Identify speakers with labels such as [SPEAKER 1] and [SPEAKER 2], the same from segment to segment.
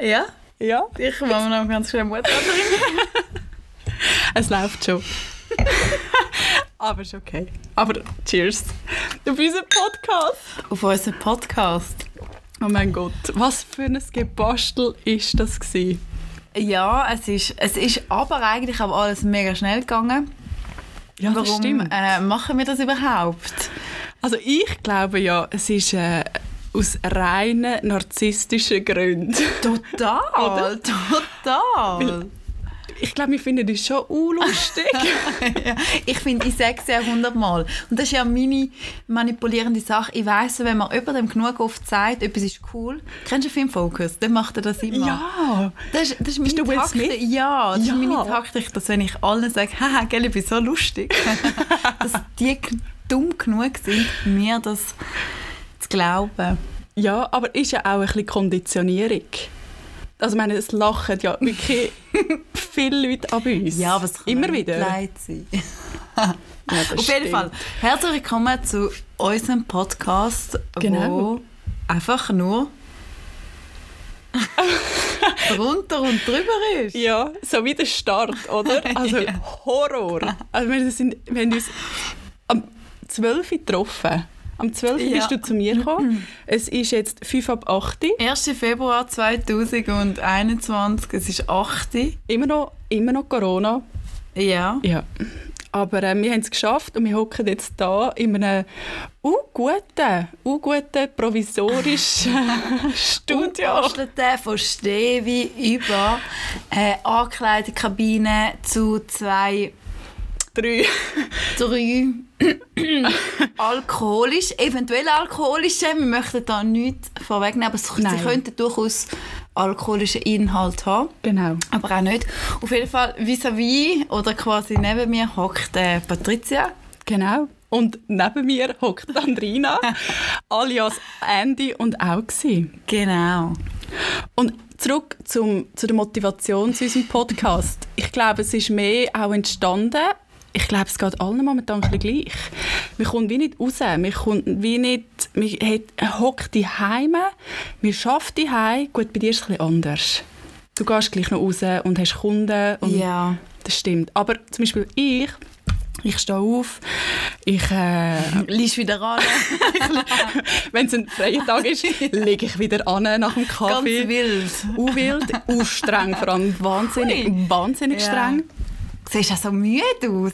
[SPEAKER 1] Ja,
[SPEAKER 2] Ja?
[SPEAKER 1] ich will mir noch ganz schnell Mut antrinken.
[SPEAKER 2] Es läuft schon. Aber ist okay. Aber cheers. Auf unseren Podcast.
[SPEAKER 1] Auf unseren Podcast.
[SPEAKER 2] Oh mein Gott, was für ein Gebastel ist das gewesen?
[SPEAKER 1] Ja, es ist, es ist aber eigentlich auch alles mega schnell gegangen.
[SPEAKER 2] Ja, Ähm,
[SPEAKER 1] Warum äh, machen wir das überhaupt?
[SPEAKER 2] Also ich glaube ja, es ist äh, aus reinen narzisstischen Gründen.
[SPEAKER 1] Total, total.
[SPEAKER 2] Ich glaube, wir finden das schon unlustig.
[SPEAKER 1] ja, ich finde, ich sage es ja hundertmal. Und das ist ja meine manipulierende Sache. Ich weiss, wenn man über dem genug oft sagt, etwas ist cool, kennst du Film Focus? Dann macht er das immer.
[SPEAKER 2] ja.
[SPEAKER 1] Das ist, das ist meine
[SPEAKER 2] der Will
[SPEAKER 1] Taktik.
[SPEAKER 2] Smith?
[SPEAKER 1] Ja, das
[SPEAKER 2] Ja.
[SPEAKER 1] ist meine Taktik, dass wenn ich allen sage, haha, gell, ich bin so lustig, dass die g- dumm genug sind, mir das zu glauben.
[SPEAKER 2] Ja, aber ist ja auch ein bisschen Konditionierung. Also ich meine, es lachen ja wirklich viele Leute an uns.
[SPEAKER 1] Ja, aber es kann
[SPEAKER 2] Immer
[SPEAKER 1] auch nicht
[SPEAKER 2] wieder.
[SPEAKER 1] leid sein.
[SPEAKER 2] Ja, das
[SPEAKER 1] Auf jeden
[SPEAKER 2] stimmt.
[SPEAKER 1] Fall, herzlich willkommen zu unserem Podcast,
[SPEAKER 2] Genau.
[SPEAKER 1] wo einfach nur drunter und drüber ist.
[SPEAKER 2] Ja, so wie der Start, oder? Also Horror. Also wir sind, wir haben uns am 12. Uhr getroffen. Am 12. Uhr
[SPEAKER 1] Ja.
[SPEAKER 2] bist du zu mir gekommen. Es ist jetzt 5 ab 8 Uhr.
[SPEAKER 1] 1. Februar 2021, es ist 8.
[SPEAKER 2] Immer noch, immer noch Corona.
[SPEAKER 1] Ja.
[SPEAKER 2] Ja. Aber äh, wir haben es geschafft und wir hocken jetzt da in einem uh, unguten, unguten provisorischen
[SPEAKER 1] Uh,
[SPEAKER 2] Studio.
[SPEAKER 1] Ausgestellten von Stevi über äh, Ankleidekabine zu zwei,
[SPEAKER 2] Drei.
[SPEAKER 1] drei alkoholisch, eventuell alkoholische. Wir möchten da nichts vorwegnehmen, aber es-
[SPEAKER 2] Nein.
[SPEAKER 1] sie könnten durchaus alkoholischen Inhalt haben,
[SPEAKER 2] Genau.
[SPEAKER 1] aber auch nicht. Auf jeden Fall vis-à-vis oder quasi neben mir hockt äh, Patricia.
[SPEAKER 2] Genau. Und neben mir hockt Andrina, alias Andy und auch sie.
[SPEAKER 1] Genau.
[SPEAKER 2] Und zurück zum, zu der Motivation zu unserem Podcast. Ich glaube, es ist mehr auch entstanden. Ich glaube, es geht allen momentan ein bisschen gleich. Wir kommen wie nicht raus. Wir kommen wie nicht... Man hockt die Heime. Wir schafft die Heim. Gut, bei dir ist es ein bisschen anders. Du gehst gleich noch raus und hast Kunden. Und
[SPEAKER 1] Ja.
[SPEAKER 2] Das stimmt. Aber zum Beispiel ich... Ich stehe auf, ich, äh,
[SPEAKER 1] Lies wieder an.
[SPEAKER 2] wenn es ein freier Tag ist, lege ich wieder an nach dem Kaffee.
[SPEAKER 1] Ganz wild.
[SPEAKER 2] Unwild, auch streng, vor allem wahnsinnig, wahnsinnig
[SPEAKER 1] Ja.
[SPEAKER 2] streng.
[SPEAKER 1] Siehst ja so müde aus.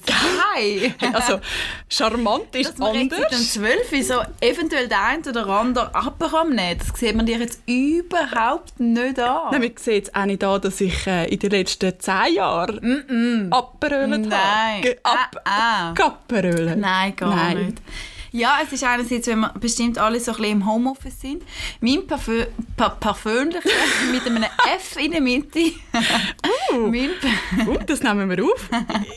[SPEAKER 1] Hi.
[SPEAKER 2] Also, charmant ist
[SPEAKER 1] dass man jetzt um
[SPEAKER 2] anders.
[SPEAKER 1] 12 Uhr so eventuell der ein oder andere abbekommt. Das sieht man dir jetzt überhaupt nicht an.
[SPEAKER 2] Nein, man sieht es auch nicht an, dass ich äh, in den letzten zehn Jahren abgerölt
[SPEAKER 1] Mm, Nein.
[SPEAKER 2] habe. Ge- Ab
[SPEAKER 1] Ah, ah.
[SPEAKER 2] Abgerölt.
[SPEAKER 1] Nein, gar
[SPEAKER 2] Nein.
[SPEAKER 1] nicht. Ja, es ist einerseits, wenn wir bestimmt alle so ein bisschen im Homeoffice sind. Mein Parfüm, pa Parfümlicher mit einem F in der Mitte. mein P-
[SPEAKER 2] Gut, Uh, das nehmen wir auf.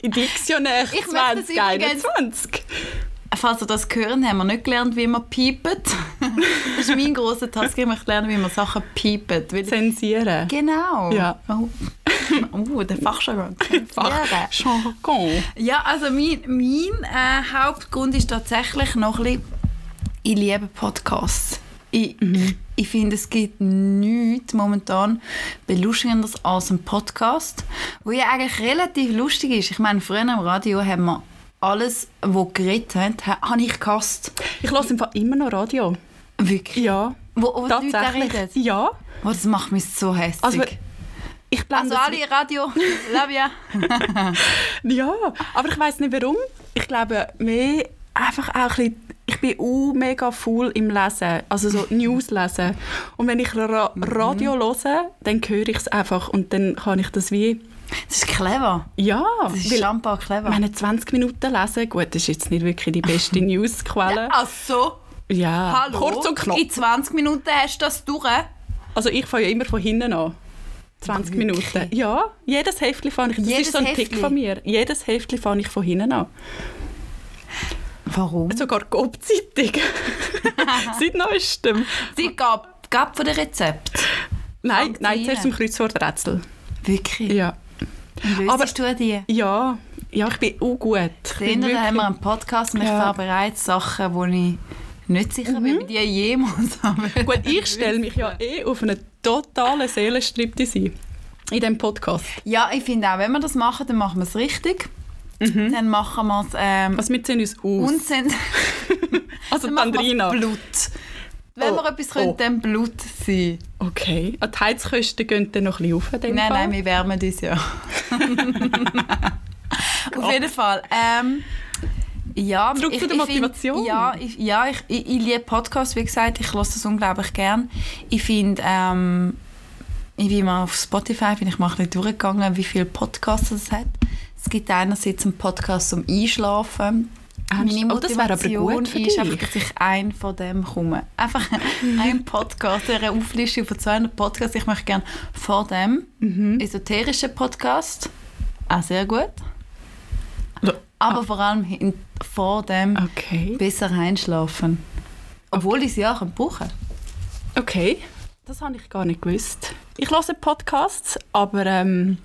[SPEAKER 2] In Diktionär
[SPEAKER 1] Ich möchte es
[SPEAKER 2] 2021.
[SPEAKER 1] Falls ihr das hören, haben wir nicht gelernt, wie man piept. das ist mein grosser Task. Ich möchte lernen, wie man Sachen piept. Weil
[SPEAKER 2] Zensieren.
[SPEAKER 1] Genau.
[SPEAKER 2] Ja.
[SPEAKER 1] Oh, oh der Fachjargon.
[SPEAKER 2] Fach. Jargon.
[SPEAKER 1] Ja, also mein, mein äh, Hauptgrund ist tatsächlich noch ein bisschen, ich liebe Podcasts. Ich, ich finde, es gibt nichts momentan belustigendes als ein Podcast, wo ja eigentlich relativ lustig ist. Ich meine, früher im Radio haben wir alles, was geredet hat, ha- habe ich gehasst.
[SPEAKER 2] Ich höre im Fall immer noch Radio.
[SPEAKER 1] Wirklich.
[SPEAKER 2] Ja.
[SPEAKER 1] Wo, wo die Leute reden.
[SPEAKER 2] Tatsächlich. Ja.
[SPEAKER 1] Oh, das macht mich so hässlich.
[SPEAKER 2] Also,
[SPEAKER 1] Also,
[SPEAKER 2] Ich blende es
[SPEAKER 1] alle Radio, Labia.
[SPEAKER 2] Ja, aber ich weiß nicht warum. Ich glaube, mehr einfach auch ein bisschen, ich bin auch mega faul im Lesen, also so News lesen. Und wenn ich Ra
[SPEAKER 1] Mhm.
[SPEAKER 2] Radio höre, dann höre ich es einfach und dann kann ich das wie,
[SPEAKER 1] Das ist clever.
[SPEAKER 2] ja,
[SPEAKER 1] Das ist
[SPEAKER 2] weil,
[SPEAKER 1] schambar clever.
[SPEAKER 2] meine 20 Minuten lesen, gut, das ist jetzt nicht wirklich die beste Newsquelle.
[SPEAKER 1] Ach so.
[SPEAKER 2] Ja,
[SPEAKER 1] also, Hallo.
[SPEAKER 2] kurz und knapp.
[SPEAKER 1] In 20 Minuten hast du das durch.
[SPEAKER 2] Also ich fange ja immer von hinten an. 20 Minuten. Ja, jedes Heftchen fange ich, das
[SPEAKER 1] Jedes
[SPEAKER 2] ist so ein Tick
[SPEAKER 1] Heftli?
[SPEAKER 2] von mir, jedes Heftchen fange ich von hinten an.
[SPEAKER 1] Warum?
[SPEAKER 2] Sogar die Ob-Zeitung. Seit neuestem.
[SPEAKER 1] Sie gab, gab von den Rezept.
[SPEAKER 2] Nein,
[SPEAKER 1] Fangt
[SPEAKER 2] nein,
[SPEAKER 1] sie
[SPEAKER 2] zuerst
[SPEAKER 1] rein.
[SPEAKER 2] zum Kreuzworträtsel.
[SPEAKER 1] Wirklich?
[SPEAKER 2] Ja.
[SPEAKER 1] Aber
[SPEAKER 2] Aber-
[SPEAKER 1] du die?
[SPEAKER 2] Ja, ja, ich bin auch gut. Ich
[SPEAKER 1] Sehen,
[SPEAKER 2] bin
[SPEAKER 1] da haben wir
[SPEAKER 2] wirklich-
[SPEAKER 1] einen Podcast und ich
[SPEAKER 2] Ja.
[SPEAKER 1] fahre bereits Sachen, die ich nicht sicher, ob ich die jemals haben werde.
[SPEAKER 2] Gut, ich stelle mich ja eh auf einen totalen Seelenstriptease ein. In diesem Podcast.
[SPEAKER 1] Ja, ich finde auch, wenn wir das machen, dann machen wir es richtig. Dann machen wir es ähm,
[SPEAKER 2] Also wir ziehen uns aus.
[SPEAKER 1] unsens-
[SPEAKER 2] also
[SPEAKER 1] dann machen wir's
[SPEAKER 2] Tandrina.
[SPEAKER 1] Blut. Wenn
[SPEAKER 2] Oh,
[SPEAKER 1] wir etwas
[SPEAKER 2] oh.
[SPEAKER 1] können, dann Blut sein.
[SPEAKER 2] Okay. Ah, Die Heizkosten gehen dann noch ein bisschen auf in dem
[SPEAKER 1] Nein,
[SPEAKER 2] Fall.
[SPEAKER 1] nein, wir wärmen uns ja. Auf jeden Fall. Ähm, ja,
[SPEAKER 2] Zurück zu der Motivation.
[SPEAKER 1] Find, ja, ich, ja ich, ich, ich liebe Podcasts, wie gesagt, ich höre das unglaublich gern. Ich finde, ähm, ich bin mal auf Spotify, bin ich mal ein bisschen durchgegangen, wie viele Podcasts es hat. Es gibt einerseits einen Podcast zum Einschlafen.
[SPEAKER 2] Ah,
[SPEAKER 1] Meine
[SPEAKER 2] oh, das wäre aber
[SPEAKER 1] Motivation
[SPEAKER 2] gut für
[SPEAKER 1] ist
[SPEAKER 2] dich.
[SPEAKER 1] einfach, dass ich einen von dem komme. Einfach ein Podcast, eine Auflistung von 200 Podcasts. Ich möchte gerne vor dem
[SPEAKER 2] Mhm.
[SPEAKER 1] esoterischen Podcast, auch sehr gut,
[SPEAKER 2] Ja.
[SPEAKER 1] aber vor allem hin, vor dem
[SPEAKER 2] Ah. Okay.
[SPEAKER 1] besser einschlafen. Obwohl ich es ja auch brauchen
[SPEAKER 2] Okay. Das habe ich gar nicht gewusst. Ich höre Podcasts, aber ähm,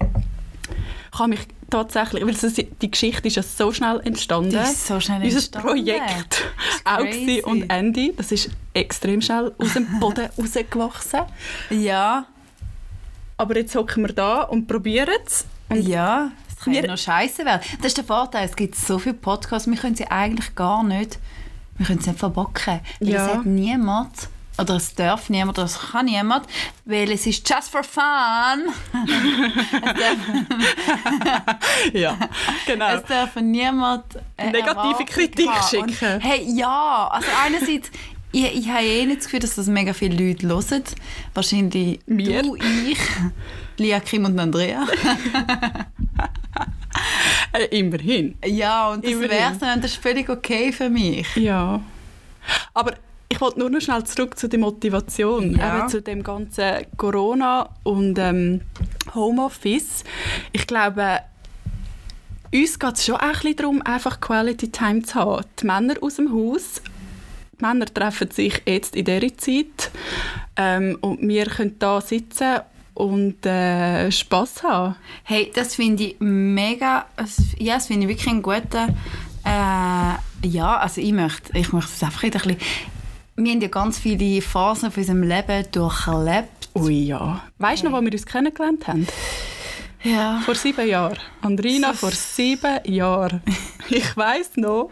[SPEAKER 2] ich habe mich tatsächlich, weil es, die Geschichte ist ja so schnell entstanden.
[SPEAKER 1] Die ist so schnell
[SPEAKER 2] Unser
[SPEAKER 1] entstanden.
[SPEAKER 2] Projekt
[SPEAKER 1] crazy.
[SPEAKER 2] Auxi und Andy, das ist extrem schnell aus dem Boden rausgewachsen.
[SPEAKER 1] kann. Ja,
[SPEAKER 2] Aber jetzt hocken wir da und probieren es. Und
[SPEAKER 1] ja. Es kann ja
[SPEAKER 2] Wir-
[SPEAKER 1] noch scheiße werden. Das ist der Vorteil. Es gibt so viele Podcasts, wir können sie eigentlich gar nicht, wir können sie nicht verbocken. Weil
[SPEAKER 2] Ja.
[SPEAKER 1] es hat niemand, oder es darf niemand, oder es kann niemand, weil es ist just for fun.
[SPEAKER 2] ja, genau.
[SPEAKER 1] Es darf niemand äh,
[SPEAKER 2] Negative
[SPEAKER 1] Erwartung
[SPEAKER 2] Kritik
[SPEAKER 1] haben. Und,
[SPEAKER 2] schicken.
[SPEAKER 1] Hey, ja, also einerseits, ich, ich habe eh nicht das Gefühl, dass das mega viele Leute hören. Wahrscheinlich
[SPEAKER 2] Wir.
[SPEAKER 1] du, ich, Lia, Kim und Andrea.
[SPEAKER 2] Äh, immerhin.
[SPEAKER 1] Ja, und das
[SPEAKER 2] Immerhin.
[SPEAKER 1] wäre es dann, das ist völlig okay für mich.
[SPEAKER 2] Ja. Aber ich wollte nur noch schnell zurück zu der Motivation,
[SPEAKER 1] Ja.
[SPEAKER 2] eben zu dem ganzen Corona und ähm, Homeoffice. Ich glaube, uns geht es schon ein bisschen darum, einfach Quality Time zu haben. Die Männer aus dem Haus, die Männer treffen sich jetzt in dieser Zeit ähm, und wir können da sitzen und äh, Spass haben.
[SPEAKER 1] Hey, das finde ich mega. das- Ja, das finde ich wirklich einen guten. Äh, ja, also ich möchte, ich möchte es einfach wieder ein bisschen. Wir haben ja ganz viele Phasen von unserem Leben durchlebt.
[SPEAKER 2] Ui ja. Weißt du noch, wo wir uns kennengelernt haben?
[SPEAKER 1] Ja.
[SPEAKER 2] Vor sieben Jahren. Andrina, vor sieben Jahren. Ich weiss noch,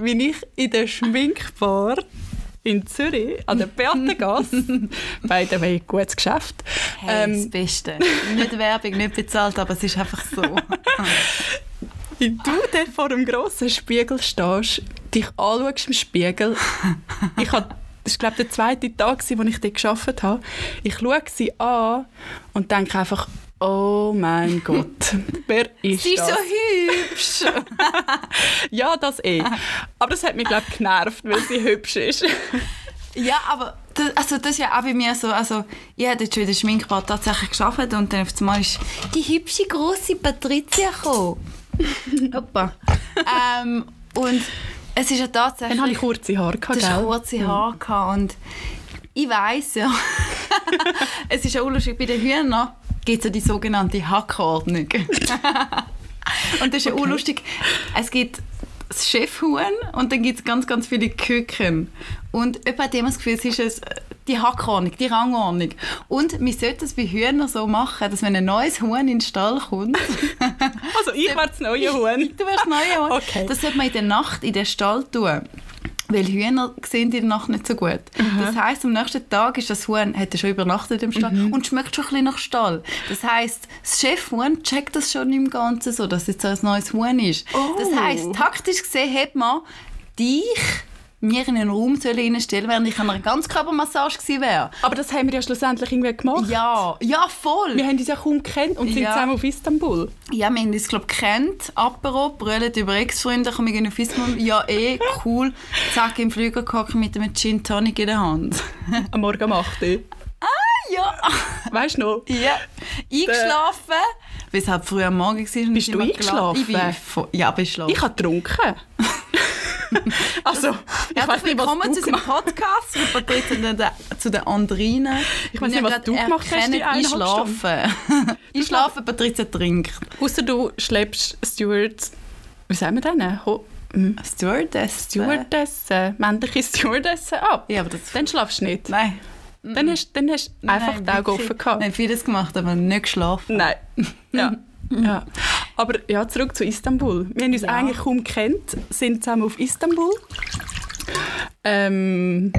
[SPEAKER 2] wie ich in der Schminkbar in Zürich an der Beatengasse, by the way, gutes Geschäft,
[SPEAKER 1] Hey, das
[SPEAKER 2] ähm,
[SPEAKER 1] Beste. Nicht Werbung, nicht bezahlt, aber es ist einfach so.
[SPEAKER 2] wie du dort vor dem grossen Spiegel stehst, dich anschaust im Spiegel. Ich hab, das war, glaube der zweite Tag, gewesen, wo ich dort gearbeitet habe. Ich schaue sie an und denke einfach, oh mein Gott, wer ist
[SPEAKER 1] Sie ist
[SPEAKER 2] das?
[SPEAKER 1] so hübsch.
[SPEAKER 2] Ja, das eh. Aber das hat mich, glaube ich, genervt, weil sie hübsch ist.
[SPEAKER 1] Ja, aber das, also das ist ja auch bei mir so. Also, ich habe jetzt schon in der Schminkbar tatsächlich geschafft und dann auf einmal ist die hübsche, große Patricia gekommen. Hoppa. ähm, und es ist ja tatsächlich...
[SPEAKER 2] Dann hatte ich kurze Haare, gehabt,
[SPEAKER 1] Du hast
[SPEAKER 2] gell? Mhm.
[SPEAKER 1] kurze Haare gehabt und ich weiss ja, es ist auch lustig, bei den Hühnern gibt es ja die sogenannte Hackordnung. und das ist ja auch lustig, es gibt das Chefhuhn und dann gibt es ganz, ganz viele Küken. Und jemand hat immer das Gefühl, es ist es die Hackordnung, die Rangordnung. Und wir sollten es bei Hühnern so machen, dass wenn ein neues Huhn in den Stall kommt,
[SPEAKER 2] Also ich wäre das neue Huhn.
[SPEAKER 1] Du wärst neu, oder?
[SPEAKER 2] Okay.
[SPEAKER 1] Das sollte man in der Nacht in den Stall tun. Weil Hühner sehen in der Nacht nicht so gut.
[SPEAKER 2] Mhm.
[SPEAKER 1] Das heisst, am nächsten Tag ist das Huhn, hat er schon übernachtet im Stall
[SPEAKER 2] Mhm.
[SPEAKER 1] und schmeckt schon ein bisschen nach Stall. Das heisst, das Chefhuhn checkt das schon im Ganzen so, dass jetzt ein neues Huhn ist.
[SPEAKER 2] Oh.
[SPEAKER 1] Das heisst, taktisch gesehen hat man dich mir in einen Raum sollen reinstellen, während ich an einer Ganzkörpermassage gewesen wäre.
[SPEAKER 2] Aber das haben wir ja schlussendlich irgendwie gemacht.
[SPEAKER 1] Ja, ja, voll.
[SPEAKER 2] Wir haben uns ja kaum gekannt und sind
[SPEAKER 1] Ja.
[SPEAKER 2] zusammen auf Istanbul.
[SPEAKER 1] Ja, wir haben uns, glaube ich, kennt. Apero, brüllen über Ex-Freunde, kommen wir gehen auf Instagram. Ja, eh, cool. Zack, im Flieger gehockt mit einem Gin Tonic in der Hand.
[SPEAKER 2] Am Morgen um 8 Uhr.
[SPEAKER 1] Ja,
[SPEAKER 2] Weißt du noch?
[SPEAKER 1] ja. Eingeschlafen. Weil es halt früh am Morgen war. und
[SPEAKER 2] Bist
[SPEAKER 1] ich
[SPEAKER 2] du
[SPEAKER 1] immer gelacht- Ich bin
[SPEAKER 2] eingeschlafen?
[SPEAKER 1] voll, ja, beschlafen.
[SPEAKER 2] Ich habe getrunken. also, ich
[SPEAKER 1] Herzlich
[SPEAKER 2] weiß nicht, was
[SPEAKER 1] willkommen
[SPEAKER 2] du
[SPEAKER 1] zu
[SPEAKER 2] gemacht
[SPEAKER 1] diesem Podcast von Patrizia und der- zu den Andrina.
[SPEAKER 2] Ich weiss nicht, was du gemacht hast, die eineinhalb
[SPEAKER 1] Einschlafen. Einschlafen, Patrizia trinkt.
[SPEAKER 2] hast. Ausser du schleppst Stewards... Wie sagen wir denen? Ho
[SPEAKER 1] Stewardess.
[SPEAKER 2] Stewardessen, männliche Stewardessen ab.
[SPEAKER 1] Ja, aber das...
[SPEAKER 2] Dann schlafst du nicht.
[SPEAKER 1] Nein.
[SPEAKER 2] Dann hast dann hast du einfach die Augen offen gehabt.
[SPEAKER 1] Nein, vieles gemacht, aber nicht geschlafen.
[SPEAKER 2] Nein. Ja. ja. Aber ja, zurück zu Istanbul. Wir haben uns
[SPEAKER 1] Ja.
[SPEAKER 2] eigentlich kaum kennt, sind zusammen auf Istanbul. Ähm,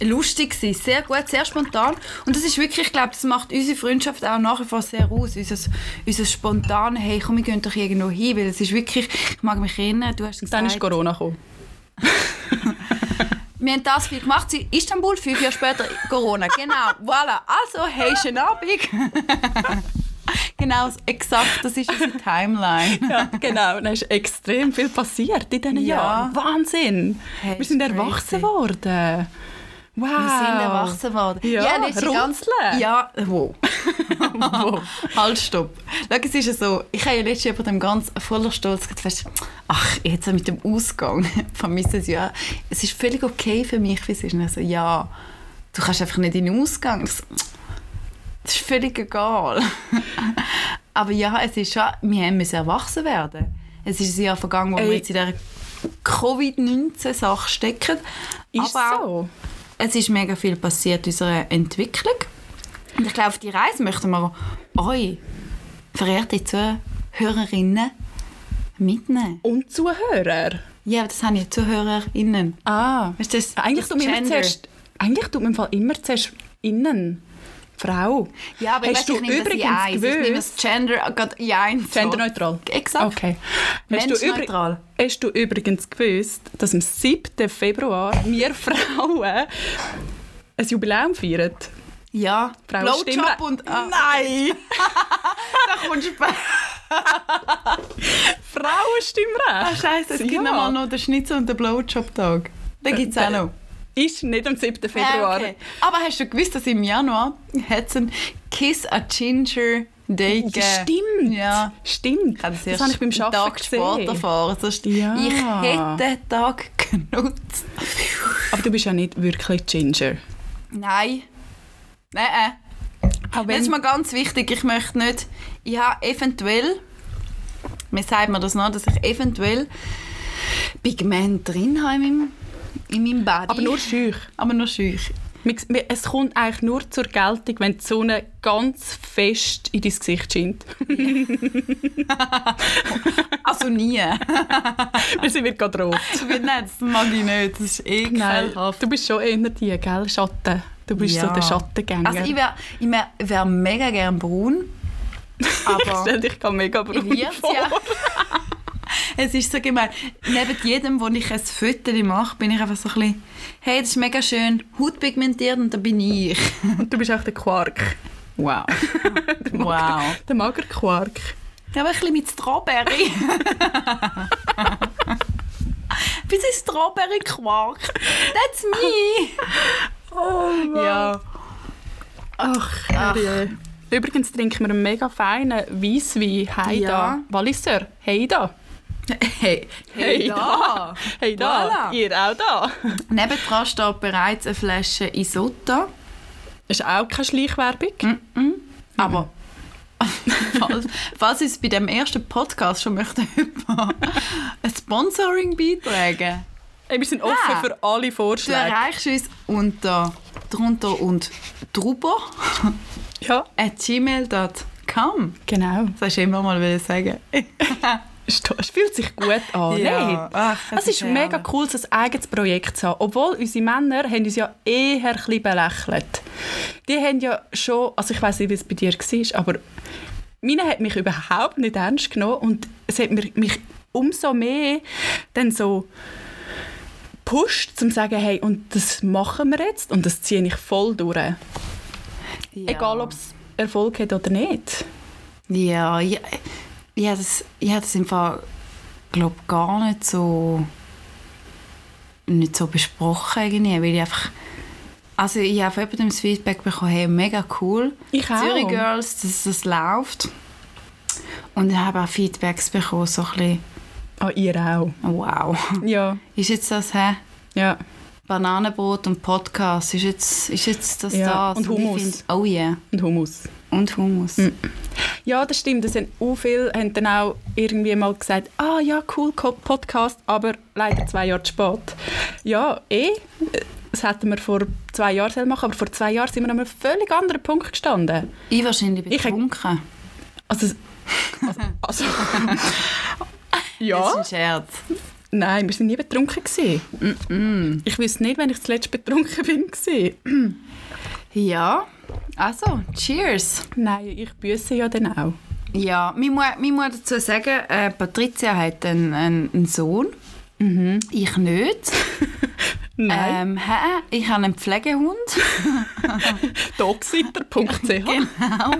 [SPEAKER 1] Lustig war sehr gut, sehr spontan. Und das ist wirklich, ich glaube, das macht unsere Freundschaft auch nach wie vor sehr aus. Unser, unser spontane, hey, komm, wir gehen doch irgendwo hin. Weil es ist wirklich, ich mag mich erinnern, du hast gesagt...
[SPEAKER 2] dann ist Corona gekommen.
[SPEAKER 1] Wir haben das viel gemacht. In Istanbul, fünf Jahre später Corona. Genau, voilà. Also, hey, schönen Abend. genau, exakt, das ist unsere Timeline.
[SPEAKER 2] Ja, genau. Dann ist extrem viel passiert in diesen
[SPEAKER 1] Ja.
[SPEAKER 2] Jahren. Wahnsinn!
[SPEAKER 1] Hey,
[SPEAKER 2] wir sind
[SPEAKER 1] ist
[SPEAKER 2] erwachsen
[SPEAKER 1] crazy.
[SPEAKER 2] worden. Wow!
[SPEAKER 1] Wir sind erwachsen worden.
[SPEAKER 2] Ja,
[SPEAKER 1] letzte ganz-
[SPEAKER 2] Runzeln.
[SPEAKER 1] Ja, wow. halt, stopp. Schau, es ist ja so, ich habe ja letztes Jahr bei dem ganz voller Stolz gesagt, weisst du, ach, jetzt mit dem Ausgang vermisse es ja. Es ist völlig okay für mich, wie es ist. Und ich so, ja, du kannst einfach nicht in den Ausgang. Ich so, Das ist völlig egal. Aber ja, es ist schon, wir haben müssen erwachsen werden. Es ist ein Jahr vergangen, wo
[SPEAKER 2] Ey.
[SPEAKER 1] wir jetzt in dieser Covid-19-Sache stecken.
[SPEAKER 2] Ist
[SPEAKER 1] Aber auch-
[SPEAKER 2] so.
[SPEAKER 1] es ist mega viel passiert in unserer Entwicklung. Und ich glaube, auf die Reise möchten wir euch, verehrte Zuhörerinnen, mitnehmen.
[SPEAKER 2] Und Zuhörer.
[SPEAKER 1] Ja, aber das haben ja ZuhörerInnen.
[SPEAKER 2] Ah.
[SPEAKER 1] Weißt du, das,
[SPEAKER 2] Eigentlich
[SPEAKER 1] das
[SPEAKER 2] tut man immer
[SPEAKER 1] Gender.
[SPEAKER 2] zuerst, eigentlich tut man im Fall immer zuerst innen. Frau.
[SPEAKER 1] Ja, aber
[SPEAKER 2] Hast
[SPEAKER 1] ich weiss,
[SPEAKER 2] du
[SPEAKER 1] ich nehme das in
[SPEAKER 2] übrigens
[SPEAKER 1] eins. Ich nehme
[SPEAKER 2] gewusst-
[SPEAKER 1] das Gender äh, gerade in eins.
[SPEAKER 2] Genderneutral.
[SPEAKER 1] Exakt.
[SPEAKER 2] Okay.
[SPEAKER 1] Menschneutral.
[SPEAKER 2] Du übri- hast du übrigens gewusst, dass am 7. Februar wir Frauen ein Jubiläum feiern?
[SPEAKER 1] Ja.
[SPEAKER 2] Frau
[SPEAKER 1] Blowjob
[SPEAKER 2] Stimmre-
[SPEAKER 1] und... Ah,
[SPEAKER 2] Nein!
[SPEAKER 1] da kommst du später.
[SPEAKER 2] Frauenstimmrecht!
[SPEAKER 1] Ah, Scheiße, es gibt
[SPEAKER 2] Ja.
[SPEAKER 1] nochmal noch den Schnitzel und den Blowjob-Tag. Den gibt es auch noch.
[SPEAKER 2] Ist nicht am 7.
[SPEAKER 1] Ja,
[SPEAKER 2] Februar.
[SPEAKER 1] okay. Aber hast du gewusst, dass im Januar hat es ein Kiss a Ginger Day
[SPEAKER 2] Ja,
[SPEAKER 1] gegeben?
[SPEAKER 2] Stimmt!
[SPEAKER 1] Ja.
[SPEAKER 2] Stimmt!
[SPEAKER 1] Ich habe das,
[SPEAKER 2] das
[SPEAKER 1] erst
[SPEAKER 2] habe ich beim Arbeiten
[SPEAKER 1] einen Tag
[SPEAKER 2] gesehen.
[SPEAKER 1] später erfahren. Sonst
[SPEAKER 2] Ja.
[SPEAKER 1] Ich hätte den Tag genutzt.
[SPEAKER 2] Aber du bist ja nicht wirklich Ginger.
[SPEAKER 1] Nein. Nein, äh.
[SPEAKER 2] Aber
[SPEAKER 1] Jetzt mal ganz wichtig, ich möchte nicht... Ich habe eventuell... Mir sagt man das noch, dass ich eventuell Pigment drin habe in meinem, in meinem Body.
[SPEAKER 2] aber nur schüch.
[SPEAKER 1] aber nur schüch.
[SPEAKER 2] Wir- wir- Es kommt eigentlich nur zur Geltung, wenn die Sonne ganz fest in dein Gesicht scheint.
[SPEAKER 1] Also nie.
[SPEAKER 2] Weil sie wird gerade rot.
[SPEAKER 1] Nein, das mag ich nicht. Das ist eh
[SPEAKER 2] Nein,
[SPEAKER 1] ekelhaft.
[SPEAKER 2] du bist schon eher die, gell? Schatten. Du bist
[SPEAKER 1] Ja.
[SPEAKER 2] so der Schattengänger.
[SPEAKER 1] Also ich wäre ich wär, wär mega gern braun, aber
[SPEAKER 2] Stell dich gar mega
[SPEAKER 1] ich
[SPEAKER 2] braun
[SPEAKER 1] wird's
[SPEAKER 2] vor.
[SPEAKER 1] ja. es ist so gemein. Neben jedem, wo ich ein Foto mache, bin ich einfach so ein bisschen, hey, das ist mega schön, Haut pigmentiert und da bin ich.
[SPEAKER 2] Und du bist auch der Quark.
[SPEAKER 1] Wow. wow.
[SPEAKER 2] Der Magerquark.
[SPEAKER 1] Ja, aber ein bisschen mit Strawberry. Bis ein Strawberry-Quark. That's me.
[SPEAKER 2] Oh,
[SPEAKER 1] Ja.
[SPEAKER 2] Ach,
[SPEAKER 1] Ach.
[SPEAKER 2] je. Übrigens trinken wir einen mega feinen Weisswein Heida.
[SPEAKER 1] Ja.
[SPEAKER 2] Walliser, Heida.
[SPEAKER 1] Hey, hey da.
[SPEAKER 2] Heida,
[SPEAKER 1] Voilà.
[SPEAKER 2] ihr auch da.
[SPEAKER 1] Nebendran steht bereits eine Flasche Isotta.
[SPEAKER 2] Ist auch keine Schleichwerbung.
[SPEAKER 1] Mm, Aber falls, falls uns bei dem ersten Podcast schon möchte jemand ein Sponsoring beitragen,
[SPEAKER 2] Ey, wir sind offen
[SPEAKER 1] Ah.
[SPEAKER 2] für alle
[SPEAKER 1] du
[SPEAKER 2] Vorschläge.
[SPEAKER 1] erreichst uns unter drunter und drüber
[SPEAKER 2] Ja,
[SPEAKER 1] at gmail.com.
[SPEAKER 2] genau.
[SPEAKER 1] Das hast du immer mal wollen sagen.
[SPEAKER 2] Es es fühlt sich gut an.
[SPEAKER 1] Ja.
[SPEAKER 2] Nein.
[SPEAKER 1] Ach, das
[SPEAKER 2] Es
[SPEAKER 1] ist
[SPEAKER 2] ist mega
[SPEAKER 1] herrlich.
[SPEAKER 2] cool, so ein eigenes Projekt zu haben. Obwohl unsere Männer haben uns ja eher ein bisschen belächelt. Die haben ja schon, also ich weiß nicht, wie es bei dir war, aber meine hat mich überhaupt nicht ernst genommen und es hat mir- mich umso mehr dann so pusht, um zu sagen, hey, und das machen wir jetzt und das ziehe ich voll durch.
[SPEAKER 1] Ja.
[SPEAKER 2] Egal, ob es Erfolg hat oder nicht.
[SPEAKER 1] Ja, ja, ja, das, ja, das im Fall, glaube gar nicht so, nicht so besprochen irgendwie, weil ich einfach, also ich habe von jemandem das Feedback bekommen, hey, mega cool,
[SPEAKER 2] Ich auch.
[SPEAKER 1] Zürich Girls, dass das läuft. Und ich habe auch Feedbacks bekommen, so ein bisschen,
[SPEAKER 2] Ah, ihr auch.
[SPEAKER 1] wow,
[SPEAKER 2] Ja,
[SPEAKER 1] ist jetzt das, hä?
[SPEAKER 2] ja.
[SPEAKER 1] Bananenbrot und Podcast ist jetzt, ist jetzt das
[SPEAKER 2] Ja,
[SPEAKER 1] das.
[SPEAKER 2] und
[SPEAKER 1] ich
[SPEAKER 2] Hummus.
[SPEAKER 1] find- oh yeah.
[SPEAKER 2] Und Hummus.
[SPEAKER 1] Und Hummus.
[SPEAKER 2] Ja, das stimmt. Das haben auch viele haben dann auch irgendwie mal gesagt, ah ja, cool, Co- Podcast, aber leider zwei Jahre zu spät. Ja, eh. Das hätten wir vor zwei Jahren sollen machen aber vor zwei Jahren sind wir an einem völlig anderen Punkt gestanden.
[SPEAKER 1] Ich wahrscheinlich
[SPEAKER 2] Ich-
[SPEAKER 1] betrunken.
[SPEAKER 2] Also, es- also, also
[SPEAKER 1] Das ist
[SPEAKER 2] ja,
[SPEAKER 1] ein Scherz.
[SPEAKER 2] nein, wir sind nie betrunken gewesen. Ich wüsste nicht, wenn ich zuletzt betrunken bin gewesen.
[SPEAKER 1] Ja. Also, cheers.
[SPEAKER 2] Nein, ich büße ja dann auch.
[SPEAKER 1] Ja, ich muss, ich muss dazu sagen, äh, Patricia hat einen, einen, einen Sohn. Ich nicht.
[SPEAKER 2] Nein,
[SPEAKER 1] Ähm, hä? ich habe einen Pflegehund.
[SPEAKER 2] Äh, dogsitter.ch.
[SPEAKER 1] genau.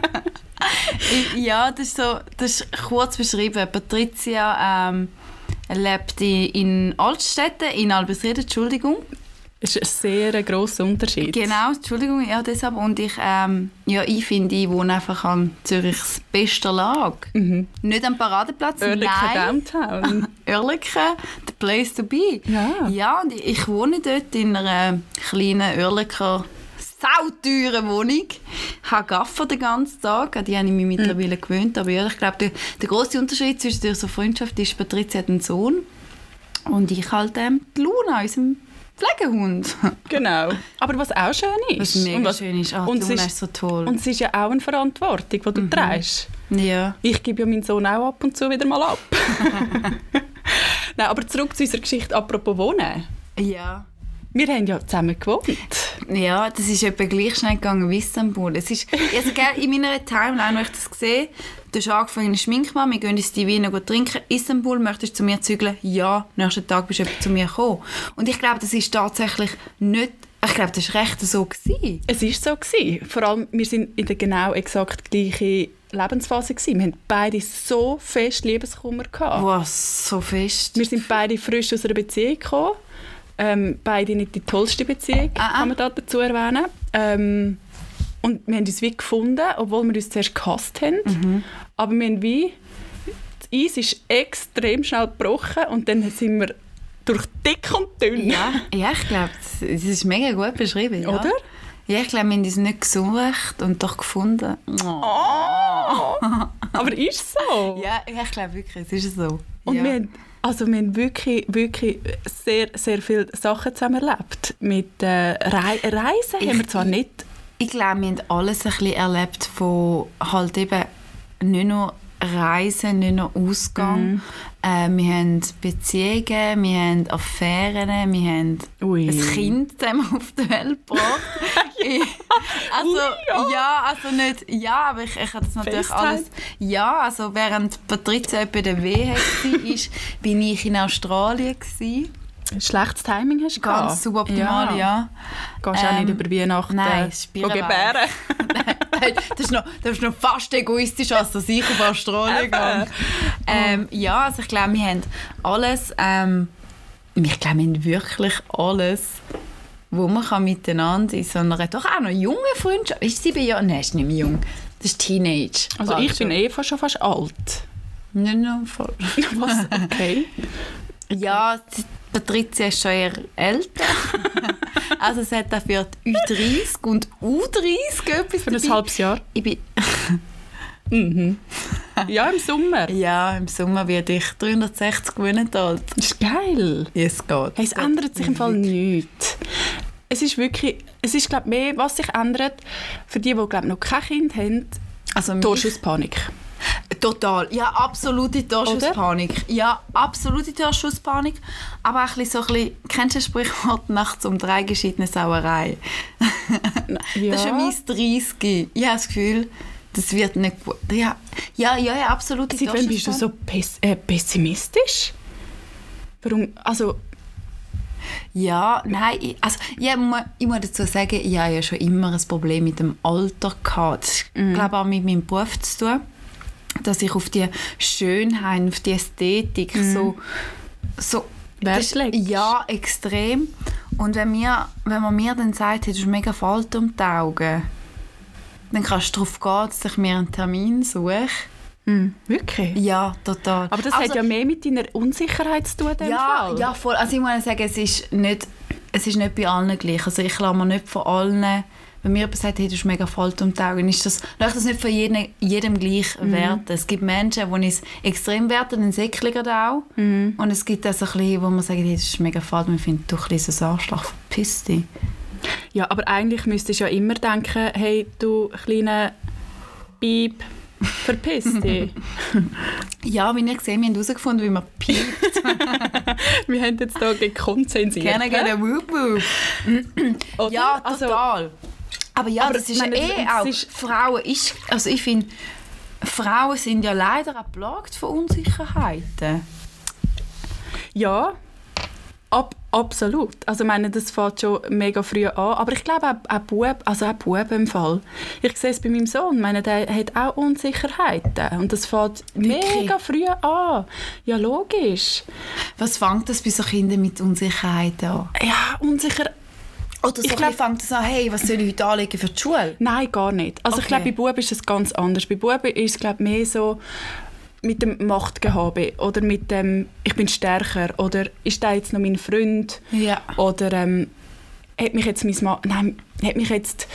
[SPEAKER 1] Ich- ja, das ist so, das ist kurz beschrieben. Patricia ähm, lebt in, in Altstädten, in Albisrieden, Entschuldigung.
[SPEAKER 2] Das ist ein sehr grosser Unterschied.
[SPEAKER 1] Genau, Entschuldigung, ja deshalb. Und ich, ähm, ja, ich finde, ich wohne einfach an Zürichs bester Lage. Nicht am Paradeplatz,
[SPEAKER 2] Örlicher
[SPEAKER 1] nein.
[SPEAKER 2] Downtown.
[SPEAKER 1] Örliken, the place to be.
[SPEAKER 2] Ja.
[SPEAKER 1] Ja, und ich- ich wohne dort in einer kleinen Örliker sauteuren Wohnung. Ich habe Gaffer den ganzen Tag, an die habe ich mich
[SPEAKER 2] Hm.
[SPEAKER 1] mittlerweile gewöhnt. Aber ja, ich glaube, der, der grosse Unterschied zwischen unserer Freundschaft ist, Patricia hat einen Sohn und ich halt ähm, die Luna, unseren Pflegehund.
[SPEAKER 2] Genau. Aber was auch schön ist.
[SPEAKER 1] Was mega
[SPEAKER 2] und, was,
[SPEAKER 1] schön ist. Ah,
[SPEAKER 2] und
[SPEAKER 1] die
[SPEAKER 2] es
[SPEAKER 1] Luna
[SPEAKER 2] ist-
[SPEAKER 1] ist so toll.
[SPEAKER 2] und es ist ja auch eine Verantwortung, die du
[SPEAKER 1] Mhm.
[SPEAKER 2] trägst.
[SPEAKER 1] ja.
[SPEAKER 2] Ich gebe ja meinen Sohn auch ab und zu wieder mal ab. Nein, aber zurück zu unserer Geschichte apropos Wohnen.
[SPEAKER 1] ja.
[SPEAKER 2] Wir haben ja zusammen gewohnt.
[SPEAKER 1] Ja, das ist etwa gleich schnell gegangen wie Istanbul. Es ist, also, gell, in meiner Timeline, wenn ich das sehe, du hast angefangen in Schminkmann, wir gehen ins Divino gut trinken. Istanbul, möchtest du zu mir zügeln? Ja, nächsten Tag bist du etwa zu mir gekommen. Und ich glaube, das ist tatsächlich nicht, ich glaube, das war recht so. Gewesen.
[SPEAKER 2] Es war so. Gewesen. Vor allem, wir sind in der genau exakt gleichen Lebensphase. Gewesen. Wir hatten beide so fest Liebeskummer. Gehabt.
[SPEAKER 1] Wow, so fest.
[SPEAKER 2] Wir sind beide frisch aus einer Beziehung gekommen. Ähm, beide nicht die tollste Beziehung,
[SPEAKER 1] Ah, ah.
[SPEAKER 2] kann man da dazu erwähnen. Ähm, und wir haben uns wie gefunden, obwohl wir uns zuerst gehasst haben.
[SPEAKER 1] Mhm.
[SPEAKER 2] Aber wir haben wie... Das Eis ist extrem schnell gebrochen und dann sind wir durch dick und dünn.
[SPEAKER 1] Ja, ja ich glaube, das- das ist mega gut beschrieben. Ja.
[SPEAKER 2] Oder?
[SPEAKER 1] Ja, ich glaube, wir haben uns nicht gesucht und doch gefunden. Oh.
[SPEAKER 2] Ah! Aber ist so.
[SPEAKER 1] Ja, ja, ich glaube wirklich, es ist so.
[SPEAKER 2] Und
[SPEAKER 1] ja.
[SPEAKER 2] wir, haben, also wir haben wirklich, wirklich sehr, sehr viele Sachen zusammen erlebt. Mit äh, Rei Reisen
[SPEAKER 1] Ich-
[SPEAKER 2] haben wir zwar nicht...
[SPEAKER 1] Ich glaube, wir haben alles ein bisschen erlebt von halt eben nicht nur Reisen, nicht nur Ausgang. Äh, wir haben Beziehungen, wir haben Affären, wir haben
[SPEAKER 2] Ui.
[SPEAKER 1] ein Kind zusammen auf die Welt gebracht. Ich- also, ja. also nicht, ja, aber ich, ich habe das natürlich
[SPEAKER 2] FaceTime.
[SPEAKER 1] alles... Ja, also während Patricia bei der WH war, bin ich in Australien. Gewesen.
[SPEAKER 2] Schlechtes Timing hast du
[SPEAKER 1] Ganz
[SPEAKER 2] gehabt.
[SPEAKER 1] suboptimal, ja.
[SPEAKER 2] Gehst auch
[SPEAKER 1] Ähm,
[SPEAKER 2] nicht über Weihnachten
[SPEAKER 1] nein, es ist
[SPEAKER 2] gehen
[SPEAKER 1] Bierwein.
[SPEAKER 2] gebären.
[SPEAKER 1] Nein, das, ist noch, das ist noch fast egoistischer, als dass ich auf Australien gehe. Ähm, ja, also ich glaube, wir haben alles, ähm, ich glaube, wir haben wirklich alles, wo man kann miteinander in so einer doch auch noch jungen Freundschaft, ist sieben Jahre, nein, ist nicht mehr jung, das ist Teenage.
[SPEAKER 2] Also ich bin
[SPEAKER 1] nicht.
[SPEAKER 2] eh fast, schon fast alt.
[SPEAKER 1] Nicht noch voll.
[SPEAKER 2] Was? Okay.
[SPEAKER 1] Ja, die Patricia ist schon eher älter. also es hat dafür die U30 und U30 etwas
[SPEAKER 2] Für ein
[SPEAKER 1] dabei.
[SPEAKER 2] halbes Jahr.
[SPEAKER 1] Ich bin
[SPEAKER 2] Ja, im Sommer.
[SPEAKER 1] Ja, im Sommer werde ich 360 gewinnen alt.
[SPEAKER 2] Das ist geil.
[SPEAKER 1] Es geht.
[SPEAKER 2] Hey, es ändert sich im Fall nichts. Es ist wirklich, es ist glaube mehr, was sich ändert, für die, die glaube noch kein Kind haben,
[SPEAKER 1] Also mich,
[SPEAKER 2] Torschusspanik.
[SPEAKER 1] total. Ja, absolute Torschusspanik. Ja, absolute Torschusspanik. Aber auch ein bisschen so ein bisschen, kennst du das Sprichwort nachts um drei geschiedene Sauerei?
[SPEAKER 2] Ja.
[SPEAKER 1] Das ist ja mein 30. Ich habe das Gefühl, das wird nicht gut. Ja, ja, ja, ja absolute
[SPEAKER 2] Seit wann bist du so pess äh, pessimistisch? Warum, also,
[SPEAKER 1] Ja, nein, ich, also, ja, mu- ich muss dazu sagen, ich habe ja schon immer ein Problem mit dem Alter gehabt. Das hat,
[SPEAKER 2] Mhm.
[SPEAKER 1] glaube auch mit meinem Beruf zu tun, dass ich auf die Schönheit, auf die Ästhetik so, so
[SPEAKER 2] Mhm. Wert
[SPEAKER 1] das-
[SPEAKER 2] legst.
[SPEAKER 1] Ja, extrem. Und wenn, mir, wenn man mir dann sagt, hey, du hast mega Falten um die Augen, dann kannst du darauf gehen, dass ich mir einen Termin suche.
[SPEAKER 2] wirklich?
[SPEAKER 1] Mhm. Ja, total.
[SPEAKER 2] Aber das
[SPEAKER 1] Also,
[SPEAKER 2] hat ja mehr mit deiner Unsicherheit zu tun, in dem
[SPEAKER 1] ja,
[SPEAKER 2] Fall.
[SPEAKER 1] ja, voll. Also ich muss sagen, es ist nicht es ist nicht bei allen gleich. Also ich lasse mir nicht von allen, wenn mir jemand sagt, hey, du bist mega faltumtaugen, ist das, lasse ich das nicht von jedem, jedem gleich werten. Es gibt Menschen, die es extrem werten, den Säckliger auch. Und es gibt auch so ein bisschen, wo man sagt, hey, das ist mega falt, man findet, du kleines Arschloch, verpiss dich.
[SPEAKER 2] Ja, aber eigentlich müsstest du ja immer denken, hey, du kleine Bieb, verpiss dich.
[SPEAKER 1] Ja, wie ihr seht, wir haben herausgefunden, wie man piept.
[SPEAKER 2] Wir haben jetzt hier gekonzentriert.
[SPEAKER 1] Gerne, gerne, wup, wup.
[SPEAKER 2] oder?
[SPEAKER 1] Ja,
[SPEAKER 2] Also,
[SPEAKER 1] total. aber ja,
[SPEAKER 2] aber
[SPEAKER 1] das ist
[SPEAKER 2] nein,
[SPEAKER 1] eh
[SPEAKER 2] es
[SPEAKER 1] auch.
[SPEAKER 2] ist-
[SPEAKER 1] Frauen ist, also ich finde, Frauen sind ja leider auch plagt von Unsicherheiten.
[SPEAKER 2] Ja, ab, absolut. Also ich meine, das fängt schon mega früh an. Aber ich glaube auch, auch Buben, also auch Buben im Fall. Ich sehe es bei meinem Sohn. Ich meine, der hat auch Unsicherheiten. Und das fängt
[SPEAKER 1] Wirklich?
[SPEAKER 2] mega früh an. Ja, logisch.
[SPEAKER 1] Was fängt das bei so Kindern mit Unsicherheiten an?
[SPEAKER 2] Ja, unsicher...
[SPEAKER 1] Oder so
[SPEAKER 2] Ich
[SPEAKER 1] ich
[SPEAKER 2] glaub-
[SPEAKER 1] glaub, fängt das an, hey, was soll ich heute anlegen für die Schule?
[SPEAKER 2] Nein, gar nicht. Also ich
[SPEAKER 1] Okay.
[SPEAKER 2] glaube, bei Buben ist es ganz anders. Bei Buben ist es glaube ich, mehr so mit dem Machtgehabe oder mit dem «Ich bin stärker» oder «Ist der jetzt noch mein Freund?»
[SPEAKER 1] Ja.
[SPEAKER 2] Oder ähm, hat mich jetzt mein Ma nein, hat mich jetzt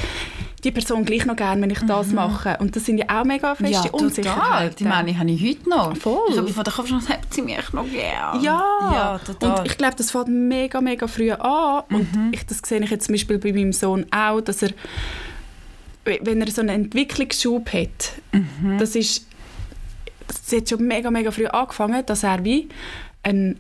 [SPEAKER 2] die Person gleich noch gern, wenn ich das mache? Und das sind ja auch mega feste
[SPEAKER 1] Mhm. Ja, total.
[SPEAKER 2] Unsicherheiten.
[SPEAKER 1] Die meine ich habe ich heute noch.
[SPEAKER 2] Voll.
[SPEAKER 1] Ich habe von der Kopf schon gesagt, sie mich noch gern.
[SPEAKER 2] ja.
[SPEAKER 1] Ja, total. Mhm.
[SPEAKER 2] Und ich glaube, das fängt mega, mega früh an. Und ich, das sehe ich jetzt zum Beispiel bei meinem Sohn auch, dass er, wenn er so einen Entwicklungsschub hat,
[SPEAKER 1] Mhm.
[SPEAKER 2] das ist, das hat schon mega, mega früh angefangen, dass er wie einen,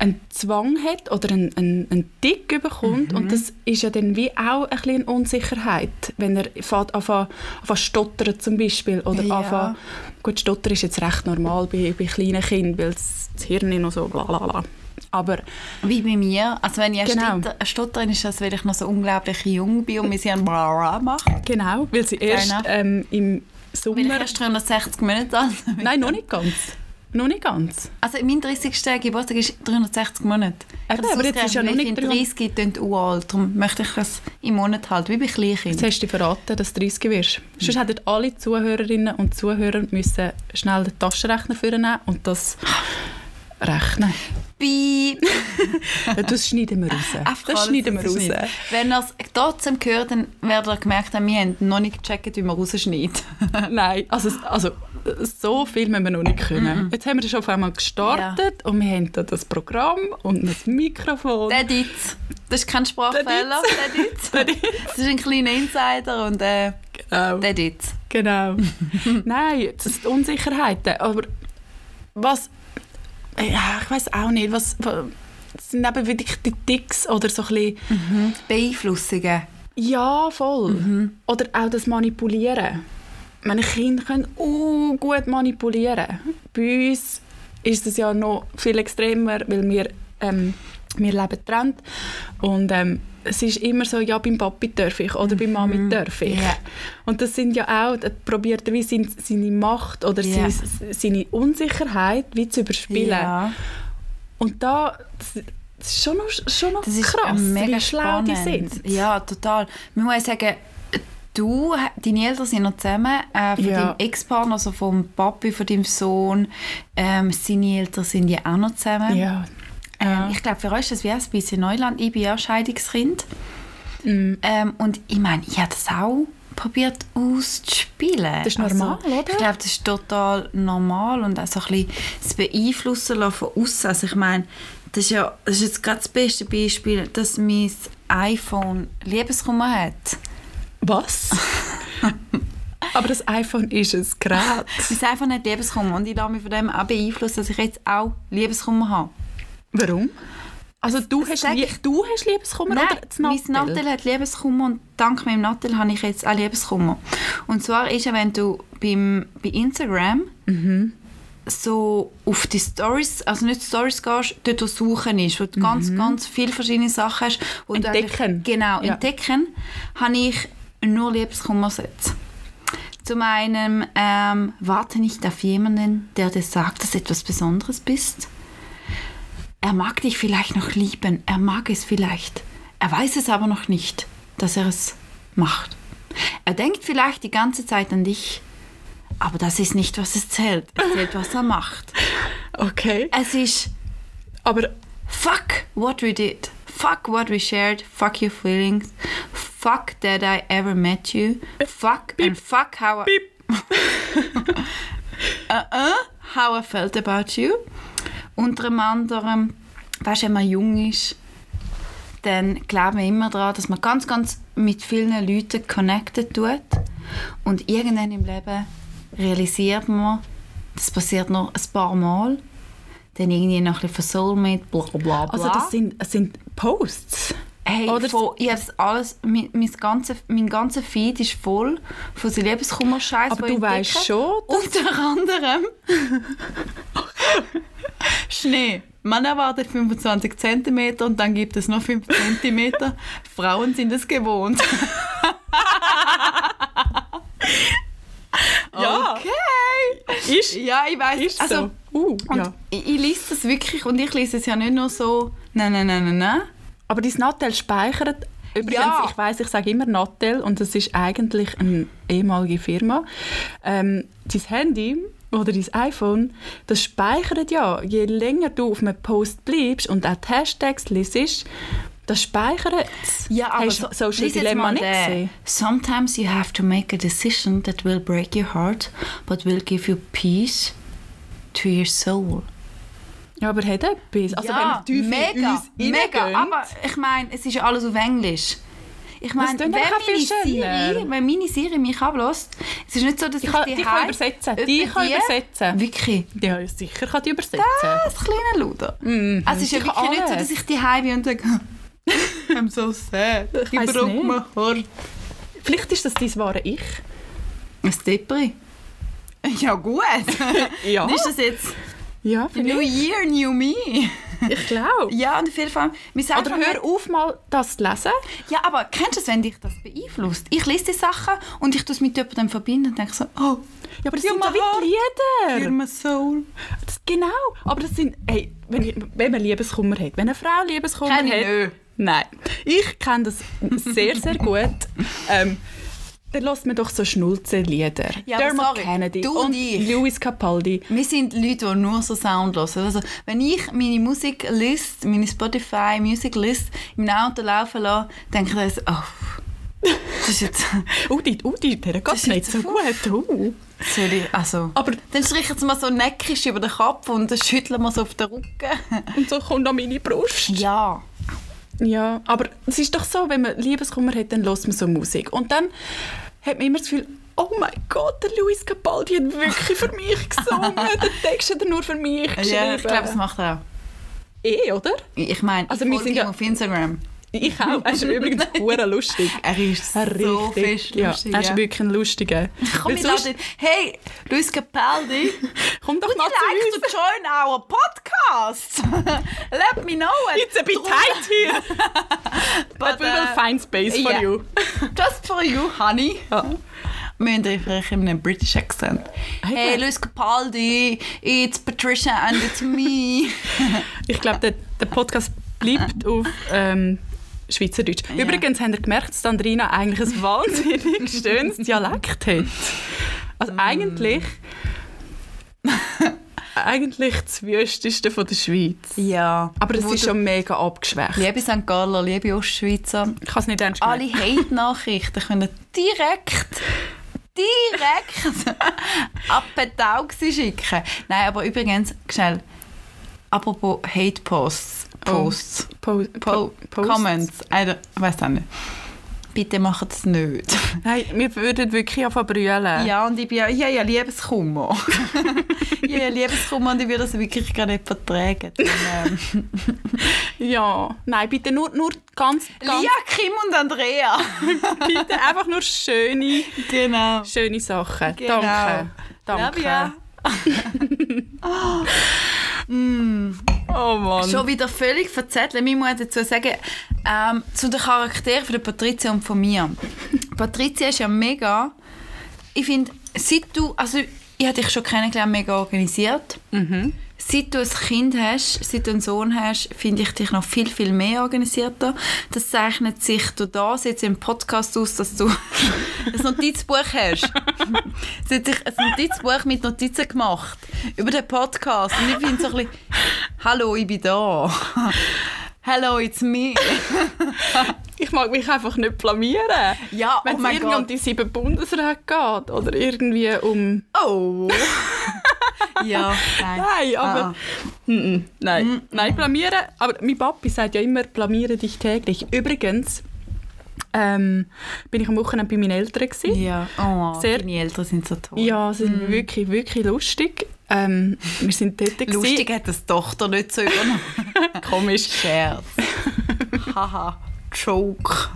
[SPEAKER 2] einen Zwang hat oder einen, einen, einen Tick bekommt.
[SPEAKER 1] Mhm.
[SPEAKER 2] Und das ist ja dann wie auch ein bisschen Unsicherheit, wenn er fährt anfängt zu stottern zum Beispiel. Oder
[SPEAKER 1] Ja.
[SPEAKER 2] anfängt, gut, stottern ist jetzt recht normal bei, bei kleinen Kindern, weil das das Hirn noch so bla bla bla. Aber
[SPEAKER 1] Wie bei mir. Also wenn ich
[SPEAKER 2] Genau.
[SPEAKER 1] genau. Stotterin ist, das, weil ich noch so unglaublich jung bin und wir sie ein Bra machen.
[SPEAKER 2] genau, weil sie erst
[SPEAKER 1] enough.
[SPEAKER 2] ähm, im
[SPEAKER 1] Bin ich
[SPEAKER 2] Sommer...
[SPEAKER 1] erst 360 Monate alt.
[SPEAKER 2] Nein, noch nicht ganz. Noch nicht ganz.
[SPEAKER 1] Also mein 30. Geburtstag ist 360 Monate. Ich
[SPEAKER 2] Eben,
[SPEAKER 1] habe das
[SPEAKER 2] aber jetzt ist ja noch
[SPEAKER 1] ausgerechnet, weil
[SPEAKER 2] nicht
[SPEAKER 1] Ich finde 30 klingt uralt, darum möchte ich es im Monat halt, wie bei
[SPEAKER 2] Jetzt
[SPEAKER 1] Kleinkind.
[SPEAKER 2] hast du dich verraten, dass du 30 wirst.
[SPEAKER 1] Mhm.
[SPEAKER 2] Sonst hätten alle Zuhörerinnen und Zuhörer müssen schnell den Taschenrechner vornehmen und das rechnen.
[SPEAKER 1] Piep.
[SPEAKER 2] Ja, Das schneiden wir raus.
[SPEAKER 1] Einfach
[SPEAKER 2] Das
[SPEAKER 1] alles
[SPEAKER 2] schneiden wir raus.
[SPEAKER 1] rausschneiden. Wenn ihr es trotzdem gehört, dann werdet ihr gemerkt haben, wir haben noch nicht gecheckt, wie man rausschneidet.
[SPEAKER 2] Nein, also, es- also so viel müssen wir noch nicht können.
[SPEAKER 1] Mhm.
[SPEAKER 2] Jetzt haben wir schon auf einmal gestartet und wir haben da das Programm und das Mikrofon.
[SPEAKER 1] Der Ditz. Das ist kein Sprachfehler, der Ditz. Das ist ein kleiner Insider und äh,
[SPEAKER 2] Genau.
[SPEAKER 1] der Ditz.
[SPEAKER 2] Genau. Nein, das sind Unsicherheiten. Aber was. Ja, ich weiß auch nicht. Was, was das sind eben wirklich die Ticks oder so ein bisschen. Mhm.
[SPEAKER 1] Beeinflussungen.
[SPEAKER 2] Ja, voll.
[SPEAKER 1] Mhm.
[SPEAKER 2] Oder auch das Manipulieren. Meine Kinder können uh, gut manipulieren. Bei uns ist es ja noch viel extremer, weil wir, ähm, wir leben getrennt. Und ähm, es ist immer so, ja, beim Papi darf ich oder beim Mami darf ich.
[SPEAKER 1] Mhm. Ja.
[SPEAKER 2] Und das sind ja auch, da probiert er wie seine, seine Macht oder
[SPEAKER 1] Ja.
[SPEAKER 2] seine, seine Unsicherheit wie zu überspielen.
[SPEAKER 1] Ja.
[SPEAKER 2] Und da, das, das ist schon noch, schon noch
[SPEAKER 1] Das ist
[SPEAKER 2] krass,
[SPEAKER 1] mega
[SPEAKER 2] wie schlau die
[SPEAKER 1] spannend.
[SPEAKER 2] sind.
[SPEAKER 1] Ja, total. Man muss sagen, du, deine Eltern sind noch zusammen, äh, von
[SPEAKER 2] Ja.
[SPEAKER 1] deinem Ex-Partner, also vom Papi, von deinem Sohn. Ähm, seine Eltern sind ja auch noch zusammen.
[SPEAKER 2] Ja.
[SPEAKER 1] Ähm, ich glaube, für euch ist das wie ein bisschen Neuland. Ich bin ja Scheidungskind.
[SPEAKER 2] Mm.
[SPEAKER 1] Ähm, und ich meine, ich habe das auch probiert auszuspielen. Also,
[SPEAKER 2] Das ist normal, oder?
[SPEAKER 1] Ich glaube, das ist total normal und auch so ein bisschen das Beeinflussen lassen von außen. Also ich meine, das ist ja das ist jetzt gerade das beste Beispiel, dass mein iPhone Liebeskummer hat.
[SPEAKER 2] Was? Aber das iPhone ist ein Gerät.
[SPEAKER 1] Mein iPhone hat Liebeskummer und ich lasse mich von dem auch beeinflussen, dass ich jetzt auch Liebeskummer habe.
[SPEAKER 2] Warum? Also du hast,
[SPEAKER 1] sag
[SPEAKER 2] lie
[SPEAKER 1] ich-
[SPEAKER 2] du hast Liebeskummer oder das
[SPEAKER 1] mein
[SPEAKER 2] Nattel?
[SPEAKER 1] Nattel hat Liebeskummer und dank meinem Nattel habe ich jetzt auch Liebeskummer. Und zwar ist er, wenn du beim, bei Instagram so auf die Stories, also nicht Stories gehst, dort wo Suchen ist, wo du ganz, ganz viele verschiedene Sachen hast. Wo du eigentlich-
[SPEAKER 2] Mhm. Entdecken.
[SPEAKER 1] genau,
[SPEAKER 2] Ja.
[SPEAKER 1] entdecken, habe ich nur Liebeskummersätze. Zum einen, ähm, warte nicht auf jemanden, der dir sagt, dass du etwas Besonderes bist. Er mag dich vielleicht noch lieben, er mag es vielleicht. Er weiß es aber noch nicht, dass er es macht. Er denkt vielleicht die ganze Zeit an dich, aber das ist nicht, was es zählt. Es zählt, was er macht.
[SPEAKER 2] Okay,
[SPEAKER 1] Es ist
[SPEAKER 2] aber
[SPEAKER 1] Fuck what we did. Fuck what we shared. Fuck your feelings. Fuck that I ever met you. Fuck and fuck how I... uh -uh, how I felt about you. Unter anderem, weißt du, wenn man jung ist, dann glauben wir immer daran, dass man ganz, ganz mit vielen Leuten connected tut. Und irgendwann im Leben realisiert man, das passiert noch ein paar Mal. Dann irgendwie noch ein bisschen versoulmate, bla bla bla.
[SPEAKER 2] Also das sind, das sind Posts.
[SPEAKER 1] Hey,
[SPEAKER 2] Oder-
[SPEAKER 1] voll, ich hab das alles, mein, mein, ganze, mein ganzer Feed ist voll von so Lebenskummer-Scheiß,
[SPEAKER 2] Aber
[SPEAKER 1] die ich
[SPEAKER 2] du weißt
[SPEAKER 1] entdecke.
[SPEAKER 2] schon,
[SPEAKER 1] Unter anderem Schnee. Man erwartet 25 cm und dann gibt es noch 5 cm. Frauen sind es gewohnt.
[SPEAKER 2] Ja.
[SPEAKER 1] Okay.
[SPEAKER 2] ist,
[SPEAKER 1] Ja, ich weiß.
[SPEAKER 2] ist
[SPEAKER 1] also,
[SPEAKER 2] so. Uh,
[SPEAKER 1] Und
[SPEAKER 2] ja.
[SPEAKER 1] ich, ich lese das wirklich und ich lese es ja nicht nur so, nein, nein, nein, nein, nein.
[SPEAKER 2] Aber dein Nattel speichert. Übrigens,
[SPEAKER 1] Ja.
[SPEAKER 2] ich weiß, ich sage immer Nattel und das ist eigentlich eine ehemalige Firma. Ähm, dein Handy oder dein iPhone, das speichert ja. Je länger du auf einem Post bleibst und auch die Hashtags liest, das speichert es. Hast du Social
[SPEAKER 1] lies jetzt
[SPEAKER 2] Dilemma
[SPEAKER 1] mal
[SPEAKER 2] nicht
[SPEAKER 1] den.
[SPEAKER 2] gesehen?
[SPEAKER 1] Sometimes you have to make a decision that will break your heart, but will give you peace to your soul.
[SPEAKER 2] Ja, aber hat etwas. Also wenn wir tief
[SPEAKER 1] mega,
[SPEAKER 2] in uns
[SPEAKER 1] mega.
[SPEAKER 2] reingehen-
[SPEAKER 1] Aber ich meine, es ist ja alles auf Englisch. Ich meine, wenn,
[SPEAKER 2] tönt einfach
[SPEAKER 1] meine
[SPEAKER 2] viel schöner.
[SPEAKER 1] Siri- wenn meine Siri mich ablässt, es ist nicht so, dass ich,
[SPEAKER 2] Ich kann,
[SPEAKER 1] die Äh,
[SPEAKER 2] die
[SPEAKER 1] heim-
[SPEAKER 2] kann übersetzen.
[SPEAKER 1] Etwa
[SPEAKER 2] Die kann übersetzen.
[SPEAKER 1] Wirklich.
[SPEAKER 2] Ja, sicher kann die übersetzen.
[SPEAKER 1] Das kleine Luder. Also es ist ja
[SPEAKER 2] Ich
[SPEAKER 1] wirklich nicht so,
[SPEAKER 2] alles.
[SPEAKER 1] dass mm, ich die heim bin und sage, I'm so sad. Ich,
[SPEAKER 2] weiss
[SPEAKER 1] brauche
[SPEAKER 2] nicht.
[SPEAKER 1] mein Hort.
[SPEAKER 2] Vielleicht ist das dein wahre Ich.
[SPEAKER 1] Ein Depri. Ja gut.
[SPEAKER 2] Ja.
[SPEAKER 1] Ist das jetzt
[SPEAKER 2] Ja, finde
[SPEAKER 1] New Year, New Me?
[SPEAKER 2] ich. Ich glaube.
[SPEAKER 1] Ja, und auf jeden Fall... wir sagen
[SPEAKER 2] Oh. Oder
[SPEAKER 1] immer,
[SPEAKER 2] hör auf, mal das zu lesen.
[SPEAKER 1] Ja, aber kennst du es, wenn dich das beeinflusst? Ich lese die Sachen und ich tue es mit jemandem verbinden und denke so, oh,
[SPEAKER 2] Ja, aber das
[SPEAKER 1] Ja,
[SPEAKER 2] sind so
[SPEAKER 1] mein
[SPEAKER 2] wie
[SPEAKER 1] Hart.
[SPEAKER 2] die
[SPEAKER 1] you're
[SPEAKER 2] Lieder.
[SPEAKER 1] my soul.
[SPEAKER 2] Das, genau. Aber das sind... Hey, wenn, wenn man Liebeskummer hat, wenn eine Frau Liebeskummer
[SPEAKER 1] Kenn ich
[SPEAKER 2] hat...
[SPEAKER 1] nicht.
[SPEAKER 2] Nein. Ich kenne das sehr, sehr gut. Ähm, dann lässt man doch so Schnulzenlieder.
[SPEAKER 1] Ja, aber
[SPEAKER 2] Dermot
[SPEAKER 1] sorry,
[SPEAKER 2] Kennedy
[SPEAKER 1] du und
[SPEAKER 2] und
[SPEAKER 1] ich.
[SPEAKER 2] Louis Capaldi.
[SPEAKER 1] Wir sind Leute, die nur so Sound hören. Also, wenn ich meine Musiklist, meine Spotify Music List im Auto laufen lasse, denke ich dann so, oh, das ist jetzt...
[SPEAKER 2] Oh, die, oh, die, der geht
[SPEAKER 1] ist
[SPEAKER 2] nicht
[SPEAKER 1] jetzt
[SPEAKER 2] so gut. Oh.
[SPEAKER 1] Soll ich, also...
[SPEAKER 2] Aber
[SPEAKER 1] Dann streichen sie mal so neckisch über den Kopf und dann schütteln wir so auf den Rücken.
[SPEAKER 2] und so kommt an meine Brust.
[SPEAKER 1] Ja.
[SPEAKER 2] Ja, aber es ist doch so, wenn man Liebeskummer hat, dann hört man so Musik. Und dann hat man immer das Gefühl, oh mein Gott, der Luis Capaldi hat wirklich für mich gesungen. den Text hat er nur für mich geschrieben.
[SPEAKER 1] ja ich glaube, das macht er auch.
[SPEAKER 2] eh, oder?
[SPEAKER 1] Ich meine,
[SPEAKER 2] Also,
[SPEAKER 1] ich
[SPEAKER 2] wir
[SPEAKER 1] folge
[SPEAKER 2] sind
[SPEAKER 1] ihm
[SPEAKER 2] ja-
[SPEAKER 1] auf Instagram.
[SPEAKER 2] Ich auch. Er ist übrigens hure lustig.
[SPEAKER 1] Er ist so fest
[SPEAKER 2] ja,
[SPEAKER 1] lustig,
[SPEAKER 2] Er ist
[SPEAKER 1] ja.
[SPEAKER 2] wirklich ein lustiger.
[SPEAKER 1] Komm,
[SPEAKER 2] Weil
[SPEAKER 1] ich
[SPEAKER 2] sonst-
[SPEAKER 1] lade Hey, Luis Capaldi, would
[SPEAKER 2] komm doch
[SPEAKER 1] you
[SPEAKER 2] mal zu
[SPEAKER 1] like
[SPEAKER 2] uns.
[SPEAKER 1] to join our podcast? Let me know. and-
[SPEAKER 2] It's a bit tight here,
[SPEAKER 1] But,
[SPEAKER 2] but we will
[SPEAKER 1] äh,
[SPEAKER 2] find space for
[SPEAKER 1] yeah.
[SPEAKER 2] you.
[SPEAKER 1] Just for you, honey.
[SPEAKER 2] Ja.
[SPEAKER 1] Wir haben vielleicht in einem British accent. Hey, Luis Capaldi, it's Patricia and it's me.
[SPEAKER 2] Ich glaube, der, der Podcast bleibt auf ähm, Schweizerdeutsch.
[SPEAKER 1] Ja.
[SPEAKER 2] Übrigens habt ihr gemerkt, dass Andrina eigentlich ein wahnsinnig schönes Dialekt hat. Also
[SPEAKER 1] Mm.
[SPEAKER 2] eigentlich... eigentlich das Wüsteste von der Schweiz.
[SPEAKER 1] ja.
[SPEAKER 2] Aber es
[SPEAKER 1] Wo
[SPEAKER 2] ist
[SPEAKER 1] du-
[SPEAKER 2] schon mega abgeschwächt.
[SPEAKER 1] Liebe St. Galler, liebe Ostschweizer,
[SPEAKER 2] Ich kann es nicht ernst
[SPEAKER 1] alle
[SPEAKER 2] gemeint.
[SPEAKER 1] Hate-Nachrichten können direkt, direkt ab den Tauxi schicken. Nein, aber übrigens, schnell, apropos Hate-Posts, Posts,
[SPEAKER 2] Po
[SPEAKER 1] Oh. po
[SPEAKER 2] po Posts.
[SPEAKER 1] Comments, I don't- ich weiss auch nicht. Bitte macht es nicht.
[SPEAKER 2] Nein, wir würden wirklich anfangen zu brüllen.
[SPEAKER 1] Ja, und ich bin ja, ich habe ja Liebeskummer. ich habe ja Liebeskummer und ich würde das wirklich gar nicht vertragen. Dann, ähm,
[SPEAKER 2] Ja. Nein, bitte nur, nur ganz, ganz...
[SPEAKER 1] Lia, Kim und Andrea.
[SPEAKER 2] Bitte einfach nur schöne,
[SPEAKER 1] genau.
[SPEAKER 2] schöne Sachen.
[SPEAKER 1] Genau.
[SPEAKER 2] Danke. Danke.
[SPEAKER 1] Flavia.
[SPEAKER 2] Oh Mann.
[SPEAKER 1] Schon wieder völlig verzettelt. Ich muss dazu sagen, ähm, zu den Charakteren von der Patricia und von mir. Patricia ist ja mega. Ich finde, seit du, also ich habe dich schon kennengelernt, mega organisiert.
[SPEAKER 2] Mhm.
[SPEAKER 1] Seit du ein Kind hast, seit du einen Sohn hast, finde ich dich noch viel, viel mehr organisierter. Das zeichnet sich durch das jetzt im Podcast aus, dass du ein Notizbuch hast. Sie hat sich ein Notizbuch mit Notizen gemacht über den Podcast. Und ich finde so ein bisschen, hallo, ich bin da. «Hello, it's me!»
[SPEAKER 2] Ich mag mich einfach nicht blamieren.
[SPEAKER 1] Ja,
[SPEAKER 2] Wenn
[SPEAKER 1] oh
[SPEAKER 2] es
[SPEAKER 1] mein
[SPEAKER 2] irgendwie um
[SPEAKER 1] Gott.
[SPEAKER 2] die sieben Bundesräte geht oder irgendwie um...
[SPEAKER 1] Oh! ja, nein.
[SPEAKER 2] Nein, aber...
[SPEAKER 1] Ah.
[SPEAKER 2] Mhm, nein, nein, blamieren. Aber mein Papi sagt ja immer, blamiere dich täglich. Übrigens ähm, bin ich am Wochenende bei meinen Eltern. Gewesen.
[SPEAKER 1] Ja, oh,
[SPEAKER 2] Sehr-
[SPEAKER 1] deine Eltern sind so toll.
[SPEAKER 2] Ja, es ist
[SPEAKER 1] Mm.
[SPEAKER 2] wirklich, wirklich lustig. Ähm, wir sind dort. gewesen.
[SPEAKER 1] Lustig hat das Tochter nicht so übernommen.
[SPEAKER 2] Komisch.
[SPEAKER 1] Scherz. Haha, Joke.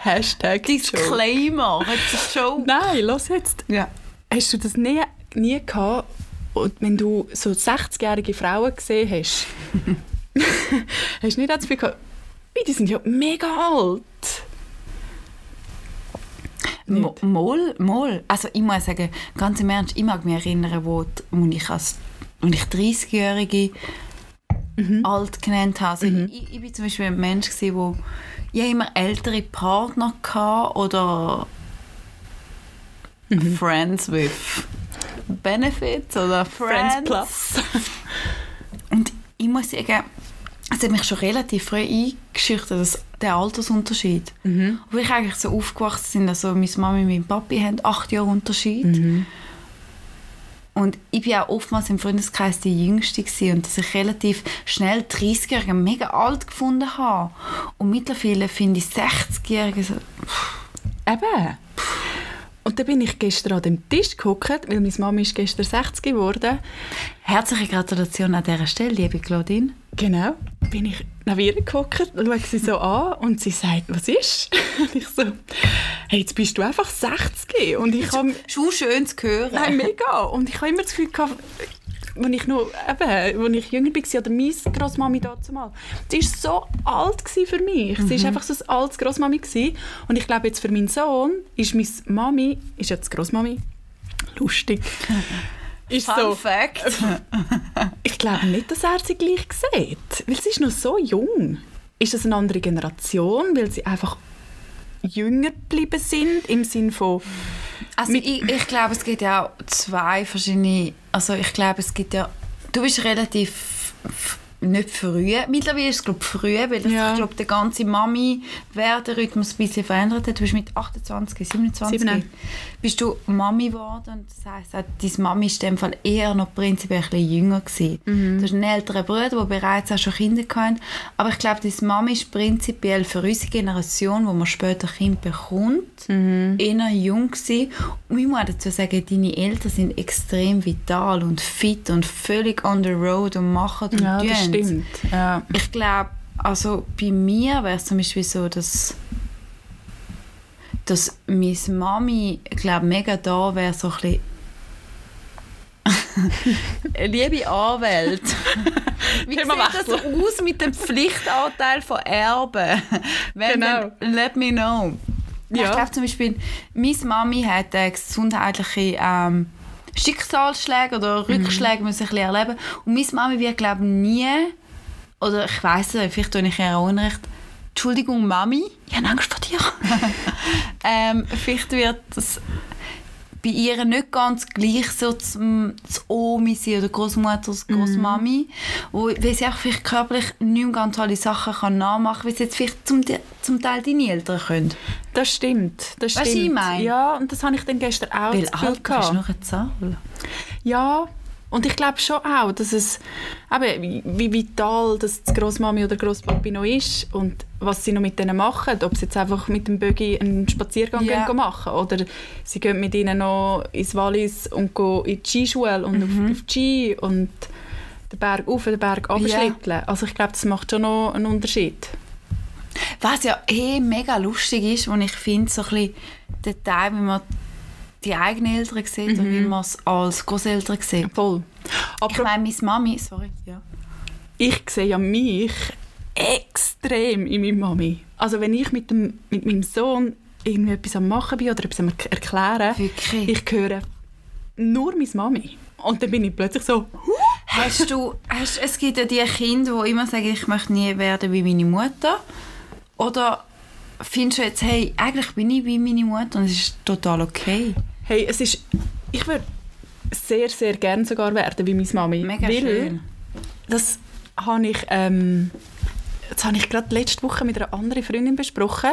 [SPEAKER 2] Hashtag Joke.
[SPEAKER 1] Disclaimer, it's a joke.
[SPEAKER 2] Nein, los jetzt.
[SPEAKER 1] Ja.
[SPEAKER 2] Hast du das nie, nie gehabt, und wenn du so 60-jährige Frauen gesehen hast? hast du nicht das Gefühl gehabt, «Ui, die sind ja mega alt?
[SPEAKER 1] Mo- Mol, mol. Also ich muss sagen, ganz im Ernst, ich mag mich erinnern, wo, die, wo ich als wo ich 30-Jährige alt genannt habe. Also ich, ich bin zum Beispiel ein Mensch, gewesen, wo ich habe immer ältere Partner hatte oder Mhm. Friends with Benefits oder Friends,
[SPEAKER 2] Friends Plus.
[SPEAKER 1] Und ich muss sagen, es hat mich schon relativ früh eingeschüchtert, dass der Altersunterschied. Wo ich eigentlich so aufgewachsen bin, also meine Mami und mein Papi haben acht Jahre Unterschied. Und ich war auch oftmals im Freundeskreis die Jüngste gewesen und dass ich relativ schnell 30-Jährige mega alt gefunden habe. Und mittlerweile finde ich 60-Jährige so...
[SPEAKER 2] Eben. Und dann bin ich gestern an dem Tisch gehockt, weil meine Mama ist gestern 60 geworden.
[SPEAKER 1] Herzliche Gratulation an dieser Stelle, liebe Claudine.
[SPEAKER 2] Genau. Bin ich nach ihr gehockt, schaue sie so an und sie sagt, was ist? Und ich so, hey, jetzt bist du einfach 60. Und ich habe
[SPEAKER 1] Schon schön zu hören.
[SPEAKER 2] Nein, mega. Und ich habe immer das Gefühl gehabt, wenn ich noch, eben, wenn ich jünger war, oder meine Grossmami dazu mal, sie war so alt gsi für mich. Sie war einfach so eine alte Grossmami. gsi. Und ich glaube, jetzt für meinen Sohn ist meine Mami, ist jetzt Grossmami, lustig. Ist
[SPEAKER 1] Fun
[SPEAKER 2] so,
[SPEAKER 1] Fact.
[SPEAKER 2] ich glaube nicht, dass er sie gleich sieht, weil sie ist noch so jung. Ist das eine andere Generation, weil sie einfach jünger geblieben sind, im Sinn von...
[SPEAKER 1] Also ich, ich glaube, es gibt ja auch zwei verschiedene. Also ich glaube, es gibt ja. Du bist relativ f- nicht früh. Mittlerweile ist es glaube ich, früh, weil das,
[SPEAKER 2] Ja.
[SPEAKER 1] ich glaube, der ganze Mami werden Rhythmus ein bisschen verändert hat. Du bist mit 28, 27
[SPEAKER 2] Sieben.
[SPEAKER 1] bist du Mami geworden. Und das heisst, auch deine Mami ist in dem Fall eher noch prinzipiell ein bisschen jünger gewesen. Du hast einen älteren Bruder, der bereits auch schon Kinder hatte. Aber ich glaube, deine Mami ist prinzipiell für unsere Generation, wo man später Kind bekommt, eher jung gewesen. Und ich muss dazu sagen, deine Eltern sind extrem vital und fit und völlig on the road und machen und tun's.
[SPEAKER 2] Ja.
[SPEAKER 1] Ich glaube, also bei mir wäre es zum Beispiel so, dass, dass meine Mami, glaube mega da wäre so ein bisschen Liebe Anwälte, wie sieht
[SPEAKER 2] Thema
[SPEAKER 1] das aus mit dem Pflichtanteil von Erben? Wenn,
[SPEAKER 2] Genau.
[SPEAKER 1] dann let me know.
[SPEAKER 2] Ja.
[SPEAKER 1] Ich glaube zum Beispiel, meine Mami hat äh, gesundheitliche ähm, Schicksalsschläge oder Rückschläge muss ich ein bisschen erleben. Und meine Mami wird, glaube ich, nie, oder ich weiß nicht, vielleicht tue ich ihr auch Unrecht, Entschuldigung, Mami, ich habe Angst vor dir. ähm, vielleicht wird das bei ihr nicht ganz gleich so zum, zum Omi sein oder Großmutter, Großmami, wo, weil sie auch vielleicht körperlich nicht mehr ganz alle Sachen kann nachmachen kann, weil sie jetzt vielleicht zum, Te- zum Teil deine Eltern können.
[SPEAKER 2] Das stimmt. Das
[SPEAKER 1] Weisst du,
[SPEAKER 2] stimmt.
[SPEAKER 1] ich meine?
[SPEAKER 2] Ja, und das habe ich dann gestern auch
[SPEAKER 1] Weil
[SPEAKER 2] das Gefühl
[SPEAKER 1] Alter
[SPEAKER 2] gehabt.
[SPEAKER 1] ist noch eine Zahl.
[SPEAKER 2] Ja, und ich glaube schon auch, dass es eben, wie- wie vital dass die Großmami oder Großpapi noch ist und was sie noch mit denen machen. Ob sie jetzt einfach mit dem Bögi einen Spaziergang
[SPEAKER 1] Ja.
[SPEAKER 2] gehen machen oder sie gehen mit ihnen noch ins Wallis und gehen in die Skischule und
[SPEAKER 1] Mhm.
[SPEAKER 2] auf, auf die Ski und den Berg auf, den Berg abschlitteln. Also ich glaube, das macht schon noch einen Unterschied.
[SPEAKER 1] Was ja eh mega lustig ist, und ich finde, so ein bisschen der Teil, wie man die eigenen Eltern sieht und wie man es als Großeltern sieht.
[SPEAKER 2] Voll.
[SPEAKER 1] Ich
[SPEAKER 2] Aber
[SPEAKER 1] meine, meine Mami, sorry, ja.
[SPEAKER 2] ich sehe ja mich extrem in meiner Mami. Also wenn ich mit, dem, mit meinem Sohn irgendwie etwas am machen bin oder etwas am Erk- erklären,
[SPEAKER 1] Wirklich?
[SPEAKER 2] ich höre nur meine Mami. Und dann bin ich plötzlich so, «Huh!»
[SPEAKER 1] Hast du, hast, es gibt ja die Kinder, die immer sagen, ich möchte nie werden wie meine Mutter. Oder findest du jetzt, hey, eigentlich bin ich wie meine Mutter und es ist total okay?
[SPEAKER 2] hey, es ist, ich würde sehr, sehr gerne sogar werden wie meine Mami.
[SPEAKER 1] Mega
[SPEAKER 2] Weil
[SPEAKER 1] schön.
[SPEAKER 2] Das habe ich, ähm, das das habe ich gerade letzte Woche mit einer anderen Freundin besprochen.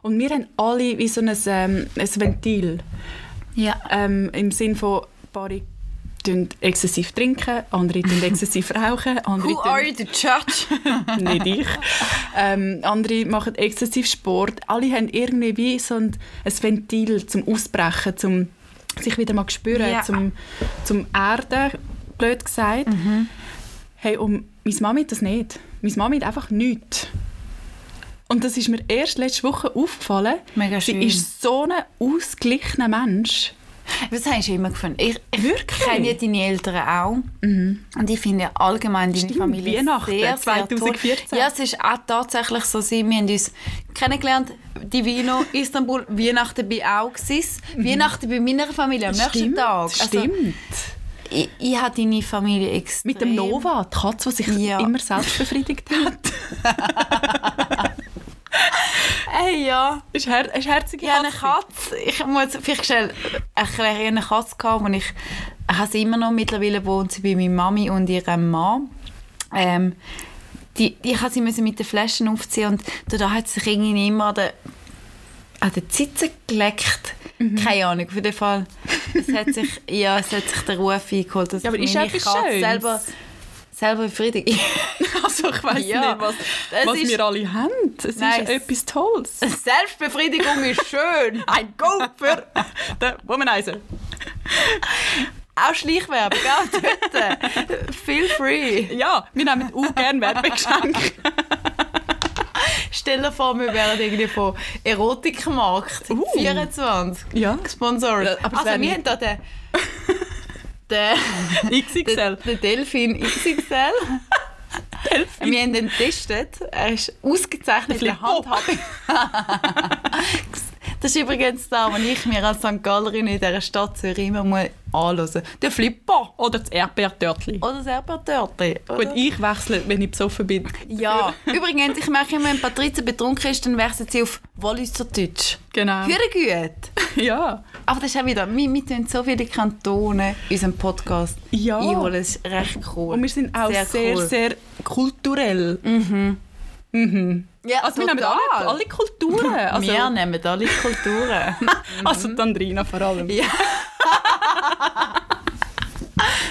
[SPEAKER 2] Und wir haben alle wie so ein, ähm, ein Ventil.
[SPEAKER 1] Ja.
[SPEAKER 2] Ähm, Im Sinn von, Paare tun exzessiv trinken, andere tun exzessiv rauchen, andere
[SPEAKER 1] Who
[SPEAKER 2] tun-
[SPEAKER 1] are you to judge?
[SPEAKER 2] nicht ich. Ähm, andere machen exzessiv Sport. Alle haben irgendwie wie so ein, ein Ventil zum Ausbrechen, zum sich wieder mal spüren,
[SPEAKER 1] Ja.
[SPEAKER 2] zum, zum Erden, blöd gesagt.
[SPEAKER 1] Mhm.
[SPEAKER 2] Hey, und meine Mami hat das nicht. Meine Mami hat einfach nichts. Und das ist mir erst letzte Woche aufgefallen.
[SPEAKER 1] Mega schön.
[SPEAKER 2] Sie ist so ein ausgeglichener Mensch.
[SPEAKER 1] Das habe ich immer gefunden. Ich, ich
[SPEAKER 2] Wirklich? Mhm.
[SPEAKER 1] kenne ja deine Eltern auch. Und ich finde ja allgemein deine
[SPEAKER 2] Stimmt,
[SPEAKER 1] Familie
[SPEAKER 2] Weihnachten
[SPEAKER 1] sehr, sehr toll.
[SPEAKER 2] 2014.
[SPEAKER 1] Ja, es ist auch tatsächlich so, gewesen. wir haben uns kennengelernt, Divino, Istanbul, Weihnachten bei auch gewesen. Weihnachten bei meiner Familie am nächsten
[SPEAKER 2] Mhm. Stimmt,
[SPEAKER 1] Tag. Also,
[SPEAKER 2] Stimmt.
[SPEAKER 1] ich, ich habe deine Familie extrem.
[SPEAKER 2] Mit dem Nova, die Katze, die sich
[SPEAKER 1] Ja.
[SPEAKER 2] immer selbst befriedigt hat.
[SPEAKER 1] Ey, ja.
[SPEAKER 2] Ist, her ist herzige
[SPEAKER 1] Ich habe eine Katze. Ich muss vielleicht schnell erklären, ich habe eine Katze gehabt, und ich, ich habe sie immer noch. Mittlerweile wohnt sie bei meiner Mami und ihrem Mann. Ähm, die, die, ich musste sie müssen mit den Flaschen aufziehen und da hat sie sich irgendwie immer an den, an den Zitzen geleckt.
[SPEAKER 2] Mhm.
[SPEAKER 1] Keine Ahnung, auf jeden Fall. Es hat sich, ja, es hat sich der Ruf eingeholt, dass
[SPEAKER 2] Ja, aber
[SPEAKER 1] ich
[SPEAKER 2] ist
[SPEAKER 1] meine
[SPEAKER 2] etwas
[SPEAKER 1] Katze
[SPEAKER 2] Schönes?
[SPEAKER 1] selber, selber befriedigt.
[SPEAKER 2] Also ich weiß
[SPEAKER 1] Ja.
[SPEAKER 2] nicht, was,
[SPEAKER 1] Es
[SPEAKER 2] was
[SPEAKER 1] ist-
[SPEAKER 2] wir alle haben. Es
[SPEAKER 1] Nice.
[SPEAKER 2] ist etwas Tolles.
[SPEAKER 1] Selbstbefriedigung ist schön.
[SPEAKER 2] Ein Go für den Womanizer.
[SPEAKER 1] Auch Schleichwerbung, auch dort. äh, Feel free.
[SPEAKER 2] Ja, wir nehmen auch gerne Werbegeschenke.
[SPEAKER 1] Stell dir vor, wir wären irgendwie von Erotikmarkt
[SPEAKER 2] Uh.
[SPEAKER 1] 24
[SPEAKER 2] Ja,
[SPEAKER 1] gesponsert.
[SPEAKER 2] Ja, aber es
[SPEAKER 1] also
[SPEAKER 2] wär
[SPEAKER 1] wir
[SPEAKER 2] nicht-
[SPEAKER 1] haben da den, den, den,
[SPEAKER 2] XXL.
[SPEAKER 1] den Delfin XXL. Wir haben den getestet. Er ist ausgezeichnet in
[SPEAKER 2] Der
[SPEAKER 1] der Handhabung. Das ist übrigens da, was ich mir als St. Gallerin in dieser Stadt Zürich immer mal anhören Der Flipper.
[SPEAKER 2] Oder das Erdbeertörtli.
[SPEAKER 1] Oder das Erdbeertörtchen.
[SPEAKER 2] Gut, ich wechsle, wenn ich besoffen bin.
[SPEAKER 1] Ja. Übrigens, ich merke immer, wenn Patrizia betrunken ist, dann wechselt sie auf Walliserdeutsch.
[SPEAKER 2] Genau.
[SPEAKER 1] Hör gut.
[SPEAKER 2] Ja.
[SPEAKER 1] Aber das ist auch wieder, wir, wir tun so viele Kantone in unserem Podcast
[SPEAKER 2] Ja.
[SPEAKER 1] einholen. Das ist recht cool.
[SPEAKER 2] Und wir sind auch sehr, Mhm. sehr,
[SPEAKER 1] cool.
[SPEAKER 2] kulturell.
[SPEAKER 1] Ja,
[SPEAKER 2] Also wir nehmen alle, alle Kulturen. Also,
[SPEAKER 1] wir nehmen alle Kulturen.
[SPEAKER 2] also die Andrina vor allem.
[SPEAKER 1] Mhm. Ja.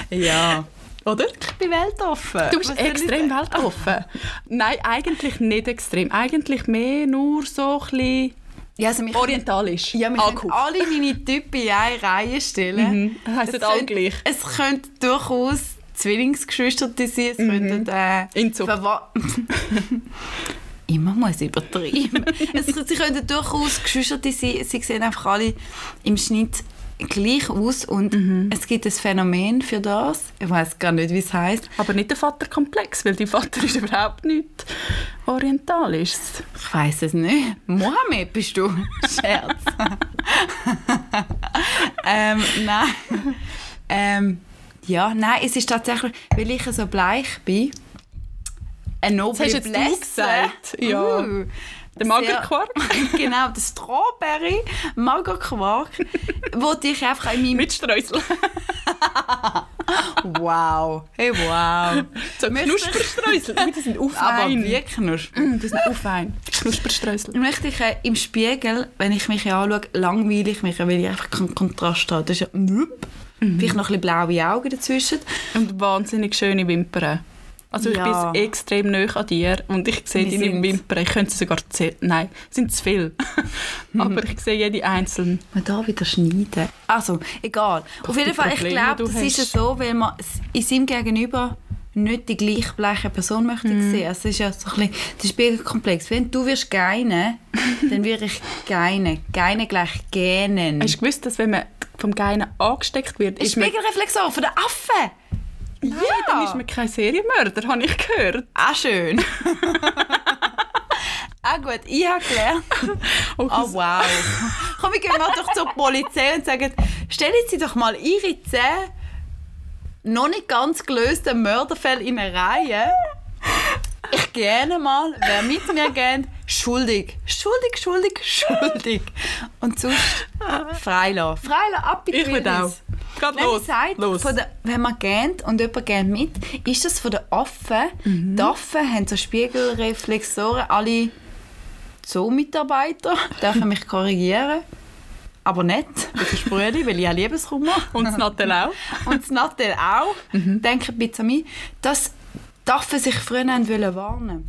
[SPEAKER 2] ja. Oder?
[SPEAKER 1] ich bin weltoffen.
[SPEAKER 2] Du bist
[SPEAKER 1] Was soll ich
[SPEAKER 2] extrem weltoffen. Nein, eigentlich nicht extrem. Eigentlich mehr nur so ein bisschen
[SPEAKER 1] sagen? Ja,
[SPEAKER 2] Oh,
[SPEAKER 1] also wir können,
[SPEAKER 2] orientalisch.
[SPEAKER 1] ja, wir können
[SPEAKER 2] Angehaucht.
[SPEAKER 1] alle meine Typen in eine Reihe stellen.
[SPEAKER 2] Mhm. Das heisst
[SPEAKER 1] Es
[SPEAKER 2] nicht alle
[SPEAKER 1] könnte-
[SPEAKER 2] gleich.
[SPEAKER 1] Es könnte durchaus Zwillingsgeschwister sein, es
[SPEAKER 2] Mhm.
[SPEAKER 1] könnten äh,
[SPEAKER 2] Inzucht.
[SPEAKER 1] Verwa- Immer muss ich übertreiben. es, sie könnten durchaus Geschwisterte sein. Sie sehen einfach alle im Schnitt gleich aus. Und
[SPEAKER 2] Mhm.
[SPEAKER 1] es gibt ein Phänomen für das. Ich weiß gar nicht, wie es heißt.
[SPEAKER 2] Aber nicht der Vaterkomplex, weil dein Vater ist überhaupt nicht orientalisch.
[SPEAKER 1] Ich weiß es nicht. Mohammed bist du. Scherz. ähm, nein. Ähm, ja, nein, es ist tatsächlich, weil ich so bleich bin, eine noble
[SPEAKER 2] hast jetzt du
[SPEAKER 1] Blässe.
[SPEAKER 2] gesagt. Ja.
[SPEAKER 1] Uh,
[SPEAKER 2] Der Magerquark
[SPEAKER 1] genau, der Strawberry Magerquark, wo ich einfach in meinem...
[SPEAKER 2] mit Streusel.
[SPEAKER 1] Wow. Hey, wow.
[SPEAKER 2] So Knusperstreusel. Ui, Die sind
[SPEAKER 1] Aber
[SPEAKER 2] aufein.
[SPEAKER 1] wie knusprig.
[SPEAKER 2] Mm, Die sind aufein. Knusperstreusel.
[SPEAKER 1] möchte ich äh, im Spiegel, wenn ich mich ja anschaue, langweile ich mich, ja, weil ich einfach keinen Kontrast habe. Das ist ja nüpp.
[SPEAKER 2] Mhm.
[SPEAKER 1] Vielleicht noch ein bisschen blaue Augen dazwischen.
[SPEAKER 2] Und wahnsinnig schöne Wimpern. Also ich
[SPEAKER 1] Ja.
[SPEAKER 2] bin extrem nöch an dir und ich sehe
[SPEAKER 1] Wir
[SPEAKER 2] deine
[SPEAKER 1] sind-
[SPEAKER 2] Wimpern. Ich könnte sie sogar zählen. Nein, es sind zu viele. Aber ich sehe jede einzeln.
[SPEAKER 1] Man da wieder schneiden. Also, egal. Auf jeden
[SPEAKER 2] die
[SPEAKER 1] Fall, ich
[SPEAKER 2] Probleme,
[SPEAKER 1] glaube,
[SPEAKER 2] du
[SPEAKER 1] das ist ja
[SPEAKER 2] hast.
[SPEAKER 1] so, weil man s- in seinem Gegenüber nicht die gleich bleiche Person möchte
[SPEAKER 2] Mhm.
[SPEAKER 1] sehen. Also, Es ist ja so ein bisschen der Spiegelkomplex. Wenn du wirst geinen, dann würde ich geinen. Geinen gleich gähnen.
[SPEAKER 2] Hast du gewusst, dass wenn man vom Geinen angesteckt wird,
[SPEAKER 1] Ein
[SPEAKER 2] ist man,
[SPEAKER 1] Spiegelreflexor von den Affen.
[SPEAKER 2] ja. dann ist man kein Serienmörder, habe ich gehört.
[SPEAKER 1] Auch schön. ah gut, ich habe gelernt.
[SPEAKER 2] Oh,
[SPEAKER 1] Ah wow. Komm, wir gehen mal doch zur Polizei und sagen, stellen Sie doch mal Ihre zehn noch nicht ganz gelösten Mörderfälle in eine Reihe. Ich gerne mal, wer mit mir geht, schuldig. Schuldig, schuldig, schuldig. Und sonst freilassen. Freilassen, ab in die
[SPEAKER 2] Ich würde auch.
[SPEAKER 1] Wildnis.
[SPEAKER 2] gerade
[SPEAKER 1] Nein,
[SPEAKER 2] los.
[SPEAKER 1] man sagt,
[SPEAKER 2] los.
[SPEAKER 1] Von der, wenn man gähnt und jemand gähnt mit, ist das von den Affen.
[SPEAKER 2] Mhm.
[SPEAKER 1] Die Affen haben so Spiegelreflexoren. Alle Zoo-Mitarbeiter dürfen mich korrigieren. Aber nicht, das ist Brüder, weil ich auch Liebeskummer
[SPEAKER 2] Und Mhm. das Nattel auch.
[SPEAKER 1] und das Nattel auch, denken ein bisschen an mich, dass die Affen sich früher haben wollen warnen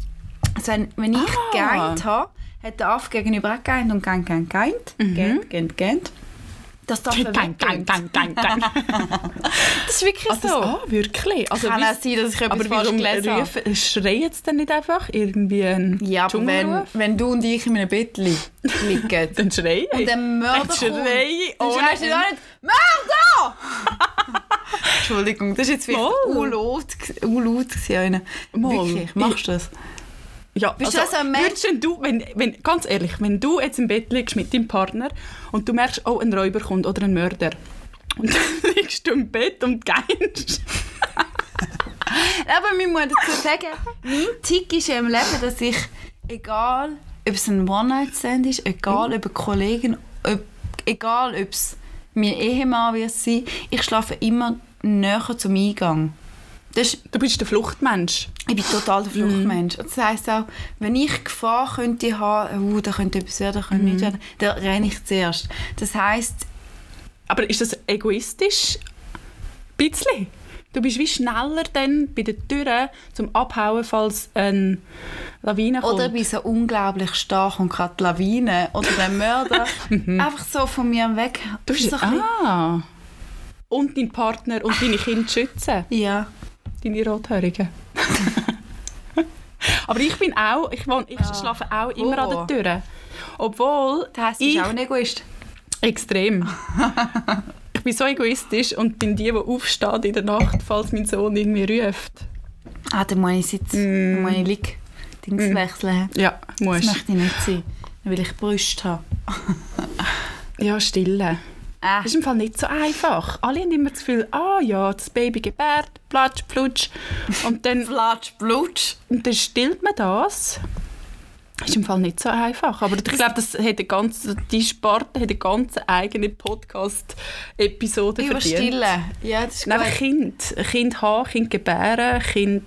[SPEAKER 1] also wenn, wenn ich
[SPEAKER 2] Ah.
[SPEAKER 1] geeint habe, hat der Affe gegenüber auch geeint und geeint, geeint, geeint,
[SPEAKER 2] Mhm.
[SPEAKER 1] geeint, geeint, geeint. Dass die Affen
[SPEAKER 2] Gang, gang,
[SPEAKER 1] weggehen.
[SPEAKER 2] gang, gang, gang.
[SPEAKER 1] Das ist wirklich
[SPEAKER 2] Ah, das,
[SPEAKER 1] so.
[SPEAKER 2] ah, wirklich? Also,
[SPEAKER 1] Kann
[SPEAKER 2] wie-
[SPEAKER 1] auch sein, dass ich etwas
[SPEAKER 2] aber
[SPEAKER 1] falsch
[SPEAKER 2] warum
[SPEAKER 1] gelesen habe.
[SPEAKER 2] rufen- schreien sie denn nicht einfach irgendwie einen
[SPEAKER 1] Ja, aber wenn,
[SPEAKER 2] Dschungelruf?
[SPEAKER 1] wenn du und ich in einem Bett li- liegen
[SPEAKER 2] Dann schreien.
[SPEAKER 1] und der Mörder kommt,
[SPEAKER 2] Dann schreie ich
[SPEAKER 1] dann
[SPEAKER 2] ohne
[SPEAKER 1] schreist du
[SPEAKER 2] Ende.
[SPEAKER 1] auch nicht «Mörder!» Entschuldigung, das ist jetzt vielleicht
[SPEAKER 2] Mal.
[SPEAKER 1] unlaut gewesen. unlaut gewesen.
[SPEAKER 2] Mal.
[SPEAKER 1] Wirklich, machst du das?
[SPEAKER 2] Ja,
[SPEAKER 1] Bist du
[SPEAKER 2] also,
[SPEAKER 1] also ein Mensch-
[SPEAKER 2] würdest denn du, wenn, wenn, ganz ehrlich, wenn du jetzt im Bett liegst mit deinem Partner und du merkst, oh, ein Räuber kommt oder ein Mörder. Und dann liegst du im Bett und geinst.
[SPEAKER 1] Aber wir müssen dazu sagen, mein Tick ist ja im Leben, dass ich, egal ob es ein One-Night-Stand ist, egal ob ein Kollegen, ob, egal ob es mein Ehemann wird sein, ich schlafe immer näher zum Eingang. Das ist,
[SPEAKER 2] Du bist der Fluchtmensch.
[SPEAKER 1] ich bin total der Fluchtmensch. Das heisst auch, wenn ich Gefahr könnte haben, uh, da könnte etwas werden, da könnte nichts werden, dann renne ich zuerst. Das heisst,
[SPEAKER 2] Aber ist das egoistisch? Ein bisschen. Du bist wie schneller dann bei der Tür zum Abhauen, falls eine Lawine kommt.
[SPEAKER 1] Oder bin so unglaublich stark und gerade die Lawine oder der Mörder einfach so von mir weg.
[SPEAKER 2] du bist
[SPEAKER 1] so ein
[SPEAKER 2] ah. Und deinen Partner und deine Kinder
[SPEAKER 1] bisschen-
[SPEAKER 2] schützen.
[SPEAKER 1] Ja.
[SPEAKER 2] Deine Rothörigen. Aber ich bin auch, ich, wohne, ich
[SPEAKER 1] Ah.
[SPEAKER 2] schlafe auch immer
[SPEAKER 1] Oh.
[SPEAKER 2] an der Tür. Obwohl
[SPEAKER 1] Das heisst, du
[SPEAKER 2] ich
[SPEAKER 1] bist auch ein Egoist.
[SPEAKER 2] extrem. ich bin so egoistisch und bin die, die aufsteht in der Nacht, falls mein Sohn irgendwie ruft.
[SPEAKER 1] Ah, dann muss ich sitzen, dann muss ich liegen. Dings wechseln.
[SPEAKER 2] Ja,
[SPEAKER 1] Das
[SPEAKER 2] musst.
[SPEAKER 1] möchte ich nicht sein. Dann will ich Brüste haben.
[SPEAKER 2] Ja, stillen.
[SPEAKER 1] Ah,
[SPEAKER 2] Das ist im Fall nicht so einfach. Alle haben immer das Gefühl, ah ja, das Baby gebärt, platsch, plutsch. Und dann,
[SPEAKER 1] Flatsch, Blutsch.
[SPEAKER 2] und dann stillt man das. Ist im Fall nicht so einfach. Aber ich glaube, das hat eine ganze, die Sparte hat eine ganz eigene Podcast-Episode
[SPEAKER 1] Über
[SPEAKER 2] verdient.
[SPEAKER 1] Stille. Ja, das ist
[SPEAKER 2] Nein,
[SPEAKER 1] gut.
[SPEAKER 2] einfach Kind. Kind haben, Kind gebären, Kind...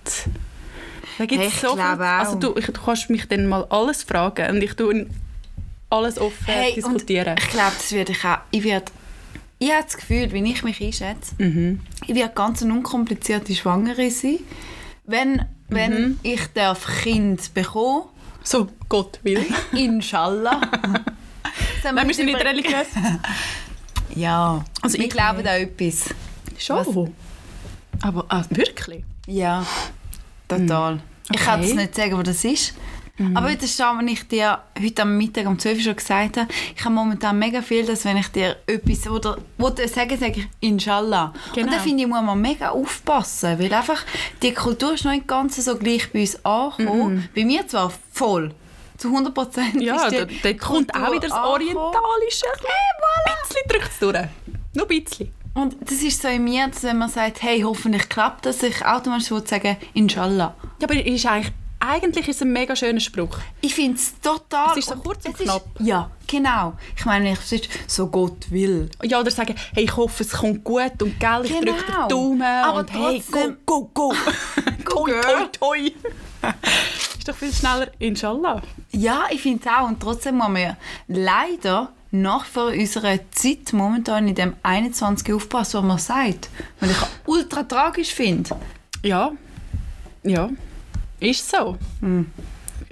[SPEAKER 2] Da gibt
[SPEAKER 1] Hey,
[SPEAKER 2] es
[SPEAKER 1] ich
[SPEAKER 2] so viel.
[SPEAKER 1] glaube auch.
[SPEAKER 2] Also du, ich, du kannst mich dann mal alles fragen und ich tue alles offen
[SPEAKER 1] Hey, und-
[SPEAKER 2] diskutieren.
[SPEAKER 1] Ich glaube, das würde ich auch. Ich werde. Ich habe das Gefühl, wenn ich mich einschätze, ich werde ganz eine unkomplizierte Schwangere sein. Wenn, wenn ich darf Kind bekommen
[SPEAKER 2] So Gott will.
[SPEAKER 1] Inshallah. Sollen
[SPEAKER 2] Nein, wir sind
[SPEAKER 1] über-
[SPEAKER 2] nicht religiös.
[SPEAKER 1] Ja.
[SPEAKER 2] Also
[SPEAKER 1] Also ich
[SPEAKER 2] ich-
[SPEAKER 1] glaube da etwas.
[SPEAKER 2] Schon. Aber ah, wirklich?
[SPEAKER 1] Ja. Total. Hm. Ich kann
[SPEAKER 2] Okay. Mhm.
[SPEAKER 1] es nicht sagen, wo das ist. Aber das ist schon, wenn ich dir heute am Mittag um 12 Uhr schon gesagt habe, ich habe momentan mega viel, dass wenn ich dir etwas oder, oder sage, sage ich Inshallah.
[SPEAKER 2] Genau.
[SPEAKER 1] Und da finde ich, muss man mega aufpassen, weil einfach die Kultur ist noch nicht ganz so gleich bei uns angekommen. Bei mir zwar voll, zu 100 Prozent
[SPEAKER 2] Mhm. Ja,
[SPEAKER 1] ist die
[SPEAKER 2] da, da kommt
[SPEAKER 1] Kultur
[SPEAKER 2] auch wieder das
[SPEAKER 1] angekommen.
[SPEAKER 2] Orientalische. Ein bisschen drückt es durch. Nur ein bisschen.
[SPEAKER 1] Und das ist so in mir, dass wenn man sagt, hey, hoffentlich klappt das, ich automatisch würde sagen, Inshallah.
[SPEAKER 2] Ja, aber ist eigentlich, eigentlich ist es ein mega schöner Spruch.
[SPEAKER 1] Ich finde es total...
[SPEAKER 2] Es ist so kurz und
[SPEAKER 1] es ist-
[SPEAKER 2] knapp.
[SPEAKER 1] Ja, genau. Ich meine, wenn ich es ist, so Gott will.
[SPEAKER 2] Ja, oder sagen, hey, ich hoffe, es kommt gut und gell, ich
[SPEAKER 1] Genau. Ah,
[SPEAKER 2] drücke den Daumen
[SPEAKER 1] Aber
[SPEAKER 2] und hey, go,
[SPEAKER 1] trotzdem-
[SPEAKER 2] go, go.
[SPEAKER 1] Ah, Go,
[SPEAKER 2] toi, toi,
[SPEAKER 1] girl.
[SPEAKER 2] toi. ist doch viel schneller, inshallah.
[SPEAKER 1] Ja, ich finde es auch. Und trotzdem muss man ja leider nach vor unserer Zeit momentan in dem 21 aufpassen, was man sagt. Weil ich ultra tragisch finde.
[SPEAKER 2] Ja, ja, ist so. Kommt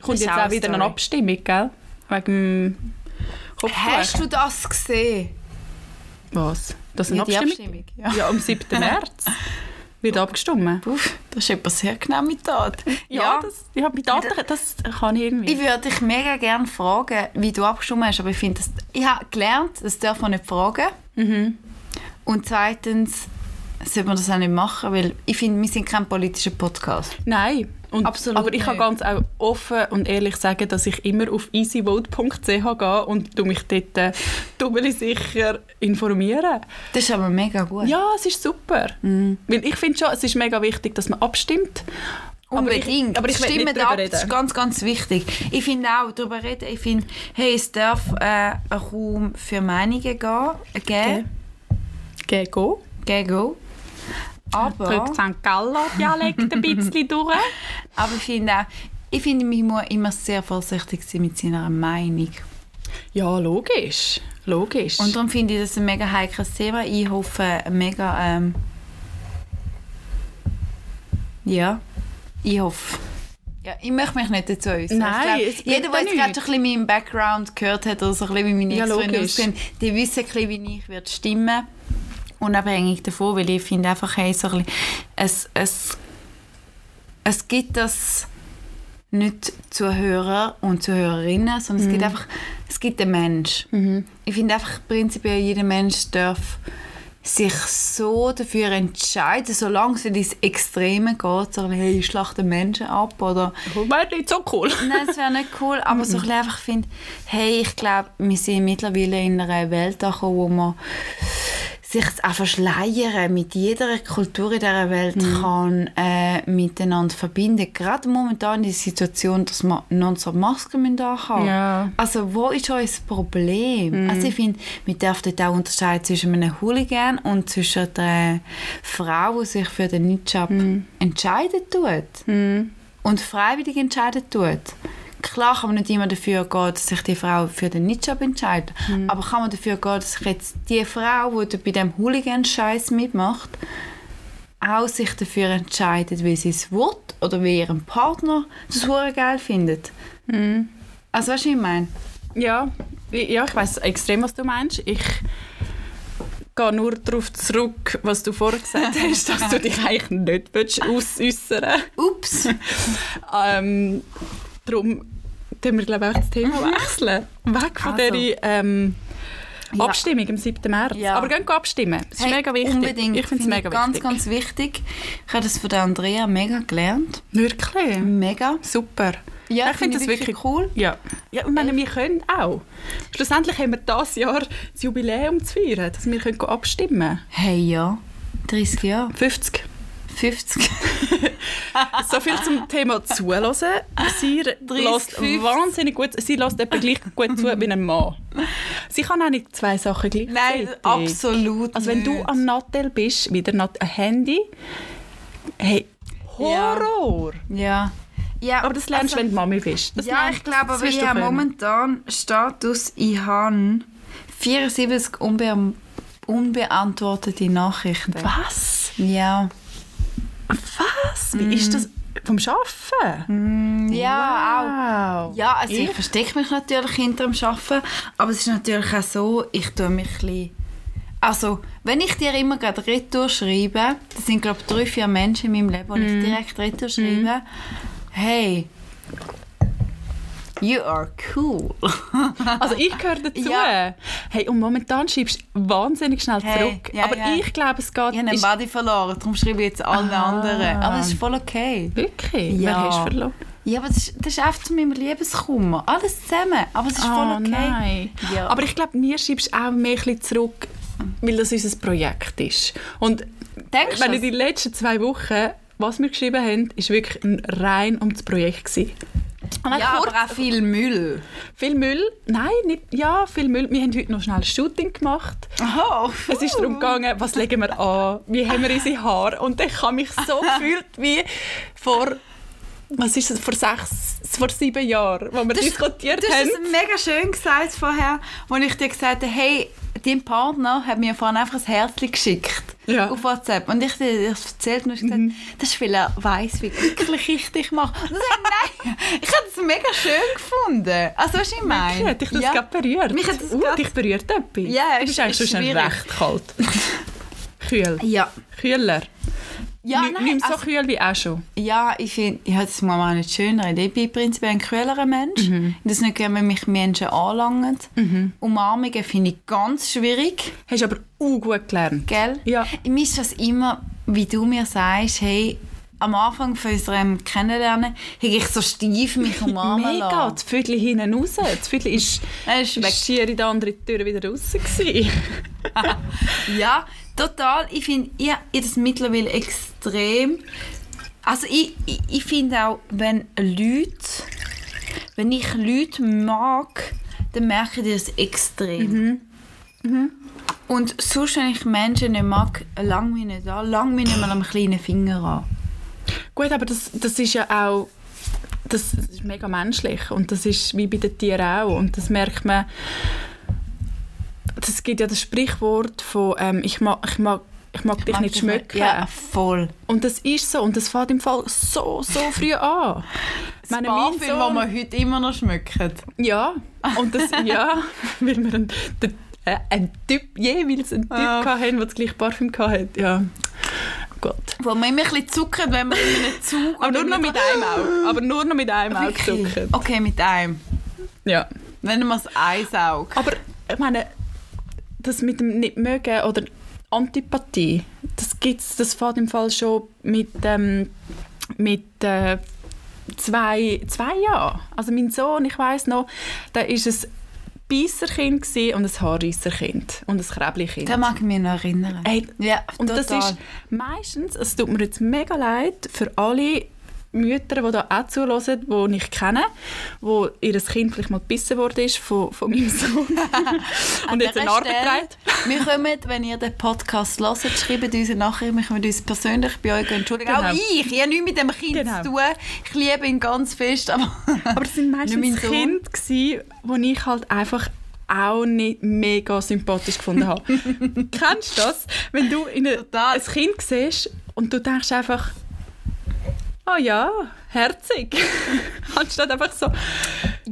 [SPEAKER 1] Ist
[SPEAKER 2] jetzt
[SPEAKER 1] auch
[SPEAKER 2] auch
[SPEAKER 1] eine
[SPEAKER 2] wieder
[SPEAKER 1] Hmm.
[SPEAKER 2] eine
[SPEAKER 1] Story.
[SPEAKER 2] Abstimmung, gell? Wegen dem
[SPEAKER 1] Hast
[SPEAKER 2] Kopftuch.
[SPEAKER 1] du das gesehen?
[SPEAKER 2] Was? Das ist eine
[SPEAKER 1] die
[SPEAKER 2] Abstimmung?
[SPEAKER 1] Abstimmung. Ja.
[SPEAKER 2] Ja, am 7. März wird abgestimmt.
[SPEAKER 1] Puff, das ist etwas sehr genau mit Tat.
[SPEAKER 2] das, ja mit anderen, das kann ich
[SPEAKER 1] Ich
[SPEAKER 2] irgendwie.
[SPEAKER 1] würde dich mega gerne fragen, wie du abgestimmt hast, aber ich finde, das- ich habe gelernt, das darf man nicht fragen.
[SPEAKER 2] Mhm.
[SPEAKER 1] Und zweitens sollte man das auch nicht machen, weil ich finde, wir sind kein politischer Podcast.
[SPEAKER 2] Nein. Und,
[SPEAKER 1] Absolut
[SPEAKER 2] aber ich kann
[SPEAKER 1] nicht.
[SPEAKER 2] ganz auch offen und ehrlich sagen, dass ich immer auf easyvote.ch gehe und du mich dort äh, doppelt sicher informieren.
[SPEAKER 1] Das ist aber mega gut.
[SPEAKER 2] Ja, es ist super. Weil ich finde schon, es ist mega wichtig, dass man abstimmt.
[SPEAKER 1] Unbedingt.
[SPEAKER 2] Aber ich, aber ich will
[SPEAKER 1] Stimmt
[SPEAKER 2] nicht drüber
[SPEAKER 1] ab, das ist
[SPEAKER 2] reden.
[SPEAKER 1] ganz, ganz wichtig. Ich finde auch, darüber reden, ich finde, hey, es darf äh, einen Raum für Meinungen gehen, äh, geben.
[SPEAKER 2] Geh, go.
[SPEAKER 1] Gego. Aber,
[SPEAKER 2] Drückt St. Galler Dialekt ein bisschen durch.
[SPEAKER 1] aber ich finde auch, ich finde, man muss immer sehr vorsichtig sein mit seiner Meinung.
[SPEAKER 2] Ja, logisch. Logisch.
[SPEAKER 1] Und darum finde ich das ein mega heikles Thema. Ich hoffe, mega. Ähm, ja, ich hoffe. Ja, ich möchte mich nicht dazu äußern.
[SPEAKER 2] Nein,
[SPEAKER 1] ich
[SPEAKER 2] es
[SPEAKER 1] glaub, jeder,
[SPEAKER 2] bringt
[SPEAKER 1] der
[SPEAKER 2] ja
[SPEAKER 1] jetzt gerade
[SPEAKER 2] nichts.
[SPEAKER 1] so ein bisschen meinen Background gehört hat oder so ein bisschen wie meine
[SPEAKER 2] Ja,
[SPEAKER 1] Ex-Freunde
[SPEAKER 2] logisch.
[SPEAKER 1] aussehen, die wissen ein bisschen, wie ich würde stimmen Unabhängig davon, weil ich finde einfach, hey, so ein bisschen, es, es, es gibt das nicht Zuhörer und Zuhörerinnen,
[SPEAKER 2] Mhm.
[SPEAKER 1] sondern es gibt einfach, es gibt den Mensch. Ich finde einfach prinzipiell, jeder Mensch darf sich so dafür entscheiden, solange es nicht ins Extreme geht, so ein bisschen, hey, ich schlachte Menschen ab oder
[SPEAKER 2] Und wäre nicht so cool.
[SPEAKER 1] Nein, es wäre nicht cool, aber so ein bisschen einfach finde, hey, ich glaube, wir sind mittlerweile in einer Welt angekommen, wo man sich auch verschleiern mit jeder Kultur in dieser Welt kann äh, miteinander verbinden. Gerade momentan die Situation, dass man unsere Masken müssen anhaben
[SPEAKER 2] Ja.
[SPEAKER 1] Also wo ist unser Problem? Also ich finde, man darf dort auch unterscheiden zwischen einem Hooligan und zwischen der Frau, die sich für den Nutjob entscheidet tut und freiwillig entscheiden tut. Klar kann man nicht immer dafür gehen, dass sich die Frau für den Nichtjob entscheidet.
[SPEAKER 2] Mhm.
[SPEAKER 1] Aber kann man dafür gehen, dass sich jetzt die Frau, die bei dem Hooligan-Scheiß mitmacht, auch sich dafür entscheidet, wie sie es will oder wie ihren Partner das hure geil findet.
[SPEAKER 2] Mhm.
[SPEAKER 1] Also weißt du, was ich meine?
[SPEAKER 2] Ja, ich- ja ich weiß extrem, was du meinst. Ich gehe nur darauf zurück, was du vorher gesagt hast, dass du dich eigentlich nicht willst ausäußern
[SPEAKER 1] Ups.
[SPEAKER 2] ähm, Darum können wir, glaube ich, auch das Thema wechseln. Weg von
[SPEAKER 1] Mhm. Also.
[SPEAKER 2] dieser ähm,
[SPEAKER 1] Ja.
[SPEAKER 2] Abstimmung am 7. März.
[SPEAKER 1] Ja.
[SPEAKER 2] Aber gehen abstimmen. Es ist
[SPEAKER 1] Hey,
[SPEAKER 2] mega wichtig.
[SPEAKER 1] Unbedingt.
[SPEAKER 2] Ich finde es mega
[SPEAKER 1] ganz,
[SPEAKER 2] wichtig.
[SPEAKER 1] ganz wichtig. Ich habe das von der Andrea mega gelernt.
[SPEAKER 2] Wirklich?
[SPEAKER 1] Mega.
[SPEAKER 2] Super.
[SPEAKER 1] Ja,
[SPEAKER 2] ich finde das wirklich
[SPEAKER 1] cool.
[SPEAKER 2] Ja. ja, ich meine, wir können auch. Schlussendlich haben wir dieses Jahr das Jubiläum zu feiern, dass wir können abstimmen
[SPEAKER 1] Hey, ja. 30 Jahre.
[SPEAKER 2] können. 50.
[SPEAKER 1] 50.
[SPEAKER 2] So viel zum Thema Zuhören. Sie lässt
[SPEAKER 1] 50.
[SPEAKER 2] wahnsinnig gut, sie lässt etwa gleich gut zu wie ein Mann. Sie kann auch nicht zwei Sachen gleich
[SPEAKER 1] Nein, absolut
[SPEAKER 2] Also wenn du
[SPEAKER 1] nicht.
[SPEAKER 2] am Nattel bist, wieder Nat ein Handy, hey,
[SPEAKER 1] Ja.
[SPEAKER 2] Horror!
[SPEAKER 1] Ja. ja. also,
[SPEAKER 2] Aber das lernst du, wenn du Mami bist. Das
[SPEAKER 1] Ja,
[SPEAKER 2] lernst-
[SPEAKER 1] ich glaube,
[SPEAKER 2] das
[SPEAKER 1] aber
[SPEAKER 2] wirst
[SPEAKER 1] ich
[SPEAKER 2] du
[SPEAKER 1] habe
[SPEAKER 2] können.
[SPEAKER 1] momentan Status, ich habe 74 unbe unbeantwortete Nachrichten.
[SPEAKER 2] Was?
[SPEAKER 1] Ja.
[SPEAKER 2] Was? Wie
[SPEAKER 1] Mm.
[SPEAKER 2] ist das? Vom Arbeiten?
[SPEAKER 1] Ja,
[SPEAKER 2] wow.
[SPEAKER 1] auch. Ja, also ich,
[SPEAKER 2] ich?
[SPEAKER 1] verstecke mich natürlich hinter dem Arbeiten, aber es ist natürlich auch so, ich tue mich ein bisschen... Also, wenn ich dir immer gerade Retour schreibe, das sind glaube ich drei, vier Menschen in meinem Leben, wo
[SPEAKER 2] Mhm.
[SPEAKER 1] ich direkt Retour schreibe, hey, you are cool.
[SPEAKER 2] Also ich gehöre dazu.
[SPEAKER 1] Ja.
[SPEAKER 2] Hey, und momentan schiebst du wahnsinnig schnell
[SPEAKER 1] Hey,
[SPEAKER 2] zurück.
[SPEAKER 1] ja,
[SPEAKER 2] Aber
[SPEAKER 1] ja.
[SPEAKER 2] ich glaube, es geht...
[SPEAKER 1] Ich habe einen
[SPEAKER 2] ist-
[SPEAKER 1] Buddy verloren, darum schreibe ich jetzt alle
[SPEAKER 2] Ah.
[SPEAKER 1] anderen. Aber es ist voll okay.
[SPEAKER 2] Wirklich?
[SPEAKER 1] Ja.
[SPEAKER 2] Wer hast du verloren?
[SPEAKER 1] Ja, aber das ist, das ist einfach zu meinem Liebeskummer. Alles zusammen. Aber es ist voll
[SPEAKER 2] Ah,
[SPEAKER 1] okay.
[SPEAKER 2] nein.
[SPEAKER 1] Ja.
[SPEAKER 2] Aber ich glaube, mir schiebst du auch mehr ein bisschen zurück, weil das unser Projekt ist. Und
[SPEAKER 1] Denkst
[SPEAKER 2] wenn
[SPEAKER 1] du
[SPEAKER 2] ich die
[SPEAKER 1] das?
[SPEAKER 2] letzten zwei Wochen, was wir geschrieben haben, ist wirklich rein um das Projekt gewesen. Und dann
[SPEAKER 1] Ja,
[SPEAKER 2] kurz-
[SPEAKER 1] aber auch viel Müll.
[SPEAKER 2] viel Müll. Nein, nicht, ja, viel Müll. Wir haben heute noch schnell ein Shooting gemacht.
[SPEAKER 1] Oh.
[SPEAKER 2] Es ist darum gegangen, was legen wir an, wie haben wir unsere Haare. Und ich habe mich so gefühlt wie vor, was ist das, vor sechs, vor sieben Jahren, wo wir
[SPEAKER 1] Du hast-
[SPEAKER 2] diskutiert
[SPEAKER 1] du hast
[SPEAKER 2] haben.
[SPEAKER 1] es mega schön gesagt vorher, als ich dir gesagt habe, hey, dein Partner hat mir vorhin einfach ein Herzchen geschickt.
[SPEAKER 2] Ja. Mhm.
[SPEAKER 1] Auf WhatsApp. Und ich habe dir das erzählt und du hast gesagt, das ist, weil er weiss, wie glücklich ich dich mache. Und ich sage, nein, ich habe das mega schön gefunden. Also, was ich meine.
[SPEAKER 2] Ja, hat dich das
[SPEAKER 1] Ja.
[SPEAKER 2] gerade berührt.
[SPEAKER 1] Mich hat das
[SPEAKER 2] uh,
[SPEAKER 1] gerade-
[SPEAKER 2] dich berührt etwas.
[SPEAKER 1] Ja,
[SPEAKER 2] du bist
[SPEAKER 1] ist-
[SPEAKER 2] eigentlich
[SPEAKER 1] ist
[SPEAKER 2] schon schon
[SPEAKER 1] schwierig.
[SPEAKER 2] recht kalt. Kühl.
[SPEAKER 1] Ja.
[SPEAKER 2] Kühler.
[SPEAKER 1] Ja,
[SPEAKER 2] nicht,
[SPEAKER 1] nein,
[SPEAKER 2] nicht mehr so
[SPEAKER 1] also-
[SPEAKER 2] kühl wie auch schon.
[SPEAKER 1] Ja, ich finde, ja, das muss man auch nicht schöner reden. Ich bin prinzipiell ein kühlerer Mensch.
[SPEAKER 2] Mhm.
[SPEAKER 1] Das nicht gerne, wenn mich Menschen anlangen. Umarmungen finde ich ganz schwierig,
[SPEAKER 2] Hast aber auch gut gelernt.
[SPEAKER 1] gell?
[SPEAKER 2] Ja.
[SPEAKER 1] Mir ist das immer, wie du mir sagst, hey, am Anfang von unserem Kennenlernen habe ich so steif mich umarmen
[SPEAKER 2] Mega,
[SPEAKER 1] lassen.
[SPEAKER 2] das Viertel hinten raus. Das Viertel ist,
[SPEAKER 1] Nein, ist weg.
[SPEAKER 2] ist schier in der anderen Tür wieder raus. gewesen.
[SPEAKER 1] Ja, total. Ich finde, ich habe das mittlerweile extrem. Also ich, ich, ich finde auch, wenn Leute, wenn ich
[SPEAKER 2] Mhm.
[SPEAKER 1] Leute mag, dann merke ich das extrem. Und sonst, wenn ich Menschen nicht mag, lang mich nicht an. Lang mich nicht mal am kleinen Finger an.
[SPEAKER 2] Gut, aber das, das ist ja auch das ist mega menschlich und das ist wie bei den Tieren auch und das merkt man das gibt ja das Sprichwort von ähm, ich mag ich mag ich mag dich
[SPEAKER 1] Mag
[SPEAKER 2] nicht
[SPEAKER 1] das
[SPEAKER 2] schmücken
[SPEAKER 1] Ja, voll.
[SPEAKER 2] und das ist so und das fängt im Fall so so früh an
[SPEAKER 1] Das
[SPEAKER 2] Ich meine,
[SPEAKER 1] Parfüm, das
[SPEAKER 2] Sohn-
[SPEAKER 1] wir heute immer noch schmücken.
[SPEAKER 2] Ja, und das, ja, weil wir einen, den, äh, einen Typ, jeweils einen Typ
[SPEAKER 1] Ja.
[SPEAKER 2] hatten, der das gleiche Parfüm hatte. Ja, Gott.
[SPEAKER 1] Wo wir immer ein bisschen zucken, wenn wir in einem Zug
[SPEAKER 2] Aber
[SPEAKER 1] oder
[SPEAKER 2] nur noch
[SPEAKER 1] in
[SPEAKER 2] mit einem Auge. Aber nur noch mit einem Auge
[SPEAKER 1] Wirklich?
[SPEAKER 2] zucken.
[SPEAKER 1] Okay, mit einem.
[SPEAKER 2] Ja.
[SPEAKER 1] Nennen wir es Eisauge.
[SPEAKER 2] Aber ich meine, das mit dem Nicht-Mögen oder Antipathie, das gibt's, das fängt im Fall schon mit, ähm, mit äh, zwei, zwei Jahren. Also mein Sohn, ich weiß noch, der ist ein Beisserkind gsi und ein Haarreisserkind und ein Kräbelkind.
[SPEAKER 1] Da mag ich mich noch erinnern.
[SPEAKER 2] Ey,
[SPEAKER 1] ja,
[SPEAKER 2] und
[SPEAKER 1] total.
[SPEAKER 2] das ist meistens, es tut mir jetzt mega leid für alle Mütter, die da auch zuhören, die ich kenne, wo ihr Kind vielleicht mal gebissen worden ist von, von meinem Sohn
[SPEAKER 1] An
[SPEAKER 2] und jetzt
[SPEAKER 1] dieser
[SPEAKER 2] eine Arbeit
[SPEAKER 1] Stelle,
[SPEAKER 2] trägt.
[SPEAKER 1] Wir kommen, wenn ihr den Podcast hört, schreibt uns eine Nachricht, wir können uns persönlich bei euch entschuldigen.
[SPEAKER 2] Genau.
[SPEAKER 1] Auch ich, ich habe nichts mit dem Kind
[SPEAKER 2] Genau.
[SPEAKER 1] zu tun. Ich liebe ihn ganz fest, aber
[SPEAKER 2] Aber es sind
[SPEAKER 1] Nicht
[SPEAKER 2] meistens
[SPEAKER 1] mein Sohn.
[SPEAKER 2] Kinder, gsi, wo ich halt einfach auch nicht mega sympathisch gefunden habe. Kennst du das? Wenn du in eine,
[SPEAKER 1] Total.
[SPEAKER 2] ein Kind siehst und du denkst einfach, oh ja, herzig. Anstatt einfach so,
[SPEAKER 1] ja,